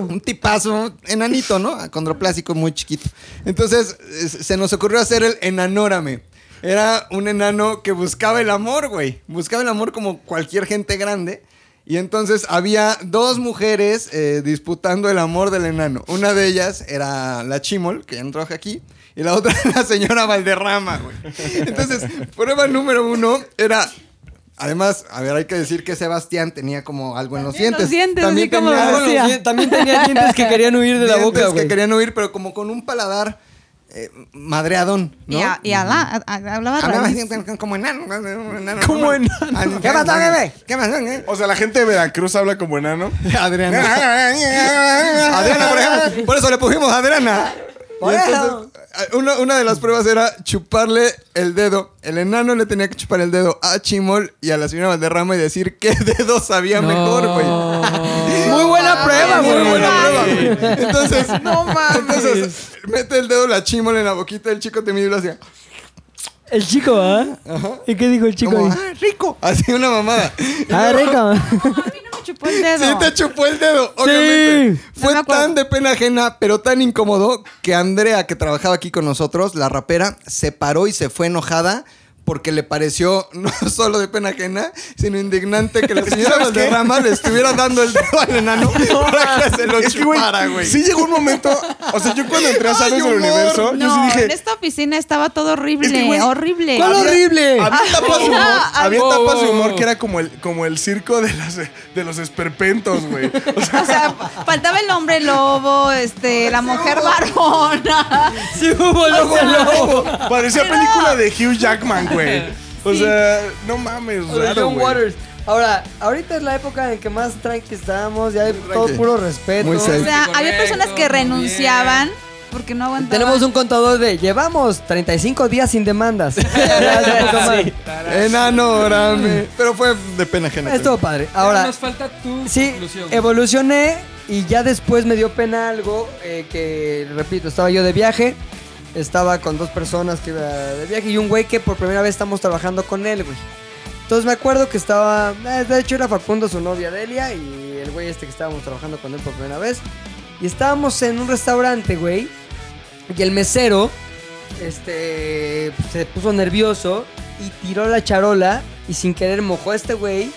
Un tipazo, enanito, ¿no? Condroplásico muy chiquito. Entonces, es- se nos ocurrió hacer el enanórame. Era un enano que buscaba el amor, güey. Buscaba el amor como cualquier gente grande. Y entonces había dos mujeres eh, disputando el amor del enano. Una de ellas era la Chimol, que ya no trabaja aquí, y la otra <laughs> era la señora Valderrama, güey. Entonces, prueba número uno era Además, a ver, hay que decir que Sebastián tenía como algo en los También dientes. los dientes, así como decía. También tenía dientes que querían huir de la boca, Dientes que güey. querían huir, pero como con un paladar eh, madreadón, ¿no? Y, a- y ala- a- a- hablaba Hablaba rarísimo. así, como enano. Como enano. ¿Qué pasó, bebé? ¿Qué pasó, eh? bebé? O sea, la gente de Veracruz habla como enano. Adriana, por ejemplo. Por eso le pusimos Adriana. Y Por eso. entonces, eh, una, una de las pruebas era chuparle el dedo. El enano le tenía que chupar el dedo a Chimol y a la señora Valderrama y decir qué <laughs> dedo sabía mejor, güey. Muy Ah, buena prueba, güey. Muy buena prueba, <laughs> güey. Entonces, no mames. Ah, Entonces, mete el dedo la Chimol en la boquita del chico temido y lo hacía. El chico, ¿ah? ¿Y qué dijo el chico Como, ahí? ah, rico. Así una <laughs> mamada. Ah, rico. Chupó el dedo. Sí, te chupó el dedo, obviamente. Fue tan de pena ajena, pero tan incómodo, que Andrea, que trabajaba aquí con nosotros, la rapera, se paró y se fue enojada porque le pareció <laughs> no solo de pena ajena, sino indignante que la señora <laughs> ¿Sabes qué? Valderrama le estuviera dando el dedo al <laughs> enano para que se lo Es que, güey, chupara, güey. sí llegó un momento. O sea, yo cuando entré a Sabes Ay, del humor. Universo, yo sí No, en dije. esta oficina estaba todo horrible, horrible. ¿Cuál horrible? Había Ah, tapas de humor, ah, había ah, tapas de wow. humor que era como el, como el circo de, las, de los esperpentos, <laughs> güey. O sea, O sea, faltaba el hombre lobo, este, la mujer varona. Sí hubo lobo lobo. Parecía película de Hugh Jackman, güey. O sea, no mames, O de raro, John güey. Waters. Ahora, ahorita es la época en que más tranqui estábamos, ya hay todo puro respeto. Muy O sea, había personas que renunciaban porque no aguantaban. Tenemos un contador de llevamos 35 días sin demandas. Ya, ya, poca madre. Enano, grame. Pero fue de pena ajena. Estuvo padre. Ahora. Ahora, Nos falta tu sí, conclusión. evolucioné y ya después me dio pena algo eh, que, repito, estaba yo de viaje, estaba con dos personas que iba de viaje y un güey que por primera vez estamos trabajando con él, güey. Entonces me acuerdo que estaba, eh, de hecho era Facundo, su novia Delia, y el güey este que estábamos trabajando con él por primera vez. Y estábamos en un restaurante, güey, y el mesero este, se puso nervioso y tiró la charola y sin querer mojó a este güey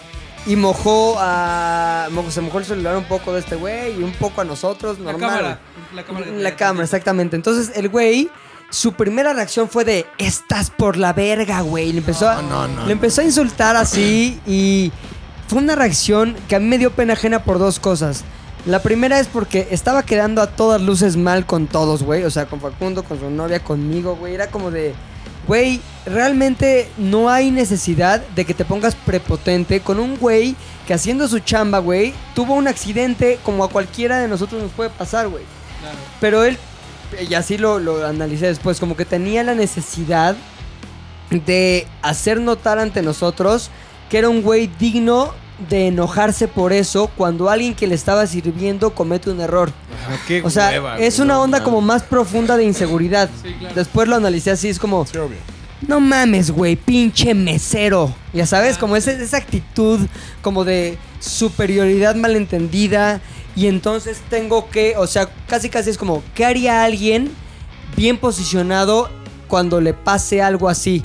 y mojó a... mo- Se mojó el celular un poco de este güey y un poco a nosotros, La normal. cámara. La güey. cámara. que La tenía. cámara, exactamente. Entonces el güey, su primera reacción fue de, estás por la verga, güey. Le empezó, a, le empezó a insultar así y fue una reacción que a mí me dio pena ajena por dos cosas. La primera es porque estaba quedando a todas luces mal con todos, güey. O sea, con Facundo, con su novia, conmigo, güey. Era como de, güey, realmente no hay necesidad de que te pongas prepotente con un güey que haciendo su chamba, güey, tuvo un accidente como a cualquiera de nosotros nos puede pasar, güey. Pero él, eh, y así lo, lo analicé después, como que tenía la necesidad de hacer notar ante nosotros que era un güey digno de enojarse por eso cuando alguien que le estaba sirviendo comete un error. o sea, hueva, es güey, una no onda mames. como más profunda de inseguridad. Después lo analicé así, es como... No mames, güey, pinche mesero. Ya sabes, como ese- esa actitud como de superioridad malentendida. Y entonces tengo que, o sea, casi casi es como, ¿qué haría alguien bien posicionado cuando le pase algo así?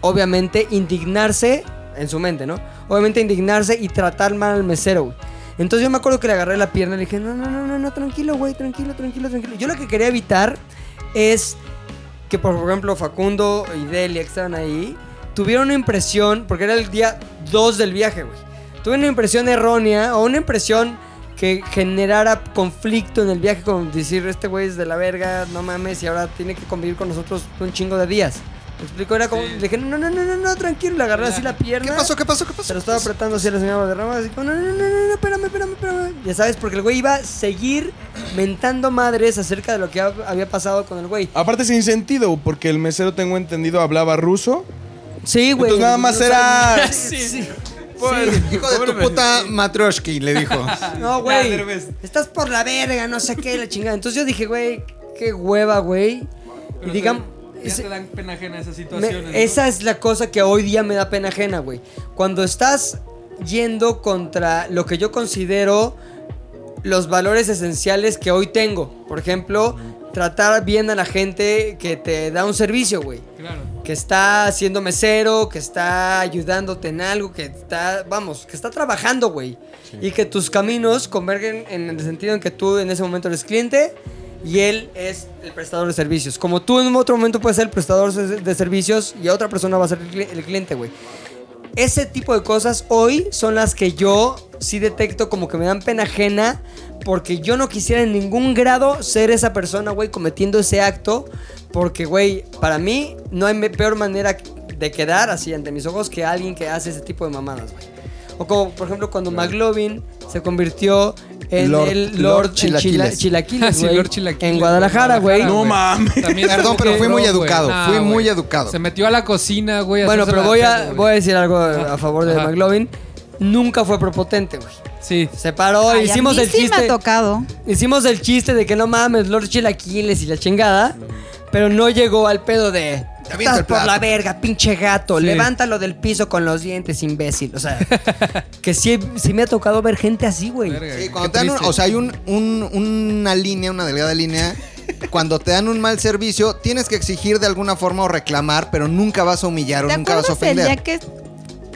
Obviamente, indignarse en su mente, ¿no? Obviamente, indignarse y tratar mal al mesero, güey. Entonces yo me acuerdo que le agarré la pierna y le dije, no, no, no, no, no, tranquilo, güey, tranquilo, tranquilo, tranquilo. Yo lo que quería evitar es que por ejemplo Facundo y Delia que estaban ahí tuvieron una impresión, porque era el día 2 del viaje, güey. Tuvieron una impresión errónea o una impresión que generara conflicto en el viaje, como decir, este güey es de la verga, no mames, y ahora tiene que convivir con nosotros un chingo de días. ¿Me explico? Era como, le dije, no, no, no, no, no, tranquilo, le agarré así la pierna. ¿Qué pasó, qué pasó, qué pasó? Se lo estaba apretando así a la señora de ramas, así como, no, no, no, no, no, espérame, espérame, espérame. Ya sabes, porque el güey iba a seguir mentando madres acerca de lo que hab- había pasado con el güey. Aparte sin sentido, porque el mesero, tengo entendido, hablaba ruso. Sí, güey. Entonces nada más No era... sabes. <laughs> Sí, sí. Hijo de tu puta Matroshki, le dijo. No, güey. pues, Estás por la verga, no sé qué, la chingada. Entonces yo dije, güey, qué hueva, güey. Y digamos. Ya te dan pena ajena esas situaciones. Me- ¿no? esa es la cosa que hoy día me da pena ajena, güey. Cuando estás yendo contra lo que yo considero los valores esenciales que hoy tengo. Por ejemplo, tratar bien a la gente que te da un servicio, güey. Claro. Que está siendo mesero, que está ayudándote en algo, que está, vamos, que está trabajando, güey. Y que tus caminos convergen en el sentido en que tú en ese momento eres cliente y él es el prestador de servicios. Como tú en otro momento puedes ser el prestador de de servicios y otra persona va a ser el cli- el cliente, güey. Ese tipo de cosas hoy son las que yo sí detecto como que me dan pena ajena porque yo no quisiera en ningún grado ser esa persona, güey, cometiendo ese acto porque, güey, para mí no hay me- peor manera de quedar así ante mis ojos que alguien que hace ese tipo de mamadas, güey. O como, por ejemplo, cuando McLovin se convirtió en Lord- el Lord Lord en Chila- Chilaquiles. <laughs> Ah, Chilaquiles, <laughs> sí, güey, Lord Chilaquiles, en Guadalajara, güey. Guadalajara, También Perdón, estuvo pero fui cabrón, muy güey. educado. Nah, fui muy güey. educado. Se metió a la cocina, güey. a Bueno, hacerse pero la voy casa, a, güey. voy a decir algo a favor de Ajá. McLovin. Nunca fue prepotente, güey. Sí. Se paró, Ay, a hicimos mí el sí me chiste. ha tocado. Hicimos el chiste de que no mames, Lord Chilaquiles y la chingada. Pero no llegó al pedo de. aviento el Estás por plato". la verga, pinche gato. Sí. Levántalo del piso con los dientes, imbécil. O sea, <laughs> que sí, sí me ha tocado ver gente así, güey. Verga, <laughs> Sí, qué cuando te dan un- triste. o sea, hay un- un- una línea, una delgada línea. Cuando te dan un mal servicio, tienes que exigir de alguna forma o reclamar, pero nunca vas a humillar o ¿Te nunca vas a acuerdas el ofender. día que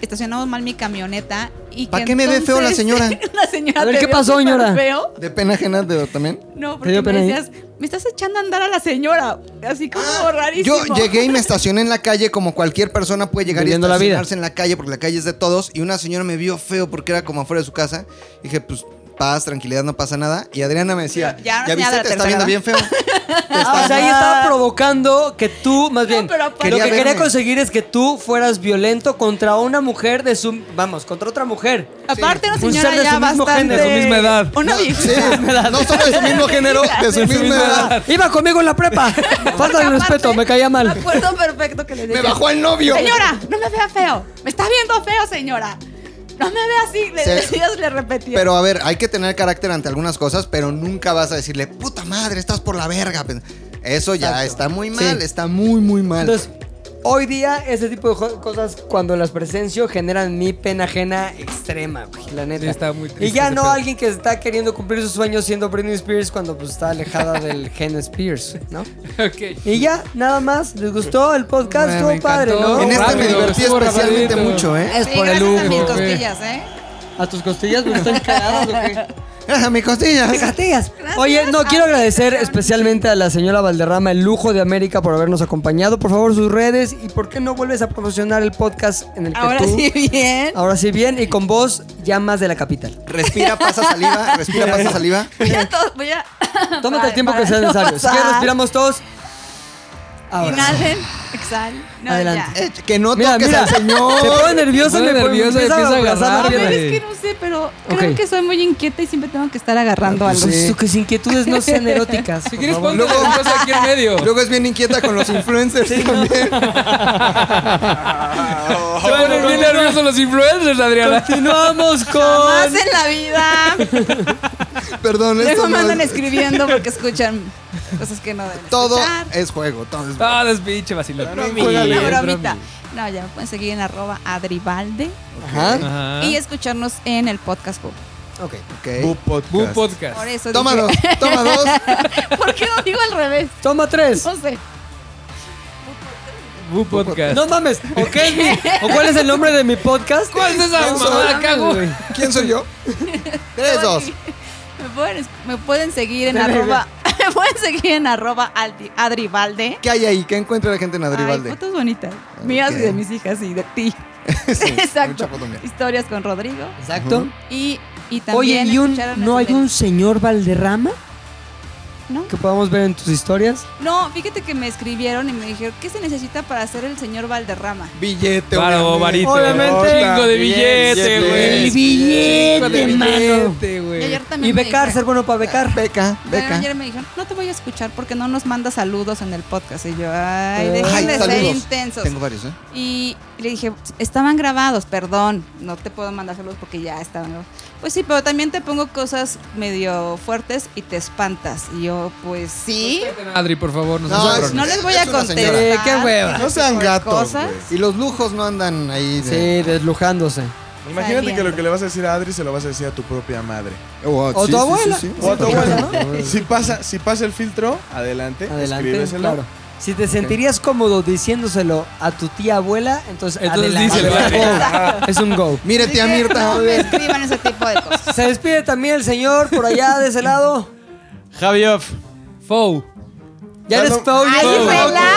estacionamos mal mi camioneta? y ¿Para que qué me ve feo la entonces señora? <laughs> la señora A ver, te ¿qué vio pasó, súper señora? feo? ¿De pena ajena de, también? No, dio porque me pena ahí? decías, me estás echando a andar a la señora. Así como rarísimo. Ah, Yo <laughs> llegué y me estacioné en la calle como cualquier persona puede llegar Viviendo y la vida. estacionarse en la calle porque la calle es de todos. Y una señora me vio feo porque era como afuera de su casa. dije, pues paz, tranquilidad, no pasa nada. Y Adriana me decía, Ya, ya, ya viste, la te está viendo tercera, ¿no? bien feo. <laughs> Ah, o sea, ahí estaba provocando que tú, más bien, pero aparte- lo que Quería quería verme. conseguir es que tú fueras violento contra una mujer de su. Vamos, contra otra mujer. Aparte, una Un señora ser de ya su mismo bastante... género, de su misma edad. Una vieja. Sí, no solo de su mismo género, de su <laughs> misma edad. Ah, Iba conmigo en la <laughs> prepa. Falta de Aparte, respeto, me caía Me mal. acuerdo perfecto que le dije. Me bajó el novio. Señora, no me vea feo. Me está viendo feo, señora. No me vea así. Le Se- decías, le repetía. Pero a ver, hay que tener carácter ante algunas cosas, pero nunca vas a decirle, puta madre, estás por la verga. Eso ya Exacto. está muy mal, Sí. está muy, muy mal. Entonces, hoy día ese tipo de jo- cosas cuando las presencio generan mi pena ajena extrema, güey, la neta. Sí, está muy triste y ya ese no pedo. alguien que está queriendo cumplir sus sueños siendo Britney Spears cuando pues está <laughs> alejada del gen Spears, ¿no? <laughs> Ok. Y ya, nada más, les gustó el podcast, Bueno, me estuvo padre, encantó. ¿no? en este me rápido, divertí estuvo especialmente rapidito. mucho, ¿eh? <laughs> Es Sí, por el gracias a mis lujo. costillas, ¿eh? ¿A tus costillas me están cagadas o qué? <laughs> Gracias a mi costilla. Mis costillas. Gracias. Oye, no, quiero Ah, agradecer cabrón. especialmente a la señora Valderrama, el lujo de América, por habernos acompañado. Por favor, sus redes. ¿Y por qué no vuelves a promocionar el podcast en el que Ahora tú... sí, <laughs> bien. Ahora sí, bien. Y con vos, llamas de la capital. Respira, pasa saliva, <laughs> respira, pasa saliva. Voy a to- voy a- Tómate <laughs> para- el tiempo para que sea no necesario. Si pasar. quieres, respiramos todos. Ahora. Inhalen, exhalen. No, Adelante. ya. Eh, que no Mira, toques mira. al señor. Se pone nervioso, Se pone le pone- nervioso y empieza a abrazar agarrar, la A ver, pierna. es que no sé, pero creo Ok. que soy muy inquieta y siempre tengo que estar agarrando Pues algo. sí, tus inquietudes no sean eróticas. Si por quieres, favor. ponte la cosa aquí en medio. Luego es bien inquieta con los influencers también. Se ponen bien nerviosos los influencers, Adriana. <laughs> Continuamos con. Más en la vida. Perdón, esto Luego no me andan es- escribiendo porque escuchan cosas que no deben. <laughs> Todo escuchar. es juego, todo es Ah, despinche, vacilón. Una Bromi. bromita. No, ya me pueden seguir en arroba adribalde Ajá. Ajá. y escucharnos en el podcast Boop. Ok. Ok. Bu podcast. Bu podcast. Por eso Toma dos, dije- <laughs> toma dos. ¿Por qué lo digo al revés? Toma tres. No sé. Bu podcast. No mames, ¿o, qué es mi- ¿o cuál es el nombre de mi podcast? ¿Cuál es esa Eso, mamada, cago? güey. ¿Quién soy yo? Tres, dos. Me pueden, me pueden seguir en arroba <laughs> Me pueden seguir en arroba Aldi- Adrivalde. ¿Qué hay ahí? ¿Qué encuentra la gente en Ay, Adribalde? fotos bonitas. Mías y de mis hijas y de ti. <laughs> Exacto. mucha foto mía. Historias con Rodrigo. Exacto. Ujú. Y, y también. Oye, ¿y un- escucharon no eso hay de- un señor Valderrama? ¿No? Que podamos ver en tus historias. No, fíjate que me escribieron y me dijeron, ¿qué se necesita para ser el señor Valderrama? Billete, Claro, varito. Obviamente. Chingo de billete, güey. El billete, Chingo de mano. billete, Y güey. ayer también Y me becar, ser dijeron- bueno para becar. Beca, Pero beca. ayer me dijeron, no te voy a escuchar porque no nos manda saludos en el podcast. Y yo, ay, dejen de ser saludos. intensos. Tengo varios, ¿eh? Y le dije, estaban grabados, perdón, no te puedo mandar saludos porque ya estaban grabados. Pues sí, pero también te pongo cosas medio fuertes y te espantas. Y yo, pues sí. Adri, por favor, no, No, seas es- cabrón. No les voy a Es una contestar. señora. Eh, qué hueva. No sean por gatos. cosas. güey. Y los lujos no andan ahí. Sí, De... deslujándose. Imagínate que Saliendo. lo que le vas a decir a Adri se lo vas a decir a tu propia madre. O, tu abuela. O a tu Sí. abuela, Sí. ¿no? Si pasa, si pasa el filtro, adelante, Adelante, escríbeselo. claro. Si te sentirías cómodo diciéndoselo a tu tía abuela, entonces, Entonces adelante. díselo, Es un go. Es un go. Mírate a Mirta. No me escriban ese tipo de <laughs> cosas. Se despide también el señor por allá de ese lado. Javi Off. Fou. Ya eres Dando- Pau. ¡Ay,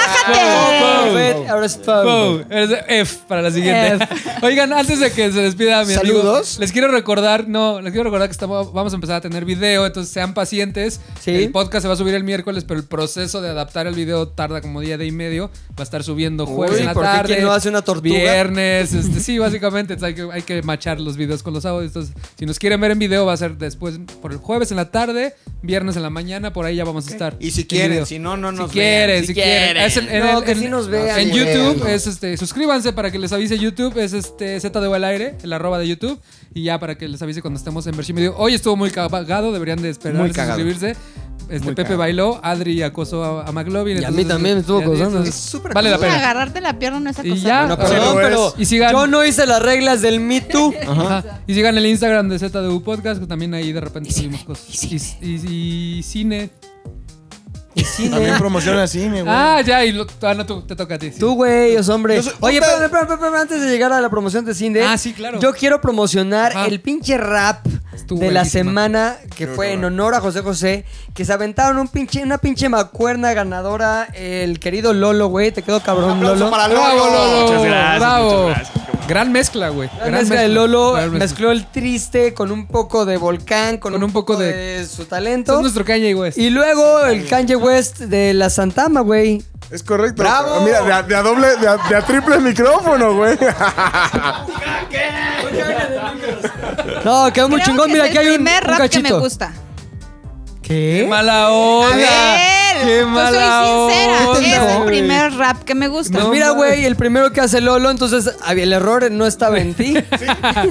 relájate! Fer, Ahora es Pau. Fou. Eres de F para la siguiente. <laughs> Oigan, antes de que se despida mi amigo, Saludos. les quiero recordar, no, les quiero recordar que estamos, vamos a empezar a tener video, entonces sean pacientes. Sí. El podcast se va a subir el miércoles, pero el proceso de adaptar el video tarda como día, día y medio. Va a estar subiendo jueves Uy, en la ¿por qué tarde. quién no hace una tortuga? <laughs> Viernes, este, sí, básicamente entonces hay que, hay que machar los videos con los audios. Entonces, si nos quieren ver en video, va a ser después, por el jueves en la tarde, viernes en la mañana, por ahí ya vamos a estar. Y si en quieren, video. si no, no Si nos quieren, vean. si quieren. Es en, en No, el- que en- sí nos vean, en sí YouTube vean. es este, suscríbanse para que les avise YouTube, es este ZDU al aire, el arroba de YouTube y ya para que les avise cuando estemos en versión video. Hoy estuvo muy cagado, deberían de esperar Muy y cagado. suscribirse. Este Muy Pepe cagado. bailó, Adri acosó a, a McLovin. Y a mí también me estuvo y a mí, acosando. entonces, Es súper Vale la acosador. pena. Agarrarte la pierna no es Y acosar. ya, No, pero- perdón, pero y sigan, yo no hice las reglas del Me Too. Ajá. Y sigan el Instagram de ZDU Podcast, que también ahí de repente subimos cosas. Y- y- y cine. Y cine. También promociona cine, güey. Ah, ya, y lo- ah, no, tú, te toca a ti. sí. Tú, güey, os hombre. Yo soy- Oye, puta. espérame, espérame, espérame, espérame, antes de llegar a la promoción de Cinde. Ah, sí, claro. Yo quiero promocionar Ajá. el pinche rap Estuvo de la buenísima. semana que fue en honor a José José, que se aventaron un pinche, una pinche macuerna ganadora, el querido Lolo, güey. Te quedó cabrón, Aplauso Lolo. para ¡Bravo, Lolo! Muchas gracias, ¡Bravo! muchas gracias, qué bueno. Gran mezcla, güey. La mezcla de Lolo Gran mezcla. mezcló el triste con un poco de volcán, con, un, poco de, su Esto es talento. nuestro Kanye West. Y luego el Kanye West de la Santama, güey. Es correcto. ¡Bravo! Ah, Mira, de a, de a doble, de a, de a triple micrófono, güey. No, quedó muy Creo chingón. que Mira, es aquí hay el un, primer un rap que cachito. me gusta. ¿Qué? ¡Qué mala A ver, onda! ¡Qué pues mala soy onda! sincera. Es el güey. primer rap que me gusta. Pues mira, güey, el primero que hace Lolo, entonces ah, el error no estaba en ti.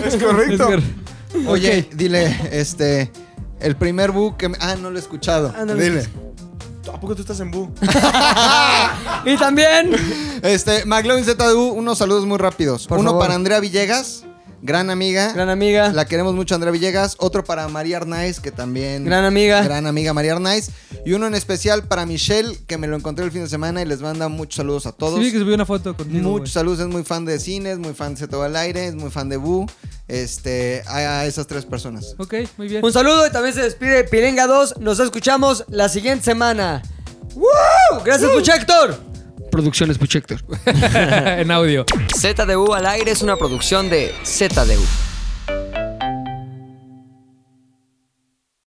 Es correcto. Oye, dile, este. El primer book que. me- Ah, no lo he escuchado. Ah, no lo he dile. ¿A poco tú estás en Bu? Y también. Este, McLovin ZDU, unos saludos muy rápidos. Por Uno favor. para Andrea Villegas, gran amiga. Gran amiga. La queremos mucho, Andrea Villegas. Otro para María Arnaiz, que también. Gran amiga. Gran amiga María Arnaiz. Y uno en especial para Michelle, que me lo encontré el fin de semana y les manda muchos saludos a todos. Sí, vi que subí una foto contigo. güey. Muchos saludos, es muy fan de cine, es muy fan de Zeto al aire, es muy fan de Bu. Este, a, a esas tres personas. Ok, muy bien. Un saludo y también se despide Pirenga 2. Nos escuchamos la siguiente semana. ¡Woo! Gracias, Puchector. Producciones Puchector. <laughs> en audio. ZDU al aire es una producción de ZDU.